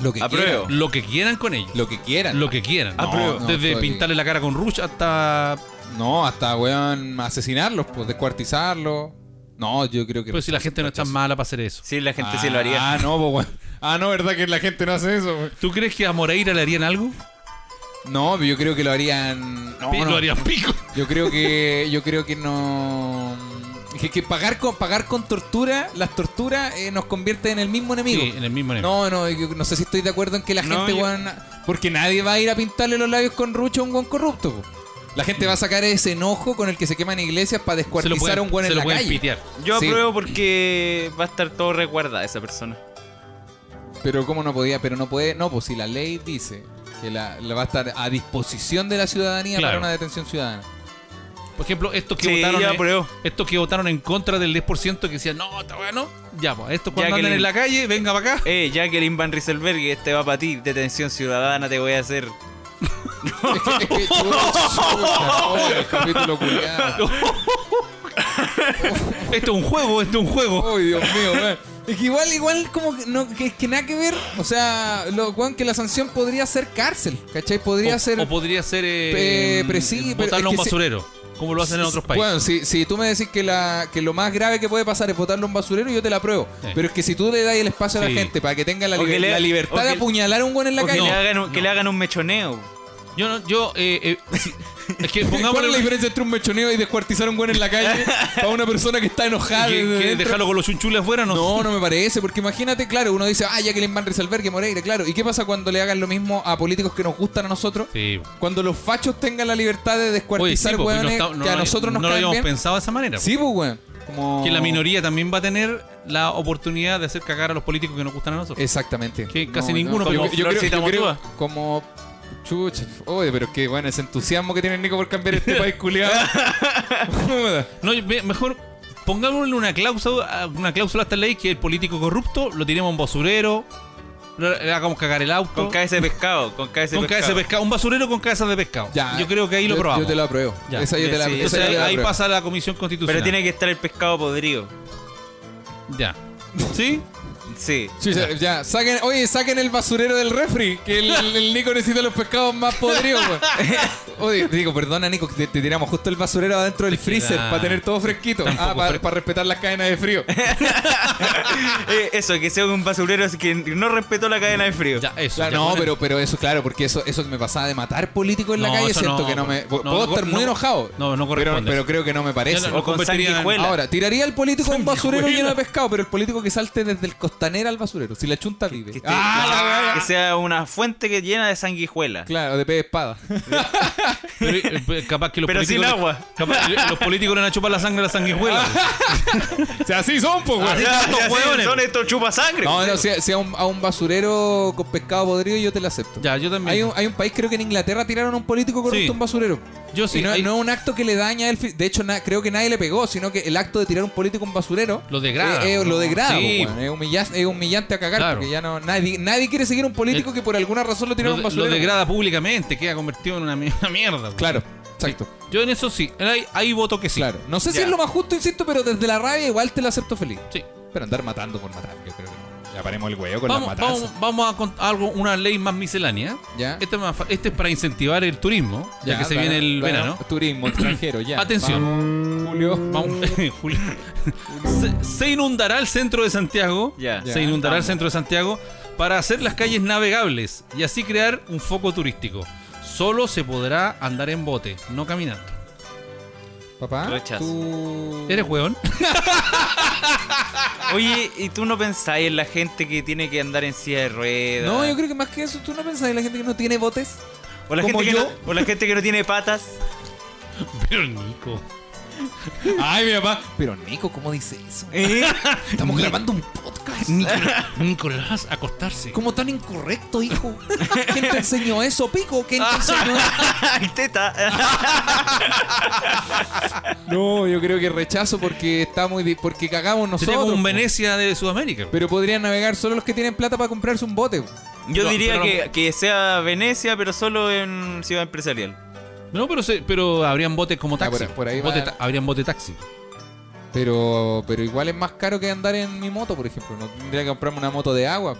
E: Lo que
C: Apruebo.
E: quieran.
B: Lo que quieran con ellos.
E: Lo que quieran.
B: Lo que quieran.
C: Ah, pero-
E: No,
B: desde
E: estoy-
B: pintarle la cara con Rush hasta.
E: No, hasta, weón, asesinarlos, pues, descuartizarlos. No, yo creo que...
B: Pero pues, si la gente no es tan mala para hacer eso.
C: Sí, la gente sí lo haría.
E: Ah, no, pues, weón. Ah, no, ¿verdad que la gente no hace eso? weón?
B: ¿Tú crees que a Moreira le harían algo?
E: No, pero yo creo que lo harían... No,
B: Pi-
E: no.
B: Lo harían pico.
E: Yo creo que... Yo creo que no... Que, que pagar con pagar con tortura, las torturas eh, nos convierte en el mismo enemigo.
B: Sí, en el mismo nivel.
E: No, no, yo no sé si estoy de acuerdo en que la
C: No,
E: gente,
C: yo-
E: weón, Porque nadie va a ir a pintarle los labios con rucho a un guan corrupto, po. La gente va a sacar ese enojo con el que se queman iglesias para descuartizar a un guan
B: se
E: en
B: lo
E: la
B: pueden
E: calle.
B: pitear.
C: Yo
E: sí.
C: apruebo porque va a estar todo resguardada esa persona.
E: Pero cómo no podía, pero no puede, no, pues si la ley dice que la, la va a estar a disposición de la ciudadanía
B: Claro.
E: para una detención ciudadana.
B: Por ejemplo, estos que
C: Sí,
B: votaron.
C: yo
B: eh,
C: apruebo.
B: estos que votaron en contra del 10% que decían, no, está bueno. Ya, pues, estos cuando
C: Ya que
B: andan
C: le-
B: en la calle, venga para acá.
C: Eh, Jacqueline Van Rieselberg, este va para ti. Detención ciudadana te voy a hacer.
E: Es que- es que- chuta, oh, el capítulo culiao.
B: Esto es un juego, esto es un juego.
E: Oh, Dios mío, weón. Es que igual, igual como que, no, que, que nada que ver, o sea, lo, weón, que la sanción podría ser cárcel, ¿cachai? Podría
B: o,
E: ser
B: o podría ser.
E: Eh, pero sí, pero
B: botarlo a
E: es
B: un
E: que se-
B: basurero, como lo hacen en otros países.
E: Bueno, si, si tú me decís que, la, que lo más grave que puede pasar es botarlo a un basurero, yo te la apruebo.
B: Sí.
E: Pero es que si tú le das el espacio a
B: Sí.
E: la gente para que tenga la,
C: O que
E: liber-
C: le-
E: la libertad
C: o
E: de
C: que-
E: apuñalar a un buen en la
C: O que,
E: calle.
C: le hagan, un- que le hagan un mechoneo.
B: Yo no, yo. eh, eh, sí, es que
E: ¿Cuál
B: pongámosle.
E: es la diferencia entre un mechoneo y descuartizar a un buen en la calle para una persona que está enojada?
B: que-
E: desde
B: que
E: dentro?
B: dejarlo con los chunchules afuera, no.
E: No, no me parece, porque imagínate, claro, uno dice, ah, ya que le van a resolver que Moreira, claro. ¿Y qué pasa cuando le hagan lo mismo a políticos que nos gustan a nosotros?
B: Sí.
E: Cuando los fachos tengan la libertad de
B: Oye, sí,
E: descuartizar
B: po,
E: hueones
B: está-
E: que a
B: lo-
E: nosotros nos
B: no
E: caen
B: lo
E: bien.
B: habíamos pensado de esa manera. po.
E: Sí, pues, weón. Como...
B: Que la minoría también va a tener la oportunidad de hacer cagar a los políticos que nos gustan a nosotros.
E: Exactamente.
B: Que casi ninguno,
E: como- yo,
B: pero
E: creo,
C: Florcita
E: yo creo-
C: Motúa.
E: como chucha. Oye, pero qué bueno ese entusiasmo que tiene el Nico por cambiar este país culiado.
B: No, yo- ve- mejor pongámosle una cláusula, una cláusula a esta ley que el político corrupto lo tiremos a un basurero, le le hagamos cagar el auto.
C: Con cabeza de pescado. Con cabeza de
B: con cabeza de
C: pescado.
B: pescado, un basurero con cabeza de pescado.
E: ya.
B: yo creo que ahí lo
E: yo-
B: probamos.
E: Yo te lo apruebo.
B: Ya.
E: Esa yo te la,
C: Sí,
E: esa
B: Entonces
E: yo
B: ahí,
E: te la
B: ahí
E: apruebo.
B: pasa la comisión constitucional.
C: Pero tiene que estar el pescado podrido.
B: Ya. ¿Sí?
C: Sí.
E: Chucha, ya, saquen, oye, saquen el basurero del refri, que el, el Nico necesita los pescados más podridos, weón. Oye, digo, perdona, Nico, que te, te tiramos justo el basurero adentro del freezer
B: da-
E: para tener todo fresquito.
B: Tampoco
E: Ah, para
B: fre-
E: respetar las cadenas de frío.
C: Eh, eso, que sea un basurero que no respetó la cadena de frío.
B: Ya, eso.
E: Claro,
B: ya
E: no,
B: con-
E: pero, pero eso, claro, porque eso, eso que me pasaba de matar políticos en la
B: No,
E: calle,
B: eso
E: siento
B: no,
E: que no me.
B: no,
E: puedo
B: no,
E: estar muy
B: no,
E: enojado.
B: no, no
E: pero,
B: corresponde.
E: pero creo que no me parece.
B: Yo
C: O con
B: convertiría en-
C: sanguijuela.
E: Ahora, tiraría al político a un basurero lleno
B: Sanguijuela.
E: de pescado, pero el político que salte desde el costanera al basurero, si la chunta vive.
C: Que, esté-
E: ah,
C: que-
E: la weá.
C: que sea una fuente que llena de sanguijuela.
E: Claro, de pez de espada.
B: Pero, eh, pues, capaz que los
C: Pero
B: políticos.
C: sin agua.
B: capaz que los políticos le van a chupar la sangre a la sanguijuela.
G: O sea, así son, pues,
B: Así
G: güey.
C: Ya,
B: estos
C: ya, sí,
B: hueones,
C: son
B: po.
C: estos chupasangre.
E: No, no, si, a- si a, un, a un basurero con pescado podrido, yo te lo acepto.
B: Ya, yo también.
E: Hay un, hay un país, creo que en Inglaterra tiraron a un político corrupto
B: Sí.
E: a un basurero.
B: Yo sí,
E: Y no,
B: hay-
E: no es un acto que le daña el. fi- De hecho, na- creo que nadie le pegó, sino que el acto de tirar a un político a un basurero.
B: Lo degrada,
E: eh, eh,
B: ¿no?
E: lo degrada,
B: Sí.
E: po, weón. es, humilla- es humillante a cagar,
B: Claro.
E: porque ya no. Nadie, nadie quiere seguir a un político
B: El-
E: que por alguna razón lo tiraron a
B: lo,
E: un
B: de- lo
E: basurero.
B: degrada públicamente, queda convertido en una, mi- una mierda. po.
E: Claro, exacto.
B: Yo en eso sí. Ahí, ahí voto que sí.
E: Claro. No sé si
C: Ya.
E: es lo más justo, insisto, pero desde la rabia igual te lo acepto feliz.
B: Sí.
E: Pero andar matando por matar, yo creo que no.
G: Ya paremos el huevo con
B: Vamos,
G: las matanzas.
B: vamos, vamos a con- algo, una ley más miscelánea.
E: Ya.
B: Este, es más fa- este es para incentivar el turismo, ya, que se
E: para-
B: viene el
E: para
B: verano.
E: Turismo extranjero, ya.
B: Atención.
E: Vamos, Julio.
B: Vamos, Julio. Se, se inundará el centro de Santiago.
C: Ya.
B: Se
E: Ya,
B: inundará el centro de Santiago para hacer las calles navegables y así crear un foco turístico. Solo se podrá andar en bote, no caminando.
E: Papá,
C: Rechazo.
E: tú...
B: ¿Eres hueón?
C: Oye, ¿y tú no pensáis en la gente que tiene que andar en silla de ruedas?
E: No, yo creo que más que eso, ¿tú no pensás en la gente que no tiene botes?
C: o la,
E: como
C: gente que
E: yo.
C: no- o la gente que no tiene patas.
B: Pero Nico.
G: Ay, mi papá.
E: Pero Nico, ¿cómo dice eso?
C: ¿Eh?
E: Estamos grabando un podcast.
B: Nicolás, acostarse.
E: ¿Cómo tan incorrecto, hijo? ¿Quién te enseñó eso, Pico? ¿Quién te enseñó eso?
C: Ay, teta.
E: No, yo creo que rechazo porque está muy... di- Porque cagamos nosotros.
B: Tenemos un
E: po.
B: Venecia de Sudamérica.
E: Pero podrían navegar solo los que tienen plata para comprarse un bote. po.
C: Yo
B: No,
C: diría
B: pero
C: que,
B: no.
C: que sea Venecia, pero solo en ciudad empresarial.
B: No, pero, se- pero habrían botes como
E: Ah, por-
B: taxi.
E: por ahí
B: Bote
E: va-
B: ta- habrían bote taxi.
E: Pero, pero igual es más caro que andar en mi moto, por ejemplo. No tendría que comprarme una moto de agua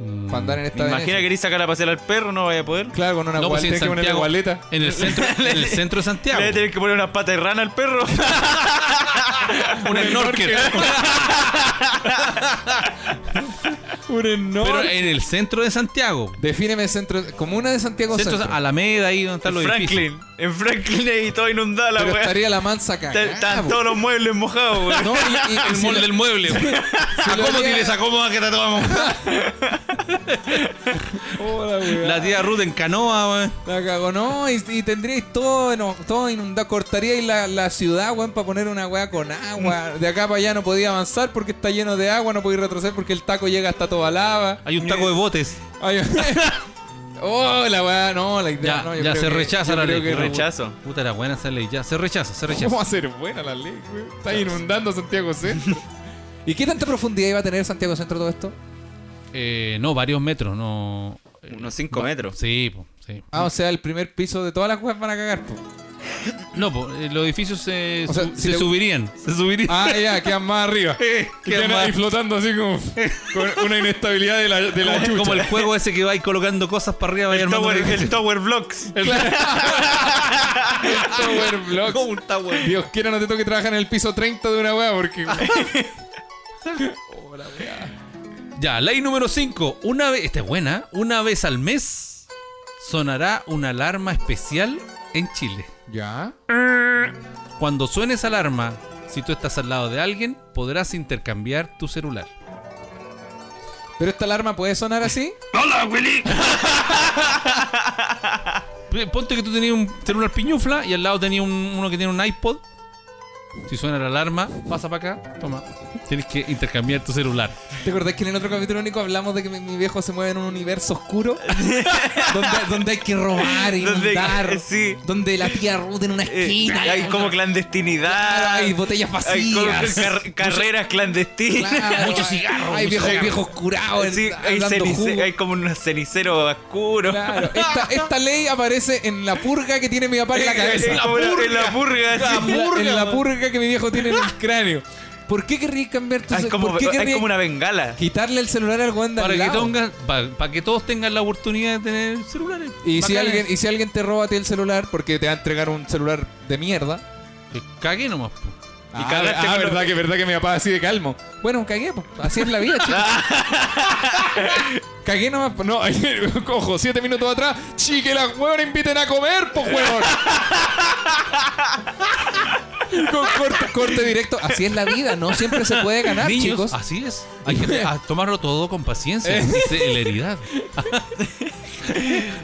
B: Mm.
E: para andar en esta
C: Imagina que
E: Venecia.
C: querís sacar a pasear al perro, no vaya a poder.
E: Claro, con una
B: No, pues
E: gualeta
B: en
E: Ah, que una
B: Santiago-
E: gualeta.
B: En el centro, en el centro
C: Le
B: de Santiago.
C: voy a tener que poner una pata de rana al perro.
B: Un snorkel.
E: Un
B: Pero
E: enorme.
B: en el centro de Santiago.
E: Defíneme centro, comuna de Santiago
B: Centro,
E: Centro.
B: Alameda, ahí donde están los edificios.
C: Franklin. En Franklin ahí todo inundado la
B: Ah,
E: pero
C: weá.
E: estaría la mansa acá.
C: Está- Están todos los muebles mojados, weón.
E: No, y- y- y
B: El
E: si
B: mall
E: lo-
B: del mueble.
E: si lo haría-
B: acomoda que te tomamos?
E: Hola, weá.
B: La tía Ruth en canoa, weón.
E: La cagó, no, y, y tendríais todo, no, todo inundado. Cortaríais la, la ciudad, weón, para poner una weá con agua. De acá para allá no podía avanzar porque está lleno de agua, no podía retroceder porque el taco llega hasta toda lava.
B: Hay un taco de botes.
E: Ay, oh, la weá, no, la idea.
B: Ya,
E: no, yo
B: ya
E: creo
B: se
E: que-
B: rechaza
E: yo
B: la
E: creo
B: ley.
E: que no.
C: Rechazo.
B: Puta, era buena esa ley. Ya, se rechaza, se rechaza.
G: ¿Cómo va a ser buena la ley, güey? Está inundando Santiago Centro.
E: ¿Y qué tanta profundidad iba a tener Santiago Centro todo esto?
B: Eh, no, varios metros, no. eh,
C: Unos 5 metros.
B: Sí, po, sí.
E: Ah, o sea, el primer piso de todas las weas van a cagar, po.
B: No, po, eh, los edificios se,
E: O sea,
B: su-
E: si
B: se
E: le-
B: subirían. Se subirían.
E: Ah, ya, quedan más arriba.
G: Y quedan ahí flotando así como con una inestabilidad de la, de la
B: como,
G: chucha.
B: como el juego ese que vais colocando cosas para arriba y
C: El
B: armando
C: Tower,
B: un
C: el
B: edificio.
C: Tower Blocks.
E: Tower Blocks.
B: Como un tower.
E: Dios quiera no te toque trabajar en el piso 30 de una wea porque.
B: Ya, ley número 5. Una vez, esta es buena, ¿eh? una vez al mes sonará una alarma especial en Chile.
E: ya.
B: Cuando suene esa alarma, si tú estás al lado de alguien, podrás intercambiar tu celular.
E: Pero esta alarma puede sonar así.
B: P- Ponte que tú tenías un celular piñufla y al lado tenías un- uno que tiene un iPod. Si suena la alarma, pasa para acá, toma. Tienes que intercambiar tu celular.
E: ¿Te acordás que en el otro capítulo único hablamos de que mi, mi viejo se mueve en un universo oscuro? donde, donde hay que robar,
C: Donde-
E: inundar.
C: eh, sí.
E: Donde la tía Ruth en una
C: Eh,
E: esquina.
C: hay como
E: Claro,
C: clandestinidad.
E: hay botellas
C: Hay como
E: vacías.
C: car- carreras clandestinas.
E: Claro,
B: muchos
E: hay-
B: cigarros,
E: Hay
B: muchos
E: viejos,
B: cigarros.
E: viejos curados.
C: Sí, hay,
E: hablando
C: cenice-
E: jugo.
C: hay como un cenicero oscuro.
E: Claro, esta, esta ley aparece en la purga que tiene mi papá en la cabeza.
C: Es como en la purga.
E: En la-
C: sí.
E: en la purga que mi viejo tiene en el cráneo. ¿Por qué querrías cambiar tu
C: Hay
E: ce-
C: Ah, como,
E: ¿Por qué
C: hay
E: querríais
C: como una bengala.
E: quitarle el celular al weón de al
B: Para que,
E: lado?
B: tonga- pa- pa' que todos tengan la oportunidad de tener celulares.
E: Y si,
B: Bacanes.
E: alguien, y si alguien te roba a ti el celular porque te va a entregar un celular de mierda.
B: Que cague Eh, nomás. po.
E: ah,
G: Ah,
C: cagaste con los-
G: verdad que verdad que mi papá así de calmo.
E: Bueno, cagué, po. así es la vida, chicos. cagué nomás. pues, po.
G: No, cojo, siete minutos atrás, chi, que las huevas inviten a comer,
E: pues,
G: po huevón.
E: Con corte, corte directo. Así es la vida, no siempre se puede ganar,
B: Niños,
E: Ah, chicos. Eh.
B: Ah, así es. Hay que a- tomarlo todo con paciencia y celeridad.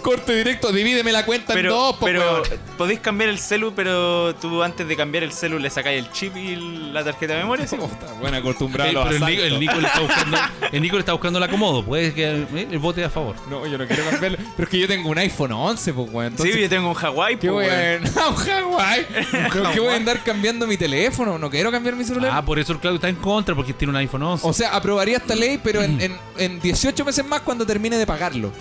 G: Corte directo, divídeme la cuenta
C: Pero,
G: en dos,
E: pues,
G: po
C: pero
G: huevón.
C: podéis cambiar el celu, pero tú antes de cambiar el celu le sacáis el chip y la tarjeta de memoria. ¿sí?
G: Está bueno
B: Eh,
G: acostumbrado a los
B: pero el, Nico,
G: asaltos.
B: el Nico le está buscando, el Nico le está buscando el acomodo. Puede que eh, el bote a favor.
E: No, yo no quiero cambiarlo. Pero es que yo tengo un iPhone 11, pues, weón. Entonces,
C: sí, yo tengo un Hawái.
E: ¿Qué
C: po,
G: pues,
E: voy a
C: weón.
E: no, Hawái. ¿Pero ¿Qué voy a andar cambiando mi teléfono? No quiero cambiar mi celular.
B: Ah, por eso el Claudio está en contra, porque tiene un iPhone 11.
E: o sea, aprobaría esta ley, pero en, en, en 18 meses más cuando termine de pagarlo.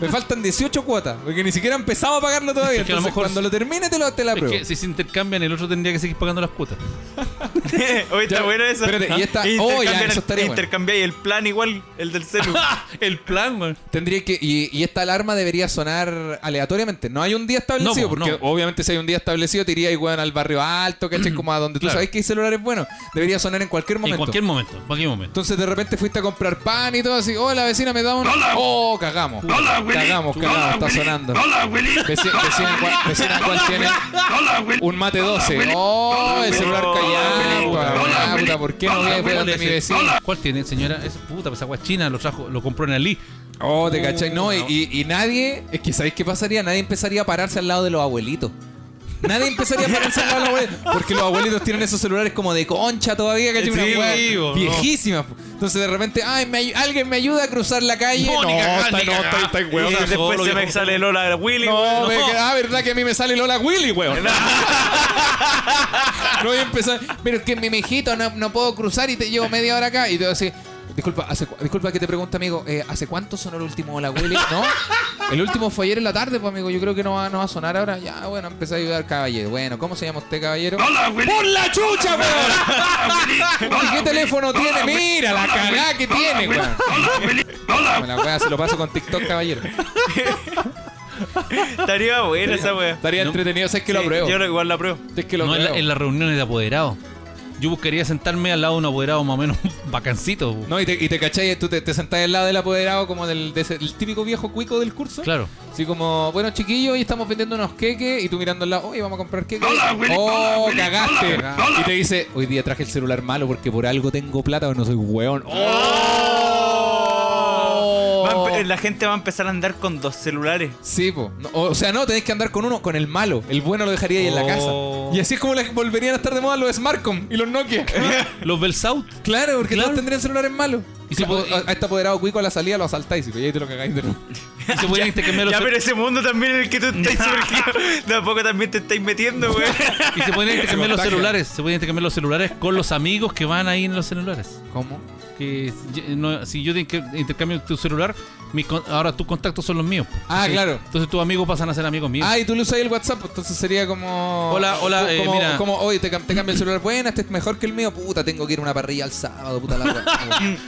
G: Me faltan 18 cuotas, porque ni siquiera he empezado a pagarlo todavía.
B: Es que a lo
G: Entonces,
B: mejor-
G: cuando lo termine, te, lo, te la
B: Es
G: apruebo.
B: que si se intercambian, el otro tendría que seguir pagando las cuotas.
C: Oye, está
G: Ya,
C: bueno eso.
G: espérate, y esta- oh, ya, eso estaría bueno.
C: intercambiáis el plan igual, el del celu.
B: el plan, weón.
G: Tendría que. Y, y esta alarma debería sonar aleatoriamente. No hay un día establecido,
B: No, po,
G: porque
B: no.
G: obviamente si hay un día establecido, te iría igual al barrio alto, ¿cachai? Como a donde tú
B: Claro.
G: sabes que hay celulares buenos. Debería sonar en cualquier momento.
B: En cualquier momento, en cualquier momento.
G: Entonces de repente fuiste a comprar pan y todo así. Oh, la vecina me da un. Oh, cagamos. Cagamos, cagamos, está sonando. Veci- Vecina, cual- vecina cual tiene un mate 12. Oh, el celular
C: Hola,
G: callado.
C: Willy.
G: Ah, puta, ¿por qué no voy a pegar
B: ¿Cuál,
G: de
B: es
G: mi
B: el-
G: vecina?
B: ¿Cuál tiene, señora? Es puta, pues agua china, lo trajo, lo compró en Ali.
G: Oh, te cachai. No, y, y- y nadie, es que ¿sabéis qué pasaría? Nadie empezaría a pararse al lado de los abuelitos. Nadie empezaría a pararse al lado de los abuelitos. Porque los abuelitos tienen esos celulares como de concha todavía, ¿cachai? Una
B: Eh, Sí,
G: weá
B: digo,
G: viejísima. Entonces de repente, ay, me ay- alguien me ayuda a cruzar la calle.
B: No,
E: No,
B: ni cagá,
E: está,
B: ni
E: no,
B: cagá.
E: está, está,
C: y
E: weón.
C: después
B: solo,
C: se me
B: viejo.
C: sale Lola Willy.
E: No,
C: weón.
E: me- ah, verdad que a mí me sale Lola Willy, weón.
G: No voy a empezar. Pero es que mi mijito no, no puedo cruzar y te llevo media hora acá. Y te voy a decir, disculpa, hace cu- disculpa que te pregunte, amigo, eh, ¿hace cuánto sonó el último Hola Willy? ¿No? El último fue ayer en la tarde, pues amigo. Yo creo que no va, no va a sonar ahora. Ya, bueno, empecé a ayudar, caballero. Bueno, ¿cómo se llama usted, caballero? ¡Por la chucha, weón! ¿Y qué teléfono tiene? Mira la cagada que tiene, weón. Me la weá se lo paso con TikTok, caballero.
C: Estaría buena esa wea.
G: Estaría entretenido, sé que lo
C: Sí,
G: apruebo.
C: Yo lo- igual la pruebo.
G: Es que lo
B: No, en, la-
G: apruebo.
B: en las reuniones de apoderados. Yo buscaría sentarme al lado de un apoderado más o menos vacancito. weón.
G: No, y te, y te cachai, tú te, te sentás al lado del apoderado como del de ese- el típico viejo cuico del curso.
B: Claro.
G: Así como, bueno, chiquillo, hoy estamos vendiendo unos queques y tú mirando al lado, oye, vamos a comprar queques. ¡Oh, cagaste! Y te dice, hoy día traje el celular malo porque por algo tengo plata o no soy hueón.
B: ¡Oh!
C: Va a
G: ¡Oh!
C: empe- La gente va a empezar a andar con dos celulares.
G: Sí, po. No, o sea, no, tenés que andar con uno, con el malo. El bueno lo dejaría ahí en la casa.
B: Oh.
G: Y así es como les volverían a estar de moda los Smartcom y los Nokia.
B: Los Belsaut.
G: Claro, porque
B: Claclaro.
G: todos tendrían celulares malos.
B: Y si
G: Claro,
B: pod-
G: a, a este apoderado cuico a la salida lo asaltáis y pues, y ahí te lo cagáis de nuevo.
B: Y se podrían intercambiar los
C: Ya,
B: cel-
C: pero ese mundo también en el que tú estás surgido, tampoco también te estáis metiendo, weón.
B: y se podrían intercambiar los
G: contagia.
B: celulares. Se podrían intercambiar los celulares con los amigos que van ahí en los celulares.
G: ¿Cómo?
B: Que si- no- si yo te inter- intercambio tu celular, mis con- ahora tus contactos son los míos. pues.
G: Ah, claro.
B: Entonces tus amigos pasan a ser amigos míos.
G: Ah, y tú le usas el WhatsApp, pues, entonces sería como.
B: Hola, hola,
G: como,
B: eh, mira.
G: Como, oye, te, cam- te cambio el celular. Bueno, este es mejor que el mío. Puta, tengo que ir a una parrilla el sábado, puta la wea.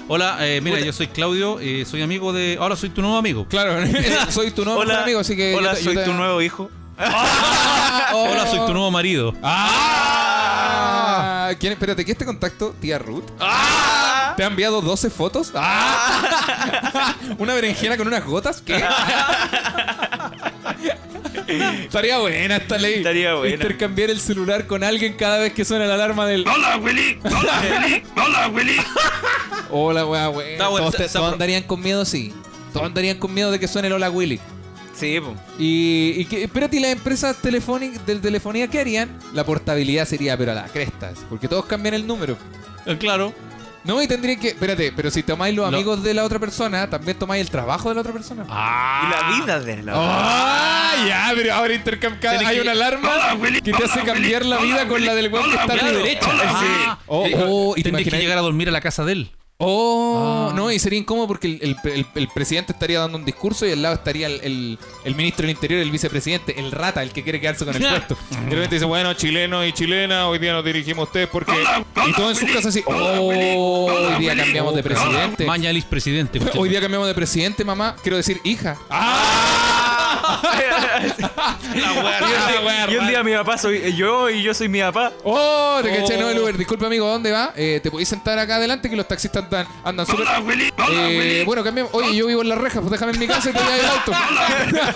B: Hola, eh, mira, yo soy Claudio, eh, soy amigo de. Ahora soy tu nuevo amigo.
G: Claro, soy tu nuevo mejor
C: Hola,
G: amigo, así que.
C: hola,
G: yo te- yo
C: soy
G: te-
C: tu nuevo hijo.
G: Ah, oh.
B: Ahora soy tu nuevo marido.
G: Ah, ¿quién, espérate, ¿qué es este contacto? Tía Ruth.
B: Ah.
G: ¿Te ha enviado 12 fotos? Ah. ¿Una berenjena con unas gotas? ¿Qué?
B: Ah.
G: Estaría buena esta ley.
C: Estaría buena.
G: Intercambiar el celular con alguien cada vez que suena la alarma del.
H: Hola Willy, hola Willy, hola Willy.
G: Hola, weá, weá.
B: Está bueno,
G: Todos,
B: está-
G: te-
B: está
G: todos
B: pro-
G: andarían con miedo, sí. Todos andarían con miedo de que suene el Hola Willy.
C: Sí, po.
G: Y, y que, espérate, ¿y las empresas telefónicas de telefonía qué harían? La portabilidad sería, pero a las crestas. Porque todos cambian el número.
B: Eh, Claro.
G: No, y tendrían que. Espérate, pero si tomáis los
B: No.
G: amigos de la otra persona, también tomáis el trabajo de la otra persona.
B: Ah,
C: Y la vida de la
G: Ah, ya, pero ahora intercambiar.
B: Tenés
G: Hay
B: que-
G: una alarma que te hace cambiar la vida con la del weón que está a tu
B: Claro.
G: derecha.
B: Ah,
G: Oh,
B: eh,
G: oh, ¿y te
B: tendrías que
G: imaginas?
B: llegar a dormir a la casa de él.
G: Oh,
B: Ah.
G: no, y sería incómodo porque el, el- el- el presidente estaría dando un discurso y al lado estaría el, el- el ministro del Interior, el vicepresidente, el rata, el que quiere quedarse con el puesto.
B: Ah.
E: De repente dice, bueno, chilenos y chilenas, hoy día nos dirigimos a ustedes porque...
G: Y todo en sus casas así, oh, hoy día cambiamos de presidente.
B: Maña Alice presidente.
G: Hoy día cambiamos de presidente, mamá. Quiero decir, hija.
C: Ah. Y un día- y un día mi papá soy yo y yo soy mi papá.
G: Oh, te caché,
C: Oh.
G: no, el Uber. Disculpa, amigo, ¿a ¿dónde va? Eh, te podéis sentar acá adelante que los taxistas andan, andan súper.
H: Hola Willy, hola
G: Eh,
H: Willy,
G: bueno, cambiamos. Oye, yo vivo en las rejas, pues déjame en mi casa y te voy a ir al auto.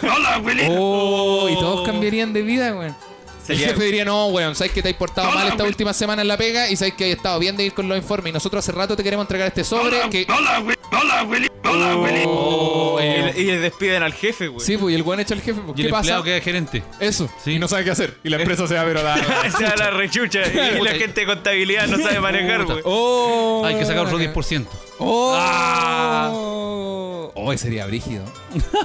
H: hola Willy.
G: Oh, y todos cambiarían de vida, weón.
C: Sería-
G: El jefe diría, no, weón, sabes que te has portado
H: Hola,
G: mal esta
H: weón.
G: última semana en la pega y sabes que has estado bien de ir con los informes y nosotros hace rato te queremos entregar este sobre que...
H: Hola Willy, hola Willy, hola Willy.
C: Y, le- y le despiden al jefe, güey.
G: Sí, pues, y el weón echa al jefe, pues,
B: Y el
G: ¿qué pasa?
B: empleado queda gerente.
G: Eso.
B: Sí.
E: Y no sabe qué hacer. Y la empresa se va a ver a la...
C: Se da la rechucha. Y la gente de contabilidad no sabe manejar,
B: Puta.
C: güey.
G: Oh,
B: Hay que sacar otro
G: weón.
B: 10%.
G: Oh.
B: Ah.
G: Oh, ese sería brígido.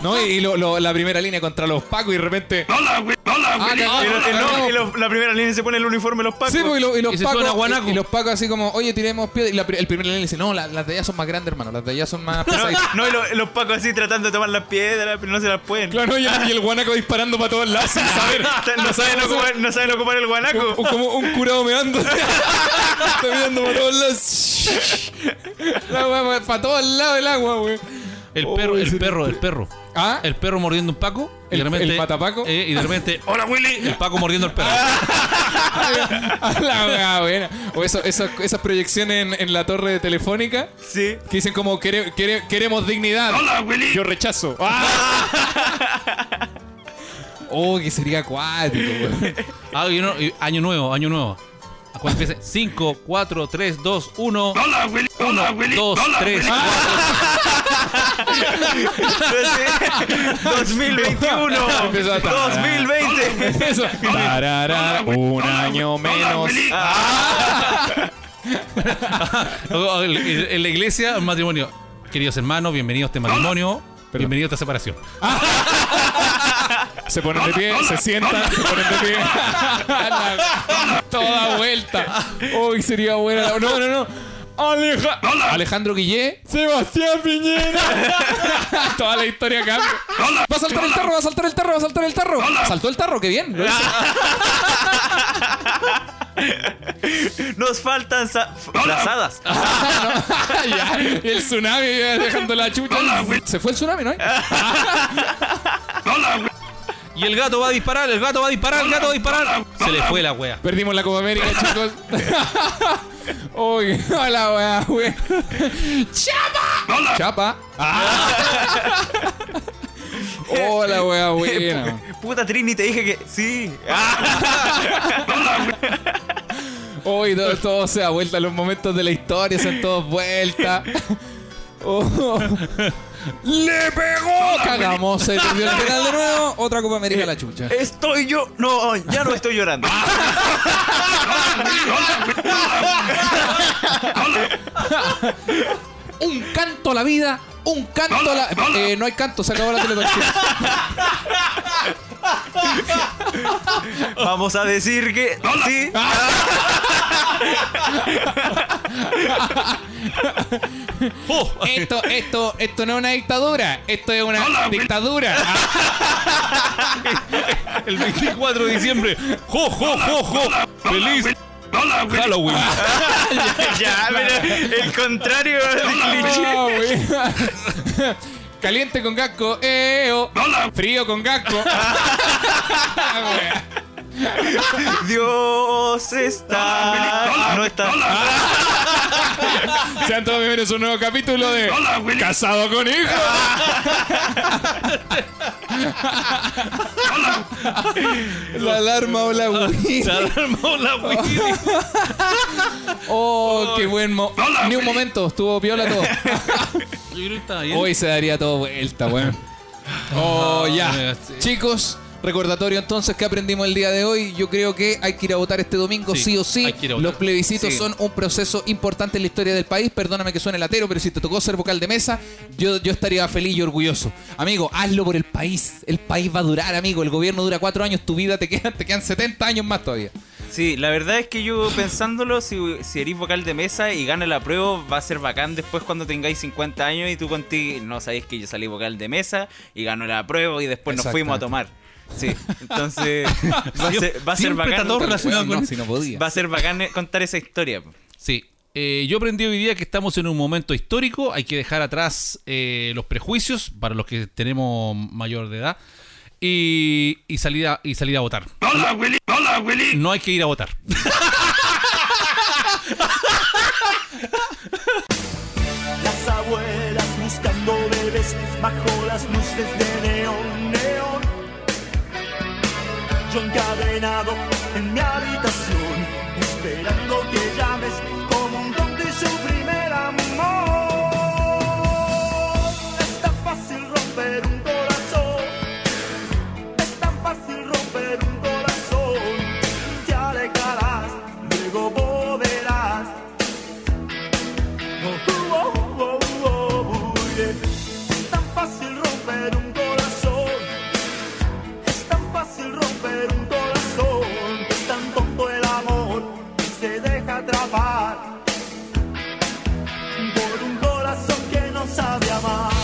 G: ¿No? Y, y lo- lo- la primera línea contra los pacos y de repente.
H: Hola Willy, hola
G: Ah,
C: Y lo-
G: no,
C: y lo-
G: no.
C: y lo- la primera línea se pone el uniforme de los pacos.
G: Sí, pues, y, lo- y los
B: Y se suena
G: pacos,
B: guanaco.
G: y, y los pacos así como, oye, tiremos piedra. Y la pri- el primer le dice, no, la- las de allá son más grandes, hermano. Las de allá son más pesaditas.
C: No, y lo- los pacos así tratando de tomar las piedras, pero no se las pueden.
I: Claro, y el, y el guanaco disparando para todos lados sin saber.
C: No saben ocupar, no saben ocupar el guanaco.
I: Un- como un curado meando. Está mirando para todos lados.
G: La wea, para todos lados el agua, güey.
B: El
I: Oh,
B: perro, el
I: ese
B: perro, el perro.
G: Ah.
B: El perro mordiendo un paco. y
G: El-
B: de repente,
G: el patapaco. Ah.
B: eh, y de repente, ¡Hola Willy! El paco mordiendo al perro.
G: A la wea, buena. O eso- eso- esas proyecciones en, en la torre telefónica
C: Sí.
G: que dicen como, "Quere- quere- queremos dignidad. Ah,
I: Yo rechazo.
G: Oh, que sería acuático, güey.
B: Ah, y uno- y año nuevo, año nuevo. ¿A cuánto empieza? 5, 4, 3, 2, 1. ¡Hola Willy! 2, 3, 4.
C: Entonces, 2021.
G: Empezó a tardar.
C: 2020.
G: Eso.
I: Tarara, un año menos.
G: Ah,
B: En la iglesia, un matrimonio. Queridos hermanos, bienvenidos a este matrimonio. Bienvenido a esta separación.
I: Se ponen de pie, se sientan, se ponen de pie.
G: La- toda vuelta. Oh, que sería buena. la- No, no, no. Aleja- Alejandro Guillé.
I: Sebastián Piñera.
G: Toda la historia cambia. Va a saltar el tarro, va a saltar el tarro, va a saltar el tarro. Saltó el tarro, qué bien. lo hizo.
C: Nos faltan sa- f- frazadas.
G: Ah, Ya, Y el tsunami ya dejando la chucha. Se fue el tsunami, ¿no?
B: Y el gato va a disparar, el gato va a disparar, el gato va a disparar. Se le fue la wea.
G: Perdimos la Copa América, chicos. Uy, hola, weá, güey. ¡Chapa! ¡Chapa! Ah. Hola, Oh, weá, buena.
C: Puta Trini, te dije que sí. Ah,
G: Hoy todo, todo se da vuelta, los momentos de la historia son todos vuelta. Oh. ¡Le pegó! Eh, Cagamos, se perdió el penal de nuevo. Otra Copa América a la chucha.
C: Estoy yo. No, ya no estoy llorando.
G: Ah. Un canto a la vida, un canto a la. Eh, no hay canto, se acabó la televisión.
C: Vamos a decir que sí.
B: ¡Oh!
G: Esto, esto, esto no es una dictadura, esto es una dictadura.
B: El 24 de diciembre. ¡Jo, jo, jo, jo! ¡Feliz Halloween!
C: ya, pero el contrario del cliché.
G: Ah, güey. Caliente con gasco, eh, oh. frío con gasco.
C: Dios está. No está.
I: Sean todos bienvenidos a un nuevo capítulo de Casado con Hijo.
G: La alarma o
B: Ah.
G: la
B: Se alarmó la Willy.
G: Oh, qué buen mo Ni un momento, estuvo piola todo.
B: Yo creo que estaba bien.
G: Hoy se daría todo vuelta, weón. Oh,
B: Ah, mira,
G: ya.
B: sí.
G: Chicos, recordatorio entonces que aprendimos el día de hoy. Yo creo que hay que ir a votar este domingo, sí,
B: Sí,
G: o sí.
B: hay que ir a votar.
G: Los plebiscitos
C: Sí.
G: son un proceso importante en la historia del país. Perdóname que suene latero, pero si te tocó ser vocal de mesa, yo, yo estaría feliz y orgulloso. Amigo, hazlo por el país. El país va a durar, amigo. El gobierno dura cuatro años, tu vida te quedan, te quedan 70 años más todavía.
C: Sí, la verdad es que yo pensándolo, si, si eres vocal de mesa y gana la prueba, va a ser bacán después cuando tengáis 50 años y tú contigo, no sabéis que yo salí vocal de mesa y ganó la prueba y después nos fuimos a tomar. Sí, entonces va a ser, va a ser
B: Siempre está
C: bacán.
B: todo relacionado
G: Weón,
B: con
G: no, si no podía.
C: Va a ser bacán contar esa historia. po.
B: Sí. Eh, yo aprendí hoy día que estamos en un momento histórico, hay que dejar atrás eh, los prejuicios para los que tenemos mayor de edad y, y salir, a, y salir a votar. ¡Hola, Willy! ¡Hola, Willy! No hay que ir a votar.
D: Las abuelas buscando bebés bajo las luces de neón, neón. Yo encadenado en mi habitación, esperando que llames como un don de su primer amor. Es tan fácil romper un corazón, es tan fácil romper un corazón. Te alejarás, luego atrapar por un corazón que no sabe amar.